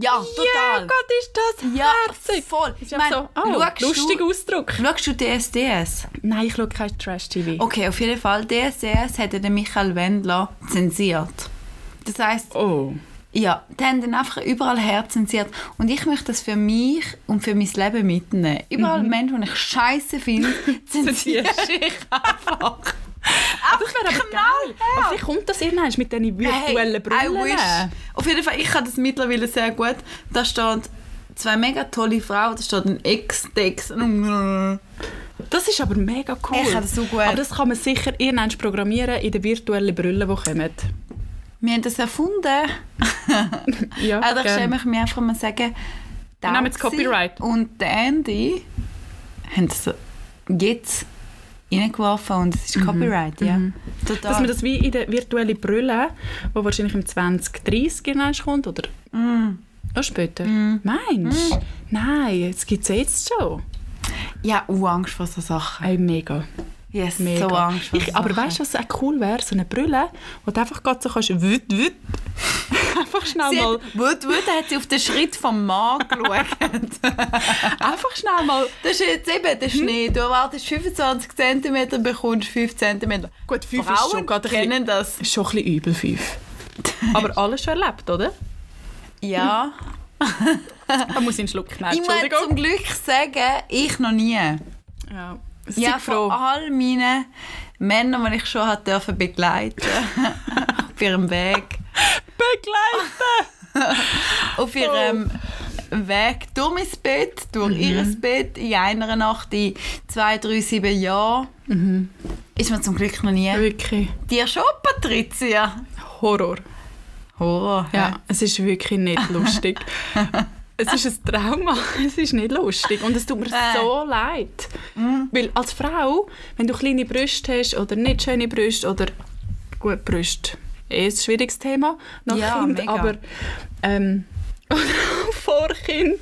[SPEAKER 2] ja oh
[SPEAKER 1] total.
[SPEAKER 2] Gott, ist das
[SPEAKER 1] Ja,
[SPEAKER 2] herzig.
[SPEAKER 1] voll.
[SPEAKER 2] Ich
[SPEAKER 1] Ich
[SPEAKER 2] meine,
[SPEAKER 1] meine,
[SPEAKER 2] so, oh,
[SPEAKER 1] schaust du-
[SPEAKER 2] lustiger Ausdruck.
[SPEAKER 1] Schaust du DSDS?
[SPEAKER 2] Nein, ich schaue kein Trash-TV.
[SPEAKER 1] Okay, auf jeden Fall. DSDS hat ja den Michael Wendler zensiert. Das heisst,
[SPEAKER 2] Oh.
[SPEAKER 1] Ja, die haben dann einfach überall herzensiert. Und ich möchte das für mich und für mein Leben mitnehmen. Überall Menschen, die ich scheiße finde, zensiere
[SPEAKER 2] Zensierst.
[SPEAKER 1] ich einfach.
[SPEAKER 2] Das wäre aber geil. Aber vielleicht kommt das irgendwann mit diesen virtuellen Brillen.
[SPEAKER 1] I wish. Auf jeden Fall, ich kann das mittlerweile sehr gut. Da steht zwei mega tolle Frauen, da steht ein Ex, der Ex. Ich
[SPEAKER 2] Das ist aber mega cool.
[SPEAKER 1] kann das so gut.
[SPEAKER 2] Aber das kann man sicher irgendwann programmieren in den virtuellen Brillen, die kommen.
[SPEAKER 1] Wir haben das erfunden.
[SPEAKER 2] Ja,
[SPEAKER 1] Also ich stelle mich mir einfach mal sagen,
[SPEAKER 2] Wir nehmen jetzt
[SPEAKER 1] Daxi
[SPEAKER 2] Copyright.
[SPEAKER 1] Und der Andy haben das jetzt reingeworfen und es ist
[SPEAKER 2] Mhm.
[SPEAKER 1] Copyright, ja. Total.
[SPEAKER 2] Dass man das wie in den virtuellen Brillen, die wahrscheinlich im 2030 irgendwann kommt, oder
[SPEAKER 1] Mm.
[SPEAKER 2] noch später. Meinst du? Nein, das gibt es ja jetzt schon.
[SPEAKER 1] ja, uh, Angst vor so Sachen.
[SPEAKER 2] Ey, mega.
[SPEAKER 1] Yes,
[SPEAKER 2] mega.
[SPEAKER 1] so Angst vor so
[SPEAKER 2] ich, aber
[SPEAKER 1] Sachen.
[SPEAKER 2] weißt du, was auch cool wäre? So eine Brille, wo du einfach gerade so kannst, wüt, wüt, einfach schnell
[SPEAKER 1] Sie
[SPEAKER 2] mal,
[SPEAKER 1] hat, Wut, Wut hat sie auf den Schritt vom Mann geschaut.
[SPEAKER 2] einfach schnell mal
[SPEAKER 1] das ist jetzt eben
[SPEAKER 2] Mhm.
[SPEAKER 1] der Schnee. Du erwartest 25 cm, bekommst 5 cm.
[SPEAKER 2] Gut, fünf ist
[SPEAKER 1] Frauen
[SPEAKER 2] schon gerade ein
[SPEAKER 1] kennen das.
[SPEAKER 2] Ist schon ein bisschen übel, fünf. Aber alles schon erlebt, oder?
[SPEAKER 1] Ja.
[SPEAKER 2] Da muss ich einen Schluck nehmen.
[SPEAKER 1] Ich muss zum Glück sagen, ich noch nie.
[SPEAKER 2] Ja,
[SPEAKER 1] Ja,
[SPEAKER 2] ja,
[SPEAKER 1] von
[SPEAKER 2] froh.
[SPEAKER 1] all meinen Männern, die ich schon hat dürfen begleiten auf ihrem Weg.
[SPEAKER 2] Begleitet.
[SPEAKER 1] Auf ihrem Weg durch mein Bett,
[SPEAKER 2] Mhm.
[SPEAKER 1] durch ihr Bett, in einer Nacht, in zwei, drei, sieben Jahren.
[SPEAKER 2] Mhm.
[SPEAKER 1] Ist mir zum Glück noch nie.
[SPEAKER 2] Wirklich
[SPEAKER 1] Dir schon, Patricia?
[SPEAKER 2] Horror.
[SPEAKER 1] Horror.
[SPEAKER 2] Ja, es ist wirklich nicht lustig. es ist ein Trauma. Es ist nicht lustig. Und es tut mir
[SPEAKER 1] Äh. Mhm.
[SPEAKER 2] so leid. Weil als Frau, wenn du kleine Brüste hast oder nicht schöne Brüste oder gut Brüste, eh ein schwieriges Thema nach
[SPEAKER 1] Ja,
[SPEAKER 2] Kind,
[SPEAKER 1] mega.
[SPEAKER 2] aber ähm, vor Kind.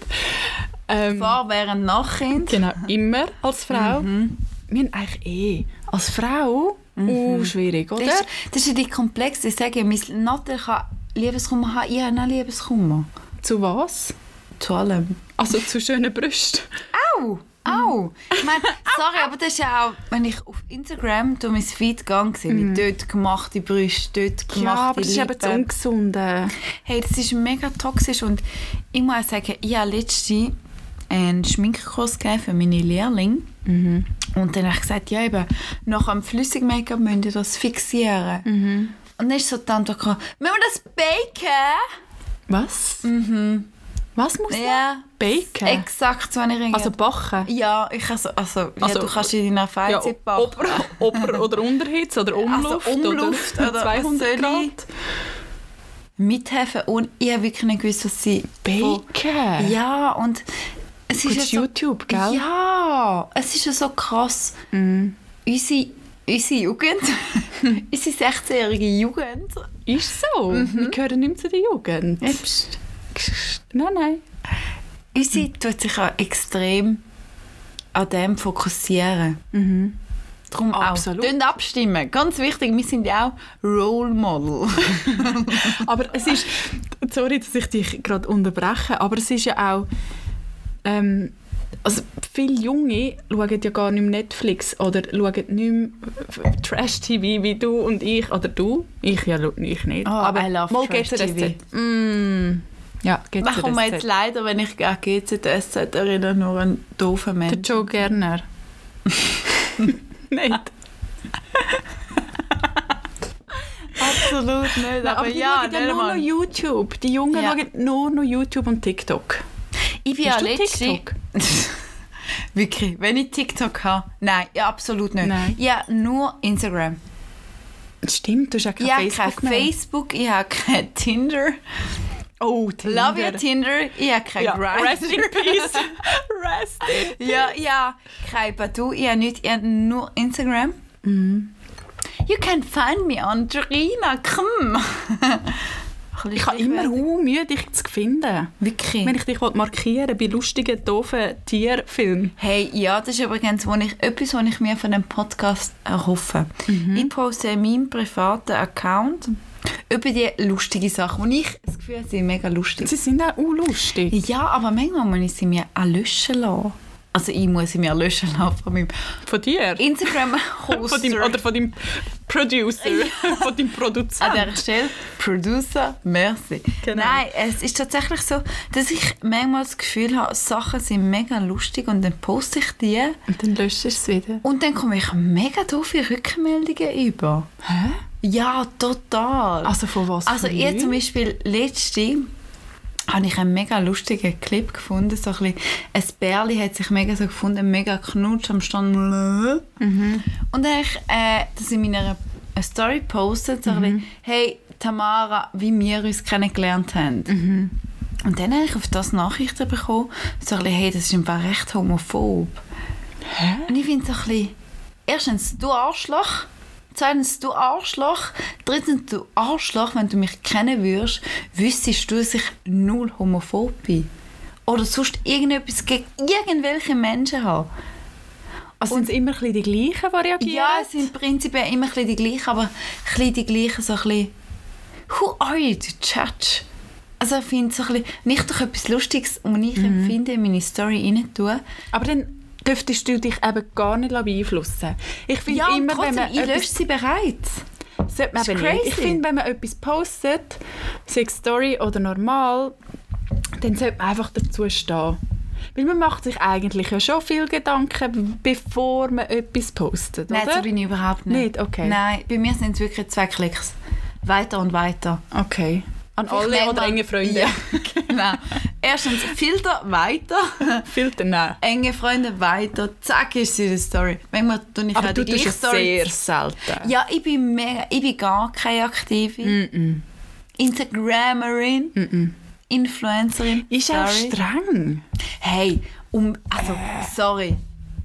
[SPEAKER 2] Ähm,
[SPEAKER 1] Vor, während, nach Kind.
[SPEAKER 2] Genau, immer als Frau.
[SPEAKER 1] Mhm.
[SPEAKER 2] Wir haben eigentlich eh als Frau uh, schwierig, oder?
[SPEAKER 1] Das ist, das ist die Komplexe. Ich sage, ja, mein Nadel kann Liebeskummer haben. Ich habe auch Liebeskummer.
[SPEAKER 2] Zu was?
[SPEAKER 1] Zu allem.
[SPEAKER 2] Also zu schönen Brüsten.
[SPEAKER 1] Au! Au! Ich meine, sorry, aber das ist ja auch, wenn ich auf Instagram durch mein Feed gegangen
[SPEAKER 2] Mhm.
[SPEAKER 1] bin, dort gemachte Brüste, dort gemachte Lippen.
[SPEAKER 2] Ungesunde.
[SPEAKER 1] Hey, das ist mega toxisch und ich muss sagen, ich habe letztens einen Schminkkurs gegeben für meine Lehrlinge.
[SPEAKER 2] Mhm.
[SPEAKER 1] Und dann habe ich gesagt, ja eben, nach dem Flüssig-Make-up müsst ihr das fixieren.
[SPEAKER 2] Mhm.
[SPEAKER 1] Und dann ist so die Antwort gekommen, müssen wir das baken?
[SPEAKER 2] Was? Was muss man?
[SPEAKER 1] Mhm. Ja,
[SPEAKER 2] Baken?
[SPEAKER 1] exakt so habe ich
[SPEAKER 2] also
[SPEAKER 1] also,
[SPEAKER 2] backen?
[SPEAKER 1] ja, ich also, also,
[SPEAKER 2] Also-
[SPEAKER 1] ja, du kannst in deiner
[SPEAKER 2] Ja,
[SPEAKER 1] Freizeit backen.
[SPEAKER 2] Ober, Ober- oder Unterhitze oder Umluft,
[SPEAKER 1] Also Umluft
[SPEAKER 2] oder,
[SPEAKER 1] oder was
[SPEAKER 2] 200
[SPEAKER 1] soll ich?
[SPEAKER 2] Grad.
[SPEAKER 1] mithelfen und ich habe wirklich nicht gewusst, was sie...
[SPEAKER 2] Baken?
[SPEAKER 1] Ja, und es
[SPEAKER 2] Gut,
[SPEAKER 1] ist
[SPEAKER 2] das ist
[SPEAKER 1] ja so...
[SPEAKER 2] YouTube, gell? Mhm.
[SPEAKER 1] Ja, an. Es ist ja so krass. Unsere, unsere Jugend, unsere 16-jährige Jugend.
[SPEAKER 2] Ist so.
[SPEAKER 1] Mhm.
[SPEAKER 2] Wir gehören nicht mehr zu der Jugend. Nein, nein.
[SPEAKER 1] Unsere tut sich auch extrem an dem fokussieren. Darum auch.
[SPEAKER 2] Mhm. Absolut.
[SPEAKER 1] Tönt abstimmen. Ganz wichtig, wir sind ja auch Role Model.
[SPEAKER 2] Aber es ist, sorry, dass ich dich gerade unterbreche, aber es ist ja auch, ähm, also viele Junge schauen ja gar nicht mehr Netflix oder schauen nicht mehr Trash-TV wie du und ich, oder du, ich ja schau- ich nicht.
[SPEAKER 1] Oh,
[SPEAKER 2] aber
[SPEAKER 1] I love
[SPEAKER 2] mal
[SPEAKER 1] Trash
[SPEAKER 2] GZSZ.
[SPEAKER 1] TV.
[SPEAKER 2] Mm, ja, GZSZ.
[SPEAKER 1] Da kommt mir jetzt leider, wenn ich an GZSZ erinnere, nur einen doofen
[SPEAKER 2] Der
[SPEAKER 1] Mensch.
[SPEAKER 2] Joe Gerner. nicht.
[SPEAKER 1] Absolut nicht,
[SPEAKER 2] Aber, die schauen ja
[SPEAKER 1] nicht
[SPEAKER 2] nur
[SPEAKER 1] mal.
[SPEAKER 2] noch YouTube. Die Jungen
[SPEAKER 1] Ja.
[SPEAKER 2] schauen nur noch YouTube und TikTok.
[SPEAKER 1] Ich bin ja
[SPEAKER 2] Hast du
[SPEAKER 1] letzte...
[SPEAKER 2] TikTok?
[SPEAKER 1] Wirklich, wenn ich TikTok habe. Nein, ja, absolut nicht.
[SPEAKER 2] Nein.
[SPEAKER 1] Ja, nur Instagram.
[SPEAKER 2] Stimmt, du hast ja kein
[SPEAKER 1] Ich habe kein
[SPEAKER 2] Facebook mehr.
[SPEAKER 1] Facebook, ich habe kein Tinder.
[SPEAKER 2] Oh,
[SPEAKER 1] Love you, Tinder. Ich habe kein
[SPEAKER 2] Ja,
[SPEAKER 1] Grindr.
[SPEAKER 2] rest in peace. Rest in
[SPEAKER 1] Ja, ja. Kein Badu, ich habe nicht, ich habe nur Instagram. You can find me on Jorina, komm.
[SPEAKER 2] Ich habe immer hu Mühe, dich zu finden.
[SPEAKER 1] Wirklich?
[SPEAKER 2] Wenn ich dich markieren will, bei lustigen, doofen Tierfilmen.
[SPEAKER 1] Hey, ja, das ist übrigens wo ich, etwas, was ich mir von dem Podcast erhoffe.
[SPEAKER 2] Mhm.
[SPEAKER 1] Ich poste in meinem privaten Account über die lustigen Sachen, die ich das Gefühl habe, sie sind mega lustig.
[SPEAKER 2] Sie sind auch uh, lustig.
[SPEAKER 1] Ja, aber manchmal muss ich sie mir auch löschen lassen. Also ich muss sie mir löschen lassen von meinem
[SPEAKER 2] Von dir? Von deinem,
[SPEAKER 1] Instagram-Hoster.
[SPEAKER 2] oder von deinem Producer. Von deinem
[SPEAKER 1] An
[SPEAKER 2] Produzenten.
[SPEAKER 1] dieser Stelle, Producer, merci.
[SPEAKER 2] Genau.
[SPEAKER 1] Nein, es ist tatsächlich so, dass ich manchmal das Gefühl habe, Sachen sind mega lustig und dann poste ich die
[SPEAKER 2] Und dann löscht du es wieder.
[SPEAKER 1] und dann komme ich mega doofe Rückmeldungen über.
[SPEAKER 2] Hä?
[SPEAKER 1] Ja, total.
[SPEAKER 2] Also von was?
[SPEAKER 1] Also
[SPEAKER 2] von
[SPEAKER 1] ich
[SPEAKER 2] mir?
[SPEAKER 1] zum Beispiel letzte habe ich einen mega lustigen Clip gefunden. So ein, bisschen, ein Bärli hat sich mega so gefunden, mega knutscht am Stand. Und dann habe ich äh, das in meiner äh, Story gepostet, so ein bisschen, hey Tamara, wie wir uns kennengelernt haben. Und dann habe ich auf das Nachrichten bekommen, so ein bisschen, hey, das ist im Fall recht homophob. Und ich finde so ein bisschen, erstens, du Arschloch. Zweitens, du Arschloch. Drittens, du Arschloch, wenn du mich kennen würdest, wüsstest du, dass ich null homophob bin. Oder sonst irgendetwas gegen irgendwelche Menschen habe.
[SPEAKER 2] Also sind es immer ein bisschen die gleichen, die reagieren?
[SPEAKER 1] Ja, es sind prinzipiell immer ein bisschen die gleichen, aber ein bisschen die gleichen, so ein bisschen «Who are you to judge?» Also ich finde so ein bisschen, nicht doch etwas Lustiges, was ich
[SPEAKER 2] Mhm.
[SPEAKER 1] empfinde, in meine Story rein tue.
[SPEAKER 2] Aber dann dürftest du dich eben gar nicht beeinflussen. Ich finde
[SPEAKER 1] Ja, und
[SPEAKER 2] immer,
[SPEAKER 1] trotzdem,
[SPEAKER 2] wenn man
[SPEAKER 1] ich lösche sie bereits.
[SPEAKER 2] etwas, sollte man
[SPEAKER 1] Ist
[SPEAKER 2] eben nicht. Ich
[SPEAKER 1] crazy.
[SPEAKER 2] finde, wenn man etwas postet, sei es Story oder normal, dann sollte man einfach dazu stehen. Weil man macht sich eigentlich ja schon viel Gedanken, bevor man etwas postet,
[SPEAKER 1] Nein,
[SPEAKER 2] oder?
[SPEAKER 1] so bin ich überhaupt nicht.
[SPEAKER 2] Nicht, okay.
[SPEAKER 1] Nein, bei mir sind es wirklich zwei Klicks. Weiter und weiter.
[SPEAKER 2] Okay. An alle
[SPEAKER 1] Vielleicht
[SPEAKER 2] oder
[SPEAKER 1] manchmal-
[SPEAKER 2] enge Freunde.
[SPEAKER 1] Ja, genau. Erstens Filter, weiter.
[SPEAKER 2] Filter, nein.
[SPEAKER 1] Enge Freunde, weiter. Zack, ist sie die Story. Manchmal tue ich
[SPEAKER 2] Aber
[SPEAKER 1] auch
[SPEAKER 2] du
[SPEAKER 1] die
[SPEAKER 2] tust
[SPEAKER 1] gleiche
[SPEAKER 2] es
[SPEAKER 1] Story.
[SPEAKER 2] sehr selten.
[SPEAKER 1] Ja, ich bin mega, ich bin gar keine aktive. Instagramerin. Influencerin.
[SPEAKER 2] Ist auch
[SPEAKER 1] Sorry.
[SPEAKER 2] streng.
[SPEAKER 1] Hey, um, also, sorry.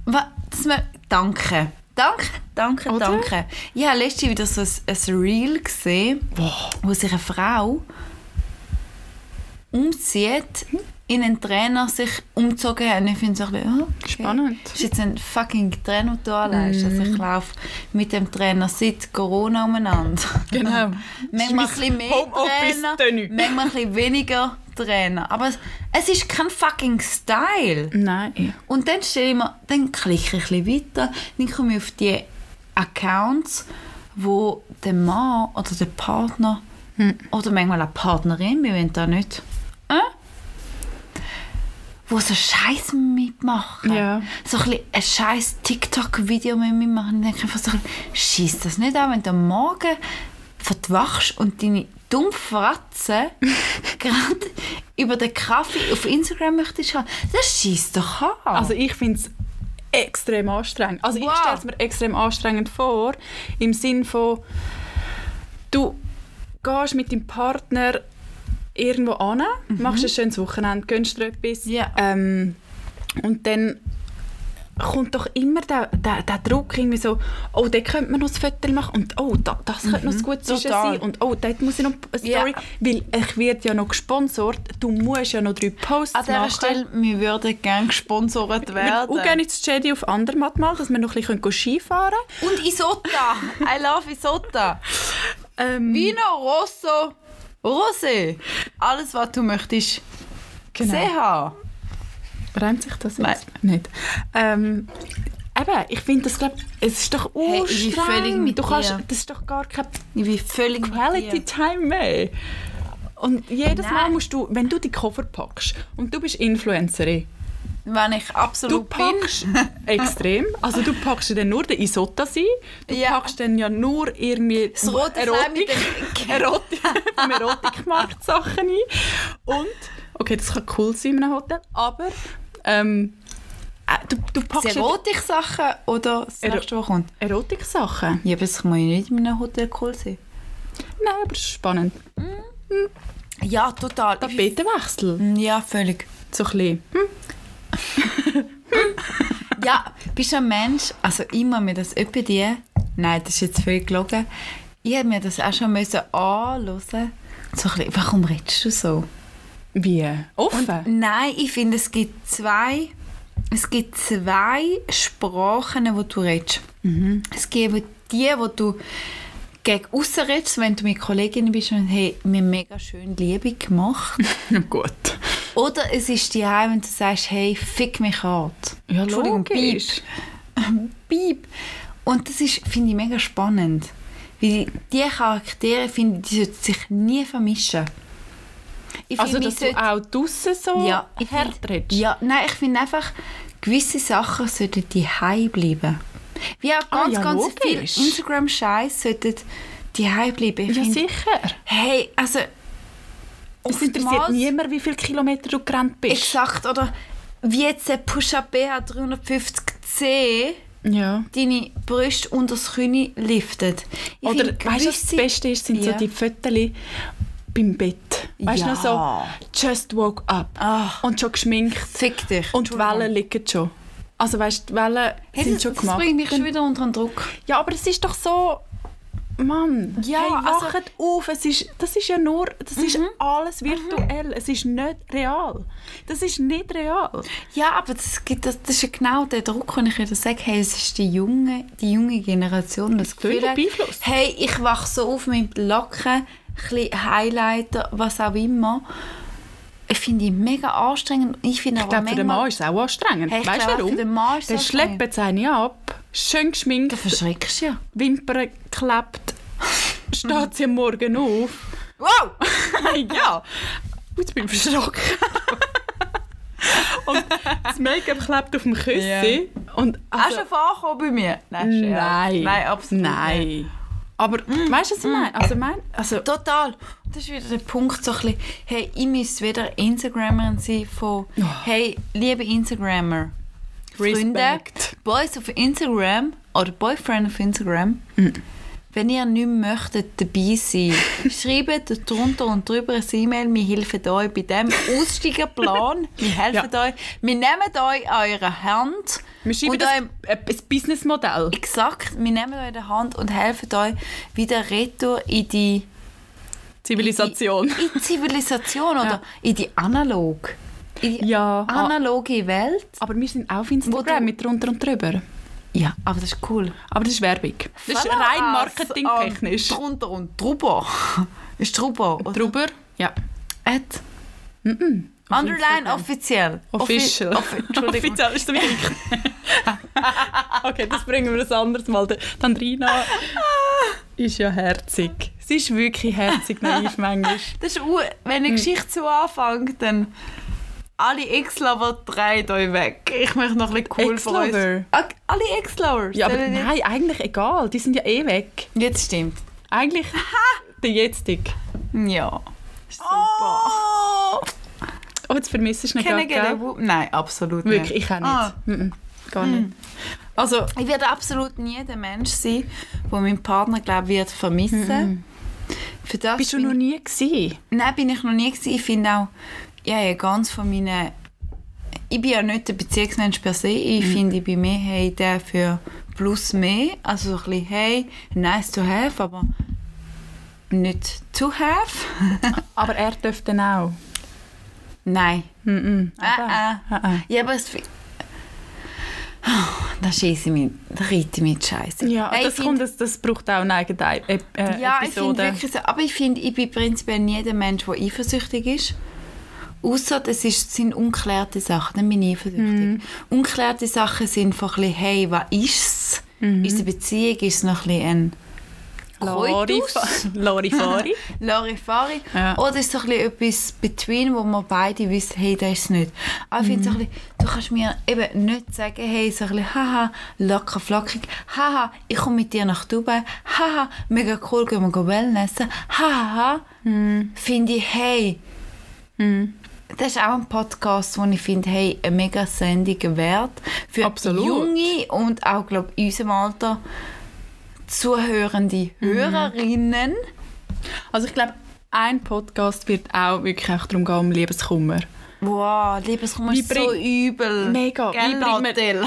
[SPEAKER 1] Was, dass man, danke. Danke, danke,
[SPEAKER 2] Oder?
[SPEAKER 1] danke. Ich habe letztens wieder so ein, ein Reel gesehen, wo sich eine Frau umzieht, in einen Trainer sich umgezogen hat. Und ich finde es so ein bisschen, oh, okay.
[SPEAKER 2] Spannend.
[SPEAKER 1] Ist jetzt ein fucking Trainer, den du anlegst. Also ich laufe mit dem Trainer seit Corona umeinander.
[SPEAKER 2] Genau.
[SPEAKER 1] Manchmal ein
[SPEAKER 2] Das ist
[SPEAKER 1] bisschen
[SPEAKER 2] mein
[SPEAKER 1] mehr
[SPEAKER 2] Homeoffice-Tenue.
[SPEAKER 1] Trainer, manchmal ein bisschen weniger Trainer. Aber es, es ist kein fucking Style.
[SPEAKER 2] Nein.
[SPEAKER 1] Und dann stelle ich mir, dann klicke ich ein bisschen weiter, dann komme ich auf die Accounts, wo der Mann oder der Partner
[SPEAKER 2] Hm.
[SPEAKER 1] oder manchmal auch die Partnerin, wir wollen da nicht, äh? wo so Scheiß mitmachen.
[SPEAKER 2] Ja.
[SPEAKER 1] So ein, bisschen ein scheiß TikTok-Video mit mir machen. Ich denke einfach so, schieß das nicht an, wenn du am Morgen verwachst und deine dumme Fratze gerade über den Kaffee auf Instagram möchtest haben. Das schießt doch an.
[SPEAKER 2] Also ich finde es extrem anstrengend. Also ich
[SPEAKER 1] Wow.
[SPEAKER 2] stelle es mir extrem anstrengend vor, im Sinn von, du gehst mit deinem Partner irgendwo an,
[SPEAKER 1] Mhm.
[SPEAKER 2] machst ein schönes Wochenende, gönnst dir etwas
[SPEAKER 1] Ja.
[SPEAKER 2] ähm, und ähm, dann kommt doch immer der, der, der Druck irgendwie so, oh, da könnte man noch ein Foto machen und oh, da, das könnte noch ein gutes Zwischen
[SPEAKER 1] Mhm. total.
[SPEAKER 2] sein und oh, dort muss ich noch eine Story,
[SPEAKER 1] Ja.
[SPEAKER 2] weil ich werde ja noch gesponsort, du musst ja noch drei Posts
[SPEAKER 1] An dieser
[SPEAKER 2] machen.
[SPEAKER 1] Stelle, wir würden gerne gesponsert werden.
[SPEAKER 2] Wir würden auch gerne das Jedi auf Andermatt machen, dass wir noch ein bisschen Ski fahren können.
[SPEAKER 1] Und Isotta. I love Isotta.
[SPEAKER 2] Ähm,
[SPEAKER 1] Vino Rosso Rosé. Alles, was du möchtest
[SPEAKER 2] Genau.
[SPEAKER 1] gesehen haben.
[SPEAKER 2] Reimt sich das
[SPEAKER 1] Nein.
[SPEAKER 2] jetzt? Nicht. Ähm, eben, ich finde das, glaube es ist doch
[SPEAKER 1] Hey,
[SPEAKER 2] urstreng.
[SPEAKER 1] ich bin völlig mit
[SPEAKER 2] du kannst,
[SPEAKER 1] dir.
[SPEAKER 2] Das ist doch gar keine
[SPEAKER 1] Ich bin völlig mit
[SPEAKER 2] Quality
[SPEAKER 1] dir.
[SPEAKER 2] Time mehr. Und jedes
[SPEAKER 1] Nein.
[SPEAKER 2] Mal musst du, wenn du die Koffer packst und du bist Influencerin,
[SPEAKER 1] Wenn ich
[SPEAKER 2] du
[SPEAKER 1] absolut bin.
[SPEAKER 2] packst extrem, also du packst ja dann nur den Isotta sein, du
[SPEAKER 1] Ja.
[SPEAKER 2] packst dann ja nur irgendwie
[SPEAKER 1] Das rote Kleid mit
[SPEAKER 2] Erotik, Erotik, vom Erotikmarkt Sachen ein und, okay, das kann cool sein in einem Hotel, aber ähm, äh, du, du packst ja
[SPEAKER 1] Erotik-Sachen oder das
[SPEAKER 2] Ero-
[SPEAKER 1] nächste, was kommt?
[SPEAKER 2] Erotik-Sachen.
[SPEAKER 1] Ja, aber das kann man ja nicht in einem Hotel cool sein.
[SPEAKER 2] Nein, aber es ist spannend.
[SPEAKER 1] Ja, total. Ich-
[SPEAKER 2] Tapetenwechsel,
[SPEAKER 1] Ja, völlig.
[SPEAKER 2] so ein bisschen. hm,
[SPEAKER 1] Ja, bist du ein Mensch, also immer mir das öppe dir. Nein, das ist jetzt viel gelogen. Ich hätte mir das auch schon müssen anhören. So ein bisschen, warum redest du so?
[SPEAKER 2] Wie? Offen?
[SPEAKER 1] Nein, ich finde, es gibt zwei, es gibt zwei Sprachen, wo du redest.
[SPEAKER 2] Mhm.
[SPEAKER 1] Es gibt die, wo du gegen aussen redest, wenn du mit Kolleginnen bist und hey, mir mega schön Liebe gemacht.
[SPEAKER 2] Gut.
[SPEAKER 1] Oder es ist die Heim, wenn du sagst, hey, fick mich hart.
[SPEAKER 2] Ja,
[SPEAKER 1] Entschuldigung, piep.
[SPEAKER 2] logisch.
[SPEAKER 1] Piep. Und das ist, finde ich, mega spannend. Weil diese Charaktere, finde ich, die sollten sich nie vermischen. Ich
[SPEAKER 2] Also,
[SPEAKER 1] finde,
[SPEAKER 2] dass
[SPEAKER 1] man
[SPEAKER 2] du auch draussen so
[SPEAKER 1] ja, ich
[SPEAKER 2] hart
[SPEAKER 1] find-
[SPEAKER 2] redest?
[SPEAKER 1] Ja, nein, ich finde einfach, gewisse Sachen sollten die Hei bleiben. Wie auch
[SPEAKER 2] Ah,
[SPEAKER 1] ganz,
[SPEAKER 2] ja,
[SPEAKER 1] ganz viel
[SPEAKER 2] logisch.
[SPEAKER 1] Instagram-Scheiß sollten die Hei bleiben. Ich
[SPEAKER 2] Ja,
[SPEAKER 1] find,
[SPEAKER 2] sicher.
[SPEAKER 1] hey, also.
[SPEAKER 2] Es interessiert
[SPEAKER 1] oftmals-
[SPEAKER 2] niemand, wie viele Kilometer du gerannt bist.
[SPEAKER 1] Exakt, oder wie jetzt ein Push-Up BH 350C
[SPEAKER 2] ja.
[SPEAKER 1] deine Brüste unter das Knie liftet. Ich
[SPEAKER 2] Oder,
[SPEAKER 1] find,
[SPEAKER 2] weißt du, was das
[SPEAKER 1] gewisse-
[SPEAKER 2] Beste ist, sind
[SPEAKER 1] Ja.
[SPEAKER 2] so die Fötterchen beim Bett. Weißt du
[SPEAKER 1] Ja.
[SPEAKER 2] noch so, just woke up.
[SPEAKER 1] Ah.
[SPEAKER 2] Und schon geschminkt.
[SPEAKER 1] Fick dich.
[SPEAKER 2] Und die Wellen liegen schon. Also, weißt du, die Wellen
[SPEAKER 1] hey,
[SPEAKER 2] sind
[SPEAKER 1] das,
[SPEAKER 2] schon
[SPEAKER 1] Das
[SPEAKER 2] gemacht.
[SPEAKER 1] bringt mich
[SPEAKER 2] Dann-
[SPEAKER 1] schon wieder unter den Druck.
[SPEAKER 2] Ja, aber es ist doch so. Mann,
[SPEAKER 1] Ja,
[SPEAKER 2] hey,
[SPEAKER 1] also-
[SPEAKER 2] wacht auf. Es ist, das ist ja nur. Das ist alles virtuell. Es ist nicht real. Das ist nicht real.
[SPEAKER 1] Ja, aber das, gibt, das, das ist ja genau der Druck, wenn ich wieder sage, hey, es ist die junge, die junge Generation, die das Gefühl
[SPEAKER 2] Völlig
[SPEAKER 1] hat,
[SPEAKER 2] beeinflusst.
[SPEAKER 1] hey, ich wache so auf mit Locken, ein bisschen Highlighter, was auch immer. Ich finde ich mega anstrengend. Ich finde
[SPEAKER 2] Ich
[SPEAKER 1] aber
[SPEAKER 2] glaube, für den
[SPEAKER 1] manchmal-
[SPEAKER 2] Mann ist es auch anstrengend.
[SPEAKER 1] Hey, ich
[SPEAKER 2] weißt
[SPEAKER 1] glaub,
[SPEAKER 2] du
[SPEAKER 1] auch
[SPEAKER 2] warum?
[SPEAKER 1] für den Mann ist
[SPEAKER 2] Der
[SPEAKER 1] es anstrengend.
[SPEAKER 2] schleppt seine ab, schön geschminkt,
[SPEAKER 1] Du verschreckst ja.
[SPEAKER 2] Wimpern geklebt, steht sie am Morgen auf.
[SPEAKER 1] Wow!
[SPEAKER 2] ja, Und jetzt bin ich verschrocken. und das Make-up klebt auf dem Küssi. Und also-
[SPEAKER 1] Hast du schon angekommen bei mir? Scherz.
[SPEAKER 2] Nein.
[SPEAKER 1] Nein, absolut
[SPEAKER 2] Nein.
[SPEAKER 1] nicht. Mm.
[SPEAKER 2] Aber weißt du, was ich meine? Also, mein, also
[SPEAKER 1] Total. Und Das ist wieder der Punkt, so ein bisschen, hey, ich müsste wieder Instagrammerin sein von, hey, liebe Instagrammer, Freunde,
[SPEAKER 2] Respekt.
[SPEAKER 1] Boys auf Instagram oder Boyfriend auf Instagram,
[SPEAKER 2] Mhm.
[SPEAKER 1] wenn ihr nicht mehr möchtet dabei sein, schreibt drunter und drüber ein E-Mail, wir helfen euch bei diesem Aussteigerplan, wir helfen euch, wir nehmen euch an eure Hand
[SPEAKER 2] wir schreiben
[SPEAKER 1] und
[SPEAKER 2] das,
[SPEAKER 1] eurem
[SPEAKER 2] äh, ein Businessmodell.
[SPEAKER 1] Exakt, wir nehmen euch in die Hand und helfen euch wieder retour in die
[SPEAKER 2] Zivilisation.
[SPEAKER 1] In die Zivilisation oder
[SPEAKER 2] Ja.
[SPEAKER 1] in die analog. In die
[SPEAKER 2] Ja.
[SPEAKER 1] analoge Welt.
[SPEAKER 2] Aber wir sind auch auf
[SPEAKER 1] Wo
[SPEAKER 2] Instagram
[SPEAKER 1] du-
[SPEAKER 2] mit drunter und drüber.
[SPEAKER 1] Ja, aber das ist cool.
[SPEAKER 2] Aber das ist Werbung. Das ist
[SPEAKER 1] Follow
[SPEAKER 2] rein
[SPEAKER 1] us
[SPEAKER 2] marketingtechnisch.
[SPEAKER 1] an Drunter und drüber. Ist drüber. oder?
[SPEAKER 2] Drüber? Ja.
[SPEAKER 1] At. Underline offiziell.
[SPEAKER 2] Official.
[SPEAKER 1] Offi- offi- Entschuldigung.
[SPEAKER 2] Offiziell ist der Wink. okay, das bringen wir ein anderes Mal. Tandrina ist ja herzig. Sie ist wirklich herzig, naiv manchmal.
[SPEAKER 1] Das ist, u- wenn
[SPEAKER 2] Mm.
[SPEAKER 1] eine Geschichte so anfängt, dann alle X-Lover drehen euch weg. Ich möchte noch ein bisschen cool von
[SPEAKER 2] Ex-Lover?
[SPEAKER 1] uns. Ah, Alle X-Lovers.
[SPEAKER 2] Ja, aber
[SPEAKER 1] Sollen die-
[SPEAKER 2] nein, eigentlich egal. Die sind ja eh weg.
[SPEAKER 1] Jetzt stimmt.
[SPEAKER 2] Eigentlich der jetzig.
[SPEAKER 1] Ja. Super.
[SPEAKER 2] Oh, jetzt vermisst du
[SPEAKER 1] Can
[SPEAKER 2] ihn gerade,
[SPEAKER 1] I get a
[SPEAKER 2] gell?
[SPEAKER 1] whoop? Nein, absolut
[SPEAKER 2] Wirklich,
[SPEAKER 1] nicht.
[SPEAKER 2] ich auch nicht.
[SPEAKER 1] Ah.
[SPEAKER 2] Mhm. Gar nicht. Also,
[SPEAKER 1] Ich werde absolut nie der Mensch sein, wo mein Partner glaub, wird vermissen. Für das
[SPEAKER 2] Mhm. bist du
[SPEAKER 1] bin
[SPEAKER 2] noch nie gewesen?
[SPEAKER 1] ich, Nein, bin ich noch nie gewesen. Ich finde auch, ja, ja, ganz von meinen ich bin ja nicht der Beziehungsmensch per se. Ich
[SPEAKER 2] Mhm.
[SPEAKER 1] finde, ich bin mehr hey, der für plus mehr. Also so ein bisschen hey, nice to have, aber nicht to have.
[SPEAKER 2] Aber er nou. dürfte dann auch.
[SPEAKER 1] Nein.
[SPEAKER 2] Mm -mm.
[SPEAKER 1] Ah, ah.
[SPEAKER 2] Ah, ah.
[SPEAKER 1] Ja, aber es... fi- Oh, Da schieße ich mich, da reite ich mich Scheiße.
[SPEAKER 2] Ja, das, kommt, das, das braucht auch eine eigene Ep äh,
[SPEAKER 1] Ja, ich finde
[SPEAKER 2] Episode.
[SPEAKER 1] wirklich so. Aber ich finde, ich bin prinzipiell nie der Mensch, der eifersüchtig ist. Außer das ist, sind unklärte Sachen, dann bin ich
[SPEAKER 2] Mhm.
[SPEAKER 1] eifersüchtig. Unklärte Sachen sind von ein bisschen, hey, was ist's?
[SPEAKER 2] Mhm.
[SPEAKER 1] Ist es eine Beziehung? Ist es noch ein bisschen ein Koitus?
[SPEAKER 2] Lori- Lorifari.
[SPEAKER 1] Larifari?
[SPEAKER 2] Ja.
[SPEAKER 1] Oder ist es so ein bisschen etwas between, wo wir beide wissen, hey, das ist es nicht. Aber ich finde
[SPEAKER 2] Mhm.
[SPEAKER 1] so ein bisschen, du kannst mir eben nicht sagen, hey, so ein bisschen, haha, locker flockig, haha, ich komme mit dir nach Dubai, haha, mega cool, gehen wir wellnessen, haha,
[SPEAKER 2] Mhm.
[SPEAKER 1] finde ich, hey, das ist auch ein Podcast, wo ich finde, hey, eine mega Sendung wert für
[SPEAKER 2] Absolut.
[SPEAKER 1] junge und auch, glaube ich, in unserem Alter
[SPEAKER 2] Mhm.
[SPEAKER 1] zuhörende Hörerinnen.
[SPEAKER 2] Also ich glaube, ein Podcast wird auch wirklich auch darum gehen, um Liebeskummer.
[SPEAKER 1] Wow, Liebeskummer
[SPEAKER 2] Wie
[SPEAKER 1] ist so
[SPEAKER 2] bring-
[SPEAKER 1] übel.
[SPEAKER 2] Mega. Wie
[SPEAKER 1] Gell,
[SPEAKER 2] bringt man-
[SPEAKER 1] Nattel?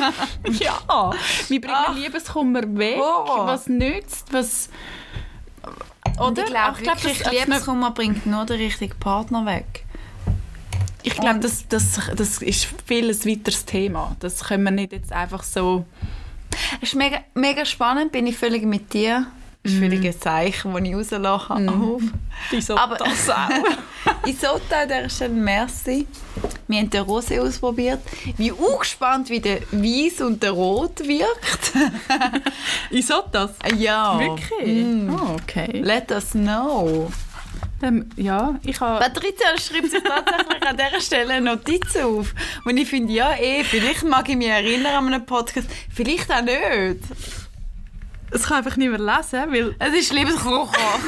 [SPEAKER 2] Ja, wir bringen Liebeskummer weg,
[SPEAKER 1] Ah. Oh.
[SPEAKER 2] was nützt, was...
[SPEAKER 1] Und
[SPEAKER 2] Oder?
[SPEAKER 1] ich
[SPEAKER 2] Auch
[SPEAKER 1] glaube wirklich,
[SPEAKER 2] das-
[SPEAKER 1] Liebeskummer bringt nur den richtigen Partner weg.
[SPEAKER 2] ich glaube,
[SPEAKER 1] und-
[SPEAKER 2] das, das, das ist viel ein weiteres Thema. Das können wir nicht jetzt einfach so...
[SPEAKER 1] Es ist mega, mega spannend, bin ich völlig mit dir. Das
[SPEAKER 2] Mhm.
[SPEAKER 1] ist völlig ein Zeichen, das ich rausgelassen habe. Aber das auch. Isotta an dieser Stelle, merci. Wir haben den Rosé ausprobiert. Ich bin auch gespannt, wie der Weiß und der Rot wirkt.
[SPEAKER 2] Isotas?
[SPEAKER 1] ja.
[SPEAKER 2] Wirklich?
[SPEAKER 1] Mhm.
[SPEAKER 2] Ah, okay.
[SPEAKER 1] Let us know.
[SPEAKER 2] Dann, ja, ich habe...
[SPEAKER 1] Patricia schreibt sich tatsächlich an dieser Stelle eine Notiz auf. Und ich finde, ja, eh, vielleicht mag ich mich erinnern an einen Podcast. Vielleicht auch nicht.
[SPEAKER 2] Es kann einfach nicht mehr lesen, weil
[SPEAKER 1] Es ist Liebeskocher.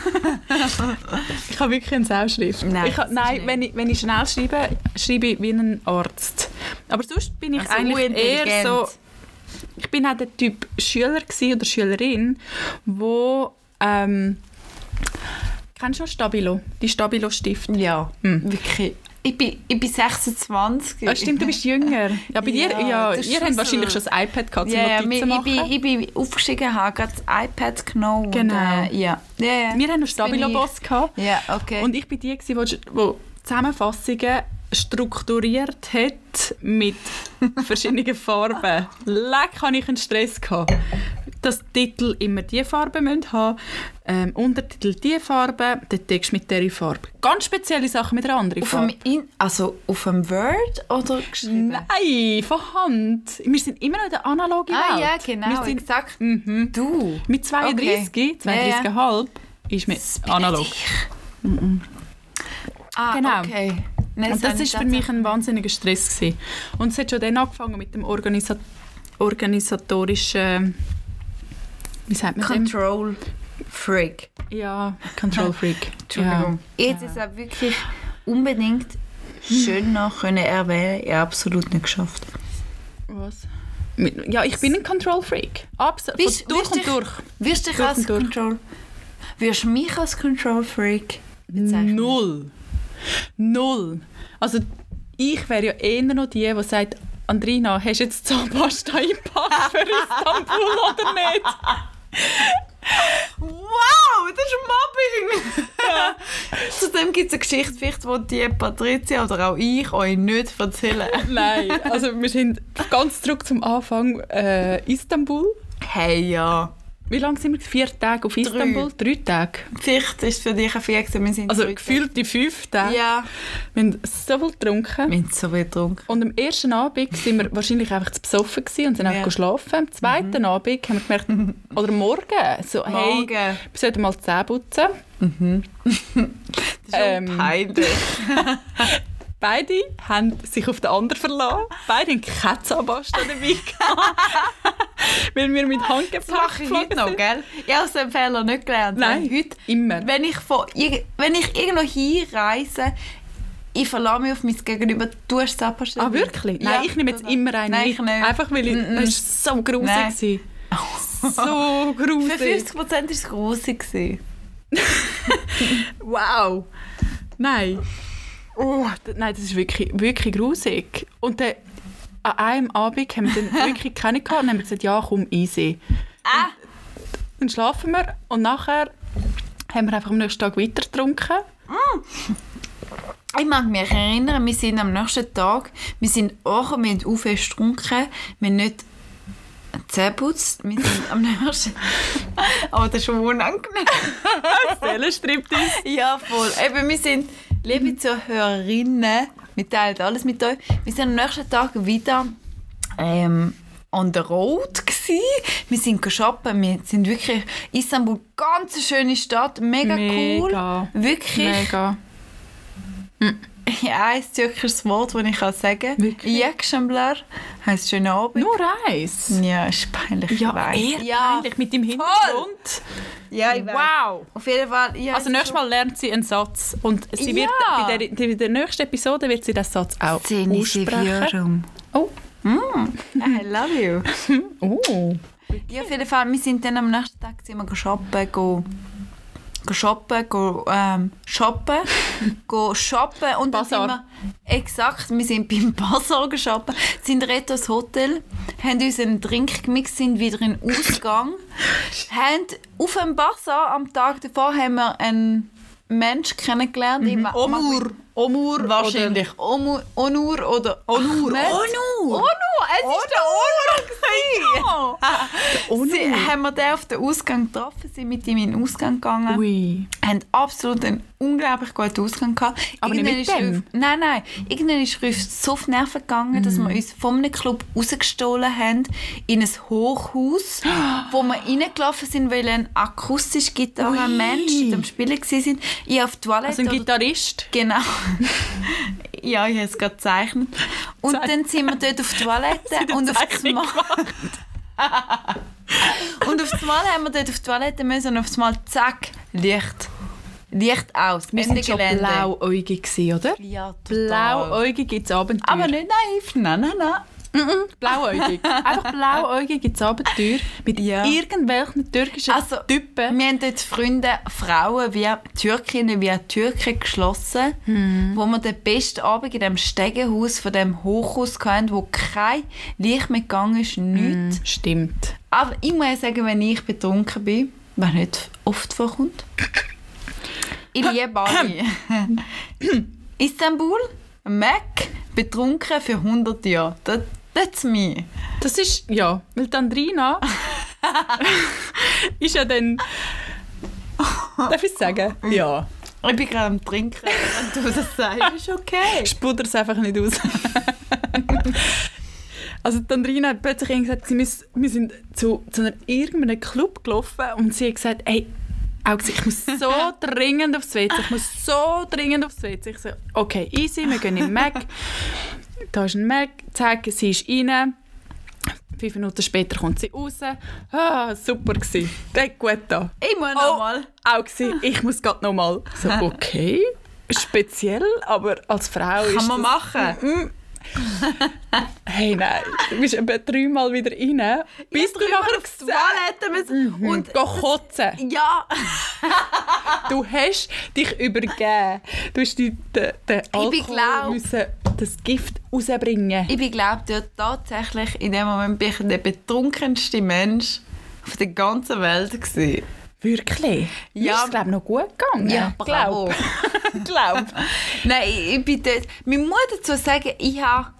[SPEAKER 2] ich habe wirklich eine Sauschrift.
[SPEAKER 1] Nein,
[SPEAKER 2] ich
[SPEAKER 1] das
[SPEAKER 2] habe,
[SPEAKER 1] ist
[SPEAKER 2] nein
[SPEAKER 1] nicht.
[SPEAKER 2] wenn, ich, wenn ich schnell schreibe, schreibe ich wie ein Arzt. Aber sonst bin ich
[SPEAKER 1] Also
[SPEAKER 2] eigentlich eher
[SPEAKER 1] unintelligent.
[SPEAKER 2] so... Ich bin auch der Typ Schüler gsi oder Schülerin, wo... Ähm, kennst du noch Stabilo? Die Stabilo-Stift.
[SPEAKER 1] ja, wirklich. Ich bin, ich bin 26.
[SPEAKER 2] Ah, stimmt, du bist jünger. Ja, bei
[SPEAKER 1] Ja,
[SPEAKER 2] dir, ja,
[SPEAKER 1] der
[SPEAKER 2] ihr habt
[SPEAKER 1] Schlüssel.
[SPEAKER 2] wahrscheinlich schon ein iPad gehabt, um
[SPEAKER 1] Ja, ja, mir-
[SPEAKER 2] Notizen
[SPEAKER 1] ich,
[SPEAKER 2] machen.
[SPEAKER 1] bin, ich bin aufgestiegen, habe gerade das iPad genommen.
[SPEAKER 2] Genau.
[SPEAKER 1] Und, äh, ja. Ja, ja.
[SPEAKER 2] Wir haben noch
[SPEAKER 1] Das bin
[SPEAKER 2] Stabilo-Boss gehabt.
[SPEAKER 1] ich. Ja, okay.
[SPEAKER 2] Und ich bin die, die, die Zusammenfassungen strukturiert hat mit verschiedenen Farben. Leck hatte ich einen Stress. Gehabt. Dass die Titel immer die Farbe müssen haben ähm, Untertitel die Farbe, der Text mit dieser Farbe. Ganz spezielle Sachen mit einer anderen
[SPEAKER 1] auf
[SPEAKER 2] Farbe.
[SPEAKER 1] dem, In also auf dem Word oder geschrieben?
[SPEAKER 2] Nein, von Hand. Wir sind immer noch in der analogen
[SPEAKER 1] Ah
[SPEAKER 2] Welt.
[SPEAKER 1] ja, genau,
[SPEAKER 2] Wir sind mhm.
[SPEAKER 1] exakt. Du.
[SPEAKER 2] mit 32,
[SPEAKER 1] Okay.
[SPEAKER 2] 32,5 ist mir analog.
[SPEAKER 1] Ah,
[SPEAKER 2] Genau.
[SPEAKER 1] okay. Nein,
[SPEAKER 2] Und das
[SPEAKER 1] habe ich
[SPEAKER 2] war für mich ein wahnsinniger Stress. Gewesen. Und es hat schon dann angefangen mit dem Organisa organisatorischen... Wie sagt man dem?
[SPEAKER 1] Control Freak.
[SPEAKER 2] Ja, Control Freak.
[SPEAKER 1] Entschuldigung. Jetzt ist auch wirklich unbedingt schön noch können erwähnen. Ich habe absolut nicht geschafft.
[SPEAKER 2] Ja. Was? Mit- Ja, ich bin ein Control Freak. Absolut.
[SPEAKER 1] Bist-
[SPEAKER 2] Von Durch
[SPEAKER 1] bist
[SPEAKER 2] und
[SPEAKER 1] du-
[SPEAKER 2] durch.
[SPEAKER 1] Wirst du dich
[SPEAKER 2] Durch
[SPEAKER 1] als
[SPEAKER 2] und durch.
[SPEAKER 1] Control... Wirst du mich als Control Freak bezeichnen?
[SPEAKER 2] Null. Null. Also ich wäre ja eher noch die, die sagt, Andrina, hast du jetzt Zahnpasta eingepackt für Istanbul oder nicht?
[SPEAKER 1] Wow, das ist Mobbing! Zudem gibt es eine Geschichte, vielleicht, die die Patricia oder auch ich euch nicht erzählen.
[SPEAKER 2] Nein, also wir sind ganz zurück zum Anfang. Äh, Istanbul.
[SPEAKER 1] Hey, ja.
[SPEAKER 2] Wie lange sind wir? Vier Tage auf Istanbul? Drei, Tage.
[SPEAKER 1] Vielleicht ist es für dich ein Vier gewesen. Wir sind
[SPEAKER 2] Also
[SPEAKER 1] zurück.
[SPEAKER 2] gefühlt die fünf Tage.
[SPEAKER 1] Ja.
[SPEAKER 2] Wir haben so viel getrunken.
[SPEAKER 1] Wir sind so viel getrunken.
[SPEAKER 2] Und am ersten Abend waren wir wahrscheinlich einfach zu besoffen gewesen und sind einfach
[SPEAKER 1] Ja. Mhm.
[SPEAKER 2] geschlafen. Am zweiten Abend haben wir gemerkt, oder morgen, so hey,
[SPEAKER 1] Morgen.
[SPEAKER 2] wir sollten mal die Zähne putzen.
[SPEAKER 1] Das ist ähm.
[SPEAKER 2] Ähm.
[SPEAKER 1] peinlich.
[SPEAKER 2] Beide haben sich auf den anderen verlassen. Beide haben keine Zahnpasta dabei gehabt. weil wir mit Hand
[SPEAKER 1] Das mache ich heute noch, gell? Ich habe aus dem Fehler nicht gelernt.
[SPEAKER 2] Nein,
[SPEAKER 1] Weil heute,
[SPEAKER 2] immer.
[SPEAKER 1] wenn ich, von, irg- wenn ich irgendwo hinreise, ich verlasse mich auf mein Gegenüber. Du hast Zapperstelle.
[SPEAKER 2] Ah, wirklich? Nein,
[SPEAKER 1] Ja,
[SPEAKER 2] ich nehme jetzt
[SPEAKER 1] total.
[SPEAKER 2] immer einen
[SPEAKER 1] Nein,
[SPEAKER 2] mit.
[SPEAKER 1] ich nicht.
[SPEAKER 2] Einfach weil ich...
[SPEAKER 1] Mm-mm.
[SPEAKER 2] Das war so
[SPEAKER 1] Nein.
[SPEAKER 2] grusig. gewesen. So
[SPEAKER 1] Für
[SPEAKER 2] grusig.
[SPEAKER 1] 50 Prozent war es gross. gewesen.
[SPEAKER 2] Wow. Nein. Oh, d- nein, das ist wirklich, wirklich grusig. Und dann, an einem Abend haben wir dann wirklich keine gehabt und haben gesagt, ja, komm, easy.
[SPEAKER 1] Ah.
[SPEAKER 2] Dann schlafen wir und nachher haben wir einfach am nächsten Tag weiter getrunken.
[SPEAKER 1] Ich mag mich erinnern, wir sind am nächsten Tag, wir sind auch, wir haben auch fest getrunken, wir haben nicht zähneputzt, wir sind am nächsten... Aber das ist schon unangenehm.
[SPEAKER 2] Seelenstriptease.
[SPEAKER 1] Ja, voll. Eben, wir sind, liebe Zuhörerinnen, wir teilen alles mit euch. Wir sind am nächsten Tag wieder ähm, on the road gsi. Wir sind shoppen, wir sind wirklich Istanbul, ganz eine schöne Stadt, mega,
[SPEAKER 2] Mega.
[SPEAKER 1] cool. Wirklich Hm.
[SPEAKER 2] Mega.
[SPEAKER 1] ein türkisches Wort, das ich kann sagen kann.
[SPEAKER 2] Wirklich?
[SPEAKER 1] Jekschembler heisst schönen Abend.
[SPEAKER 2] Nur eins.
[SPEAKER 1] Ja, ist peinlich, ich Hm. weiss.
[SPEAKER 2] ja.
[SPEAKER 1] ja,
[SPEAKER 2] eigentlich mit dem
[SPEAKER 1] Hintergrund.
[SPEAKER 2] Hintergrund.
[SPEAKER 1] ja, ich weiss.
[SPEAKER 2] Wow.
[SPEAKER 1] Auf jeden Fall. Ja,
[SPEAKER 2] Also
[SPEAKER 1] es ist
[SPEAKER 2] nächstes Mal lernt sie einen Satz und sie
[SPEAKER 1] Ja.
[SPEAKER 2] wird bei der, bei der nächsten Episode wird sie diesen Satz auch
[SPEAKER 1] schon- Zeni
[SPEAKER 2] aussprechen.
[SPEAKER 1] Seviorum.
[SPEAKER 2] Oh.
[SPEAKER 1] I love you.
[SPEAKER 2] oh.
[SPEAKER 1] Ja, auf jeden Fall. Wir sind dann am nächsten Tag sind wir shoppen, go go shoppen, go ähm, shoppen, go shoppen und
[SPEAKER 2] Bazar.
[SPEAKER 1] dann sind wir, exakt, wir sind beim Bazar geshoppen, sind reto ins Hotel, haben uns einen Drink gemixt, sind wieder in den Ausgang, haben auf dem Bazar am Tag davor haben wir einen Mensch kennengelernt. Ich ma- mag mich-
[SPEAKER 2] Omur.
[SPEAKER 1] Wahrscheinlich Omu- Onur oder
[SPEAKER 2] Onur.
[SPEAKER 1] Ahmed.
[SPEAKER 2] Onur.
[SPEAKER 1] Onur, es ist der Onur. gewesen.
[SPEAKER 2] Onur.
[SPEAKER 1] Sie haben wir den auf den Ausgang getroffen, sind mit ihm in den Ausgang gegangen,
[SPEAKER 2] Ui.
[SPEAKER 1] haben absolut einen unglaublich guten Ausgang gehabt.
[SPEAKER 2] Aber nicht mit
[SPEAKER 1] Irgendwann ist
[SPEAKER 2] dem?
[SPEAKER 1] Ruf- Nein, nein. Irgendwann ist Ruf so auf die Nerven gegangen, dass
[SPEAKER 2] Mhm.
[SPEAKER 1] wir uns von einem Club rausgestohlen haben in ein Hochhaus, wo wir reingelaufen sind, weil ein akustisch Gitarrenmensch am Spielen waren. Ich auf die Toilette
[SPEAKER 2] Also ein
[SPEAKER 1] oder-
[SPEAKER 2] Gitarrist.
[SPEAKER 1] Genau. ja, ich habe es gerade gezeichnet. Und dann sind wir dort auf die Toilette und auf das Mal. und auf das Mal haben wir dort auf die Toilette müssen und auf das Mal zack, Licht. Licht aus.
[SPEAKER 2] Wir
[SPEAKER 1] Ende
[SPEAKER 2] sind schon
[SPEAKER 1] Gelände.
[SPEAKER 2] blauäugig gewesen, oder?
[SPEAKER 1] Ja, total.
[SPEAKER 2] Blauäugig gibt's Abenteuer.
[SPEAKER 1] Aber nicht naiv, nein, nein, nein.
[SPEAKER 2] blauäugig. Einfach blauäugig gibt's Abenteuer mit
[SPEAKER 1] Ja.
[SPEAKER 2] irgendwelchen türkischen
[SPEAKER 1] Also,
[SPEAKER 2] Typen.
[SPEAKER 1] Wir haben dort Freunde, Frauen wie Türkinnen wie Türken geschlossen,
[SPEAKER 2] Hm.
[SPEAKER 1] wo wir den besten Abend in dem Stegenhaus von dem Hochhaus hatten, wo kein Licht mehr gegangen ist, nichts.
[SPEAKER 2] Hm. Stimmt.
[SPEAKER 1] Aber ich muss sagen, wenn ich betrunken bin, was nicht oft vorkommt, ich liebe alle. Istanbul, Mac, betrunken für 100 Jahre. That, that's me.
[SPEAKER 2] Das ist, ja, weil die Andrina ist ja dann... Darf ich sagen? Ja.
[SPEAKER 1] Ich bin gerade am Trinken, wenn du das sagst. Ist okay.
[SPEAKER 2] Spuder es einfach nicht aus. also die Andrina hat plötzlich irgendwie gesagt, sie müssen, wir sind zu, zu einer, irgendeinem Club gelaufen und sie hat gesagt, hey, auch gesagt, ich muss so dringend aufs WC, ich muss so dringend aufs WC. Ich so, okay, easy, wir gehen in den Mac. Da ist ein Mac, zack, sie ist rein. Fünf Minuten später kommt sie raus. Ah, super gsi. Der hat gut da.
[SPEAKER 1] Ich muss
[SPEAKER 2] Oh,
[SPEAKER 1] nochmal.
[SPEAKER 2] auch gewesen. Ich muss gerade nochmal. So, okay. Speziell, aber als Frau ist
[SPEAKER 1] Kann man
[SPEAKER 2] das-
[SPEAKER 1] machen.
[SPEAKER 2] Mm. Hey, nein. Du bist eben dreimal wieder rein. Bis du nachher
[SPEAKER 1] aufs
[SPEAKER 2] gesagt
[SPEAKER 1] Toilette müssen.
[SPEAKER 2] und
[SPEAKER 1] Und
[SPEAKER 2] kotzen.
[SPEAKER 1] ja,
[SPEAKER 2] Du hast dich übergeben. Du hast die- den
[SPEAKER 1] bin
[SPEAKER 2] den Alkohol
[SPEAKER 1] glaub-
[SPEAKER 2] müssen, das Gift rausbringen.
[SPEAKER 1] ich bin glaube dort tatsächlich in dem Moment bin ich der betrunkenste Mensch auf der ganzen Welt gewesen.
[SPEAKER 2] Wirklich? Mir
[SPEAKER 1] Ja.
[SPEAKER 2] ist es, glaube noch gut gegangen.
[SPEAKER 1] bravo.
[SPEAKER 2] glaub.
[SPEAKER 1] Nein, ich, ich bin dort. Man muss dazu sagen, ich habe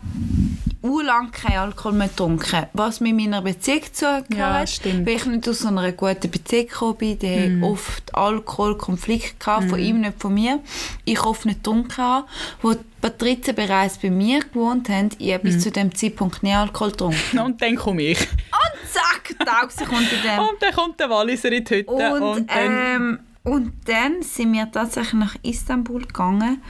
[SPEAKER 1] lange keinen Alkohol mehr getrunken, was mit meiner Beziehung zugehört,
[SPEAKER 2] Ja, stimmt. Hm.
[SPEAKER 1] weil ich nicht aus so einer guten Beziehung gekommen bin, die oft Alkoholkonflikte gehabt, von ihm, nicht von mir. Ich oft nicht getrunken habe, wo die Patrizia bereits bei mir gewohnt haben, ich habe
[SPEAKER 2] Hm.
[SPEAKER 1] bis zu dem Zeitpunkt nie Alkohol getrunken.
[SPEAKER 2] Und dann komme ich.
[SPEAKER 1] Zack, tausend Sekunden in dem.
[SPEAKER 2] Und dann kommt der Walliser in die Hütte.
[SPEAKER 1] Ähm. Und,
[SPEAKER 2] Und, dann...
[SPEAKER 1] ähm, und dann sind wir tatsächlich nach Istanbul gegangen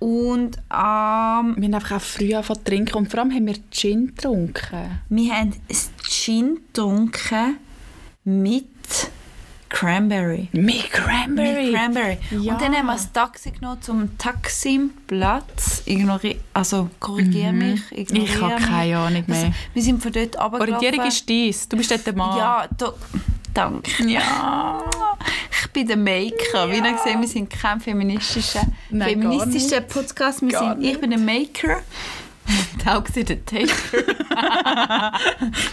[SPEAKER 1] und ähm,
[SPEAKER 2] Wir haben einfach auch früh angefangen zu trinken und vor allem haben wir Gin getrunken.
[SPEAKER 1] wir haben das Gin getrunken mit Cranberry.
[SPEAKER 2] Mit Cranberry.
[SPEAKER 1] Mit Cranberry.
[SPEAKER 2] Ja.
[SPEAKER 1] Und dann haben wir das Taxi genommen zum Taximplatz. Ignori also korrigiere mich. Ignoriere
[SPEAKER 2] Mhm. Ich habe
[SPEAKER 1] mich.
[SPEAKER 2] keine Ahnung mehr.
[SPEAKER 1] Also, wir sind von dort runtergelaufen.
[SPEAKER 2] Orientierung ist dies. Du bist dort der Mann.
[SPEAKER 1] Ja, da, danke.
[SPEAKER 2] Ja.
[SPEAKER 1] Ich bei den Maker. Wie ihr gesehen, wir sind kein feministischer,
[SPEAKER 2] Nein, gar
[SPEAKER 1] feministischer Podcast. Wir
[SPEAKER 2] Gar
[SPEAKER 1] sind, ich bin ein Maker. Tag sie der Taker.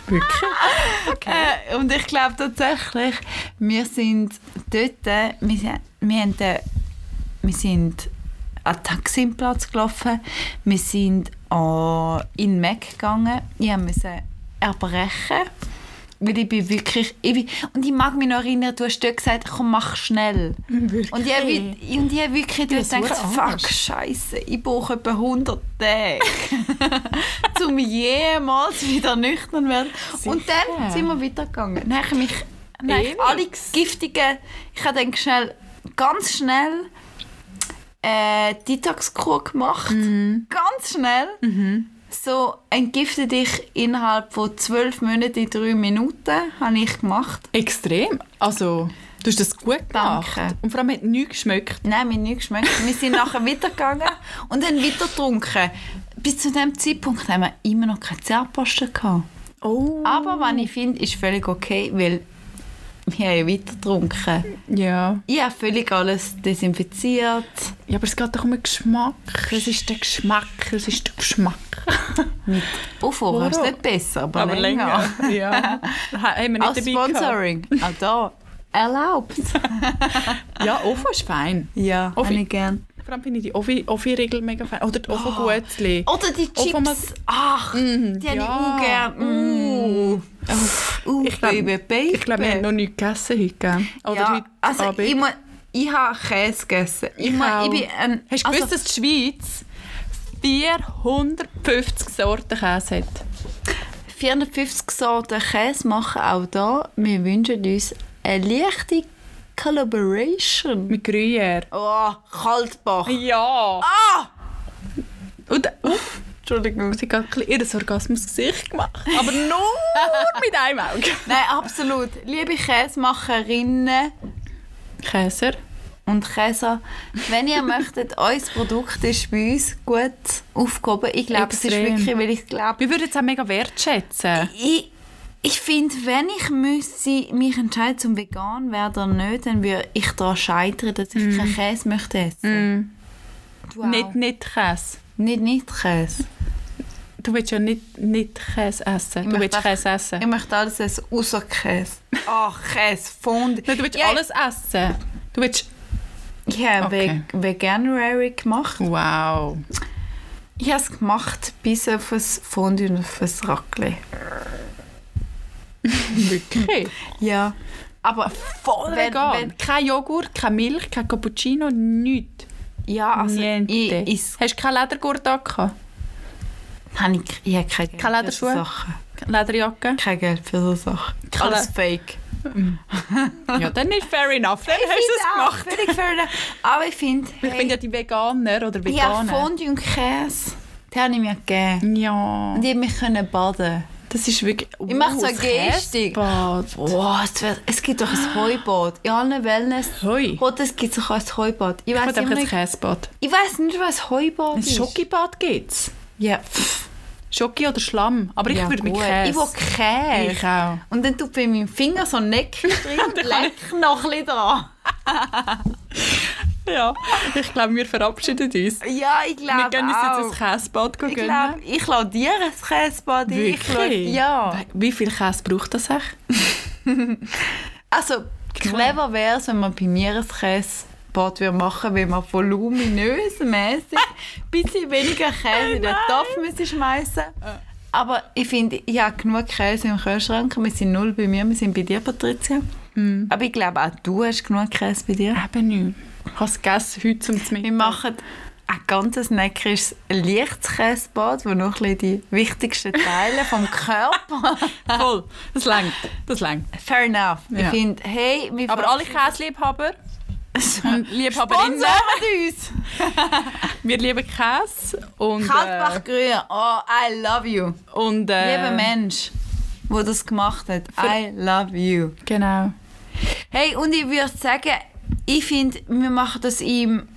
[SPEAKER 2] Wirklich?
[SPEAKER 1] Äh, und ich glaube tatsächlich, wir sind dort, äh, wir, sind- wir, haben, den- wir sind an den Taximplatz gelaufen, wir sind an, in den Mac gegangen, ich musste erbrechen, weil ich bin wirklich, ich bin, und ich mag mich noch erinnern, du hast dort gesagt, komm, mach schnell.
[SPEAKER 2] Wirklich?
[SPEAKER 1] Und ich habe wi- und ich habe wirklich
[SPEAKER 2] Ja, das
[SPEAKER 1] gedacht,
[SPEAKER 2] ist verdammt
[SPEAKER 1] fuck, scheiße, ich brauche etwa 100 Tage, um jemals wieder nüchtern zu werden. Und dann
[SPEAKER 2] Sicher.
[SPEAKER 1] sind wir weitergegangen. Dann habe ich mich dann habe ich
[SPEAKER 2] Ewig.
[SPEAKER 1] alle giftigen, ich habe dann schnell, ganz schnell äh, Detox-Kur gemacht.
[SPEAKER 2] Mhm.
[SPEAKER 1] Ganz schnell. So entgifte dich innerhalb von 12 Monaten in 3 Minuten, habe ich gemacht.
[SPEAKER 2] Extrem. Also, du hast das gut gemacht.
[SPEAKER 1] Danke.
[SPEAKER 2] Und vor allem hat nichts geschmeckt.
[SPEAKER 1] Nein, mir hat nicht geschmeckt. Wir sind nachher weitergegangen und haben weiter getrunken. Bis zu dem Zeitpunkt haben wir immer noch keine Zahnpasta gehabt.
[SPEAKER 2] Oh.
[SPEAKER 1] Aber was ich finde, ist völlig okay, weil wir haben ja weiter getrunken.
[SPEAKER 2] Ja.
[SPEAKER 1] Ich habe völlig alles desinfiziert.
[SPEAKER 2] Ja, aber es geht doch um den Geschmack. Es ist der Geschmack. Es ist der Geschmack.
[SPEAKER 1] Oh, vorher ist es nicht besser, aber, länger.
[SPEAKER 2] ja. Ha- Haben wir nicht
[SPEAKER 1] Als
[SPEAKER 2] dabei gehabt.
[SPEAKER 1] Sponsoring. Auch da. Erlaubt.
[SPEAKER 2] Ja, Ofo ist fein.
[SPEAKER 1] Ja,
[SPEAKER 2] Ovi.
[SPEAKER 1] habe ich gern.
[SPEAKER 2] Vor allem finde ich die Ovi- Ovi-Regel mega fein. Oder die
[SPEAKER 1] Oh.
[SPEAKER 2] Ofo-Guetzli.
[SPEAKER 1] Oder die
[SPEAKER 2] Oh, von
[SPEAKER 1] Chips. Ach, die habe ich
[SPEAKER 2] Mhm. ja. Mhm.
[SPEAKER 1] auch gern. Mm. Uh,
[SPEAKER 2] Ich glaub-
[SPEAKER 1] baby, baby.
[SPEAKER 2] Ich glaube, wir haben noch nichts gegessen heute. gell? Oder
[SPEAKER 1] ja,
[SPEAKER 2] heute
[SPEAKER 1] also
[SPEAKER 2] Abend.
[SPEAKER 1] ich, muss, ich habe Käse gegessen. Ich,
[SPEAKER 2] Ich
[SPEAKER 1] muss-
[SPEAKER 2] auch.
[SPEAKER 1] ich bin ein,
[SPEAKER 2] Hast du
[SPEAKER 1] also,
[SPEAKER 2] gewusst, dass die Schweiz 450 Sorten Käse hat?
[SPEAKER 1] 450 Sorten Käse machen auch da. Wir wünschen uns eine leichte Collaboration.
[SPEAKER 2] Mit Gruyère.
[SPEAKER 1] Oh, Kaltbach.
[SPEAKER 2] Ja! Ah! Und uff,
[SPEAKER 1] Entschuldigung.
[SPEAKER 2] sie hat gerade ein bisschen ihr Orgasmusgesicht gemacht. Aber nur mit einem Auge.
[SPEAKER 1] Nein, absolut. Liebe Käsemacherinnen
[SPEAKER 2] Käser.
[SPEAKER 1] und Käser, wenn ihr möchtet, unser Produkt ist bei uns gut aufgehoben. Ich glaube, es ist
[SPEAKER 2] Extrem.
[SPEAKER 1] wirklich, weil ich glaube,
[SPEAKER 2] Wir würden es auch mega wertschätzen.
[SPEAKER 1] Ich, ich finde, wenn ich müsste mich entscheiden zum Vegan werden oder nicht, dann würde ich daran scheitern, dass ich keinen Käse möchte essen. Du auch.
[SPEAKER 2] Mhm. Nicht, nicht Käse.
[SPEAKER 1] nicht, nicht Käse.
[SPEAKER 2] Du willst ja nicht, nicht Käse essen. du
[SPEAKER 1] möchte
[SPEAKER 2] willst
[SPEAKER 1] einfach-
[SPEAKER 2] Käse essen.
[SPEAKER 1] Ich möchte alles essen, außer Käse. Ach, Käse, Fondue.
[SPEAKER 2] Nein, du willst
[SPEAKER 1] Ja,
[SPEAKER 2] alles essen. Du willst...
[SPEAKER 1] Ich habe
[SPEAKER 2] Okay.
[SPEAKER 1] Ve- Veganuary gemacht.
[SPEAKER 2] Wow.
[SPEAKER 1] Ich habe es gemacht bis auf das Fondue und auf das Raclette.
[SPEAKER 2] Wirklich?
[SPEAKER 1] Ja. Aber voll
[SPEAKER 2] Wenn,
[SPEAKER 1] vegan.
[SPEAKER 2] wenn, kein Joghurt, kein Milch, kein Cappuccino, nichts.
[SPEAKER 1] ja, also
[SPEAKER 2] Niente.
[SPEAKER 1] ich, ich,
[SPEAKER 2] Hast du keinen Ledergurt angehabt?
[SPEAKER 1] habe ich, ich habe keine Geld
[SPEAKER 2] Keine
[SPEAKER 1] für so
[SPEAKER 2] Lederschuhe?
[SPEAKER 1] Sachen.
[SPEAKER 2] Lederjacke?
[SPEAKER 1] Kein Geld für so Sachen.
[SPEAKER 2] Kann-
[SPEAKER 1] Alles fake.
[SPEAKER 2] Ja, dann ist fair enough. Dann hast du es
[SPEAKER 1] Auch,
[SPEAKER 2] gemacht.
[SPEAKER 1] völlig fair enough. Aber ich finde,
[SPEAKER 2] Ich bin ja
[SPEAKER 1] Oh, hey,
[SPEAKER 2] die Veganer oder
[SPEAKER 1] ich habe
[SPEAKER 2] Veganer.
[SPEAKER 1] Fondue und Käse, den habe ich mir gegeben.
[SPEAKER 2] Ja,
[SPEAKER 1] Und ich mich können baden.
[SPEAKER 2] das ist wirklich... Wow,
[SPEAKER 1] mache so
[SPEAKER 2] ein
[SPEAKER 1] Gestik.
[SPEAKER 2] Käsebad.
[SPEAKER 1] Wow, es, wird, es gibt doch ein Heubad. In allen Wellness
[SPEAKER 2] Hoi.
[SPEAKER 1] Hotels gibt es auch ein Heubad. Ich
[SPEAKER 2] Ich
[SPEAKER 1] weiß
[SPEAKER 2] will einfach ein
[SPEAKER 1] nicht,
[SPEAKER 2] Käsebad.
[SPEAKER 1] ich weiss nicht, was ein Heubad
[SPEAKER 2] Ein
[SPEAKER 1] ist.
[SPEAKER 2] Schokibad gibt es.
[SPEAKER 1] Ja, pff,
[SPEAKER 2] Schoki oder Schlamm. Aber ich
[SPEAKER 1] ja,
[SPEAKER 2] würde mit
[SPEAKER 1] gut.
[SPEAKER 2] Käse.
[SPEAKER 1] Ich will Käse.
[SPEAKER 2] Ich auch.
[SPEAKER 1] Und dann tut bei meinem Finger so ein Neck drin und leck noch ein bisschen dran.
[SPEAKER 2] Ja, ich glaube, wir verabschieden uns.
[SPEAKER 1] Ja, ich glaube
[SPEAKER 2] Wir gehen uns
[SPEAKER 1] auch.
[SPEAKER 2] jetzt ein Käsebad
[SPEAKER 1] ich
[SPEAKER 2] gönnen.
[SPEAKER 1] glaube, ich lasse dir ein Käsebad. ein. Ich
[SPEAKER 2] Wirklich?
[SPEAKER 1] lasse- Ja.
[SPEAKER 2] Wie viel Käse braucht das eigentlich?
[SPEAKER 1] Also, clever wäre es, wenn man bei mir ein Käsebad würde machen wenn man voluminösmäßig ein bisschen weniger Käse in den Topf müsste schmeißen
[SPEAKER 2] Äh.
[SPEAKER 1] Aber ich finde, ich habe genug Käse im Kühlschrank. Wir sind null bei mir, wir sind bei dir, Patricia.
[SPEAKER 2] Mhm.
[SPEAKER 1] Aber ich glaube, auch du hast genug Käse bei dir.
[SPEAKER 2] Eben nicht. Ich habe es gegessen heute zum Mittag.
[SPEAKER 1] Wir machen ein ganzes neckerisches Lichtkäsebad, wo noch ein bisschen die wichtigsten Teile vom Körper...
[SPEAKER 2] Voll. Das längt. Das längt.
[SPEAKER 1] Fair enough. Ich
[SPEAKER 2] Ja.
[SPEAKER 1] finde, hey... wir
[SPEAKER 2] Aber alle äh, Käseliebhaber
[SPEAKER 1] Hm,
[SPEAKER 2] und Liebhaberinnen,
[SPEAKER 1] Sponsoren uns!
[SPEAKER 2] wir lieben Käse. Und,
[SPEAKER 1] Kaltbach
[SPEAKER 2] äh,
[SPEAKER 1] Grün, oh, I love you.
[SPEAKER 2] und äh,
[SPEAKER 1] Lieber Mensch, wo das gemacht hat, I love you.
[SPEAKER 2] Genau.
[SPEAKER 1] Hey, und ich würde sagen, ich finde, wir machen das im...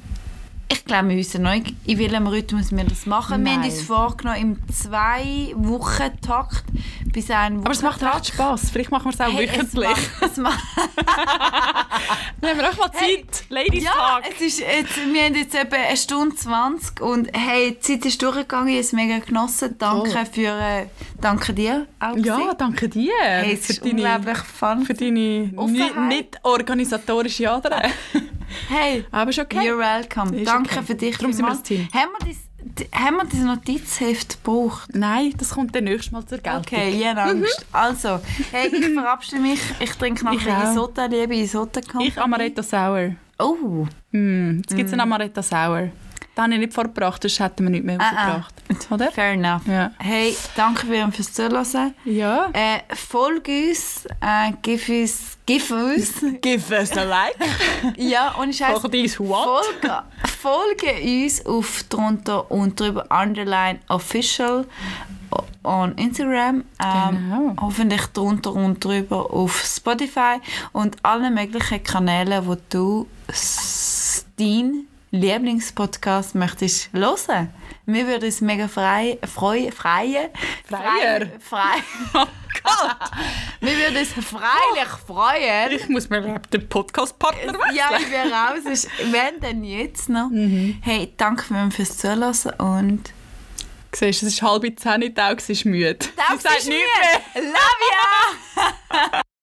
[SPEAKER 1] Ich glaube, wir wissen noch nicht, in welchem Rhythmus wir das machen. Wir haben
[SPEAKER 2] Nein.
[SPEAKER 1] uns vorgenommen, im Zwei-Wochen-Takt bis ein
[SPEAKER 2] Aber es macht echt Spass. Vielleicht halt machen wir es auch
[SPEAKER 1] Hey, es
[SPEAKER 2] wöchentlich.
[SPEAKER 1] macht- es macht-
[SPEAKER 2] Dann haben wir auch mal Zeit.
[SPEAKER 1] Hey.
[SPEAKER 2] Ladies
[SPEAKER 1] Ja,
[SPEAKER 2] Tag.
[SPEAKER 1] es ist jetzt, wir haben jetzt eben eine Stunde 20 und hey, die Zeit ist durchgegangen, ich habe es mega genossen. Danke
[SPEAKER 2] Voll.
[SPEAKER 1] für, äh, danke dir auch.
[SPEAKER 2] Ja,
[SPEAKER 1] gewesen.
[SPEAKER 2] danke dir.
[SPEAKER 1] hey, es ist
[SPEAKER 2] für deine,
[SPEAKER 1] unglaublich fun.
[SPEAKER 2] für deine
[SPEAKER 1] Offenheit.
[SPEAKER 2] nicht, nicht organisatorische Adern.
[SPEAKER 1] Hey,
[SPEAKER 2] Aber ist okay.
[SPEAKER 1] you're welcome.
[SPEAKER 2] Ist
[SPEAKER 1] danke
[SPEAKER 2] okay.
[SPEAKER 1] für dich.
[SPEAKER 2] Darum sind wir
[SPEAKER 1] vielmals.
[SPEAKER 2] ein Team.
[SPEAKER 1] Haben wir dies- di- Haben wir dieses Notizheft gebraucht?
[SPEAKER 2] Nein, das kommt dann nächstes Mal zur Geltung.
[SPEAKER 1] Okay, ich habe Angst. Also, hey, ich verabschiede mich. Ich trinke
[SPEAKER 2] Ich
[SPEAKER 1] nachher
[SPEAKER 2] auch.
[SPEAKER 1] Isotta, liebe Isotta Company.
[SPEAKER 2] Ich Amaretto Sour.
[SPEAKER 1] Oh,
[SPEAKER 2] Hm, jetzt gibt es einen Amaretto Sour. Den habe ich nicht vorgebracht, sonst hätten wir nicht mehr
[SPEAKER 1] Ah, ah.
[SPEAKER 2] rausgebracht. Oder?
[SPEAKER 1] fair enough.
[SPEAKER 2] Ja.
[SPEAKER 1] Hey, danke für- fürs Zuhören.
[SPEAKER 2] Ja.
[SPEAKER 1] Äh, folge uns, äh, gib uns, gib uns.
[SPEAKER 2] Give us a like.
[SPEAKER 1] ja, ohne Scheiß.
[SPEAKER 2] Mach dies what?
[SPEAKER 1] Folge, folge uns auf drunter und drüber underline official o- on Instagram. Ähm,
[SPEAKER 2] Genau.
[SPEAKER 1] Hoffentlich drunter und drüber auf Spotify und alle möglichen Kanäle, wo du s- deinen Lieblingspodcast möchtest hören. Mir würde es mega frei, freu, freie,
[SPEAKER 2] Freier.
[SPEAKER 1] frei,
[SPEAKER 2] Oh Gott.
[SPEAKER 1] mir würde es freilich freuen,
[SPEAKER 2] Ich muss mir den Podcast-Partner wechseln.
[SPEAKER 1] ja, ich bin raus. Ist, wenn denn jetzt noch? Hey, danke vielmals fürs Zuhören und.
[SPEAKER 2] Siehst du, es ist halb zehn, die Augen sind müde. Sie
[SPEAKER 1] Danke,
[SPEAKER 2] sagt
[SPEAKER 1] ist
[SPEAKER 2] nichts
[SPEAKER 1] mir. Love ya!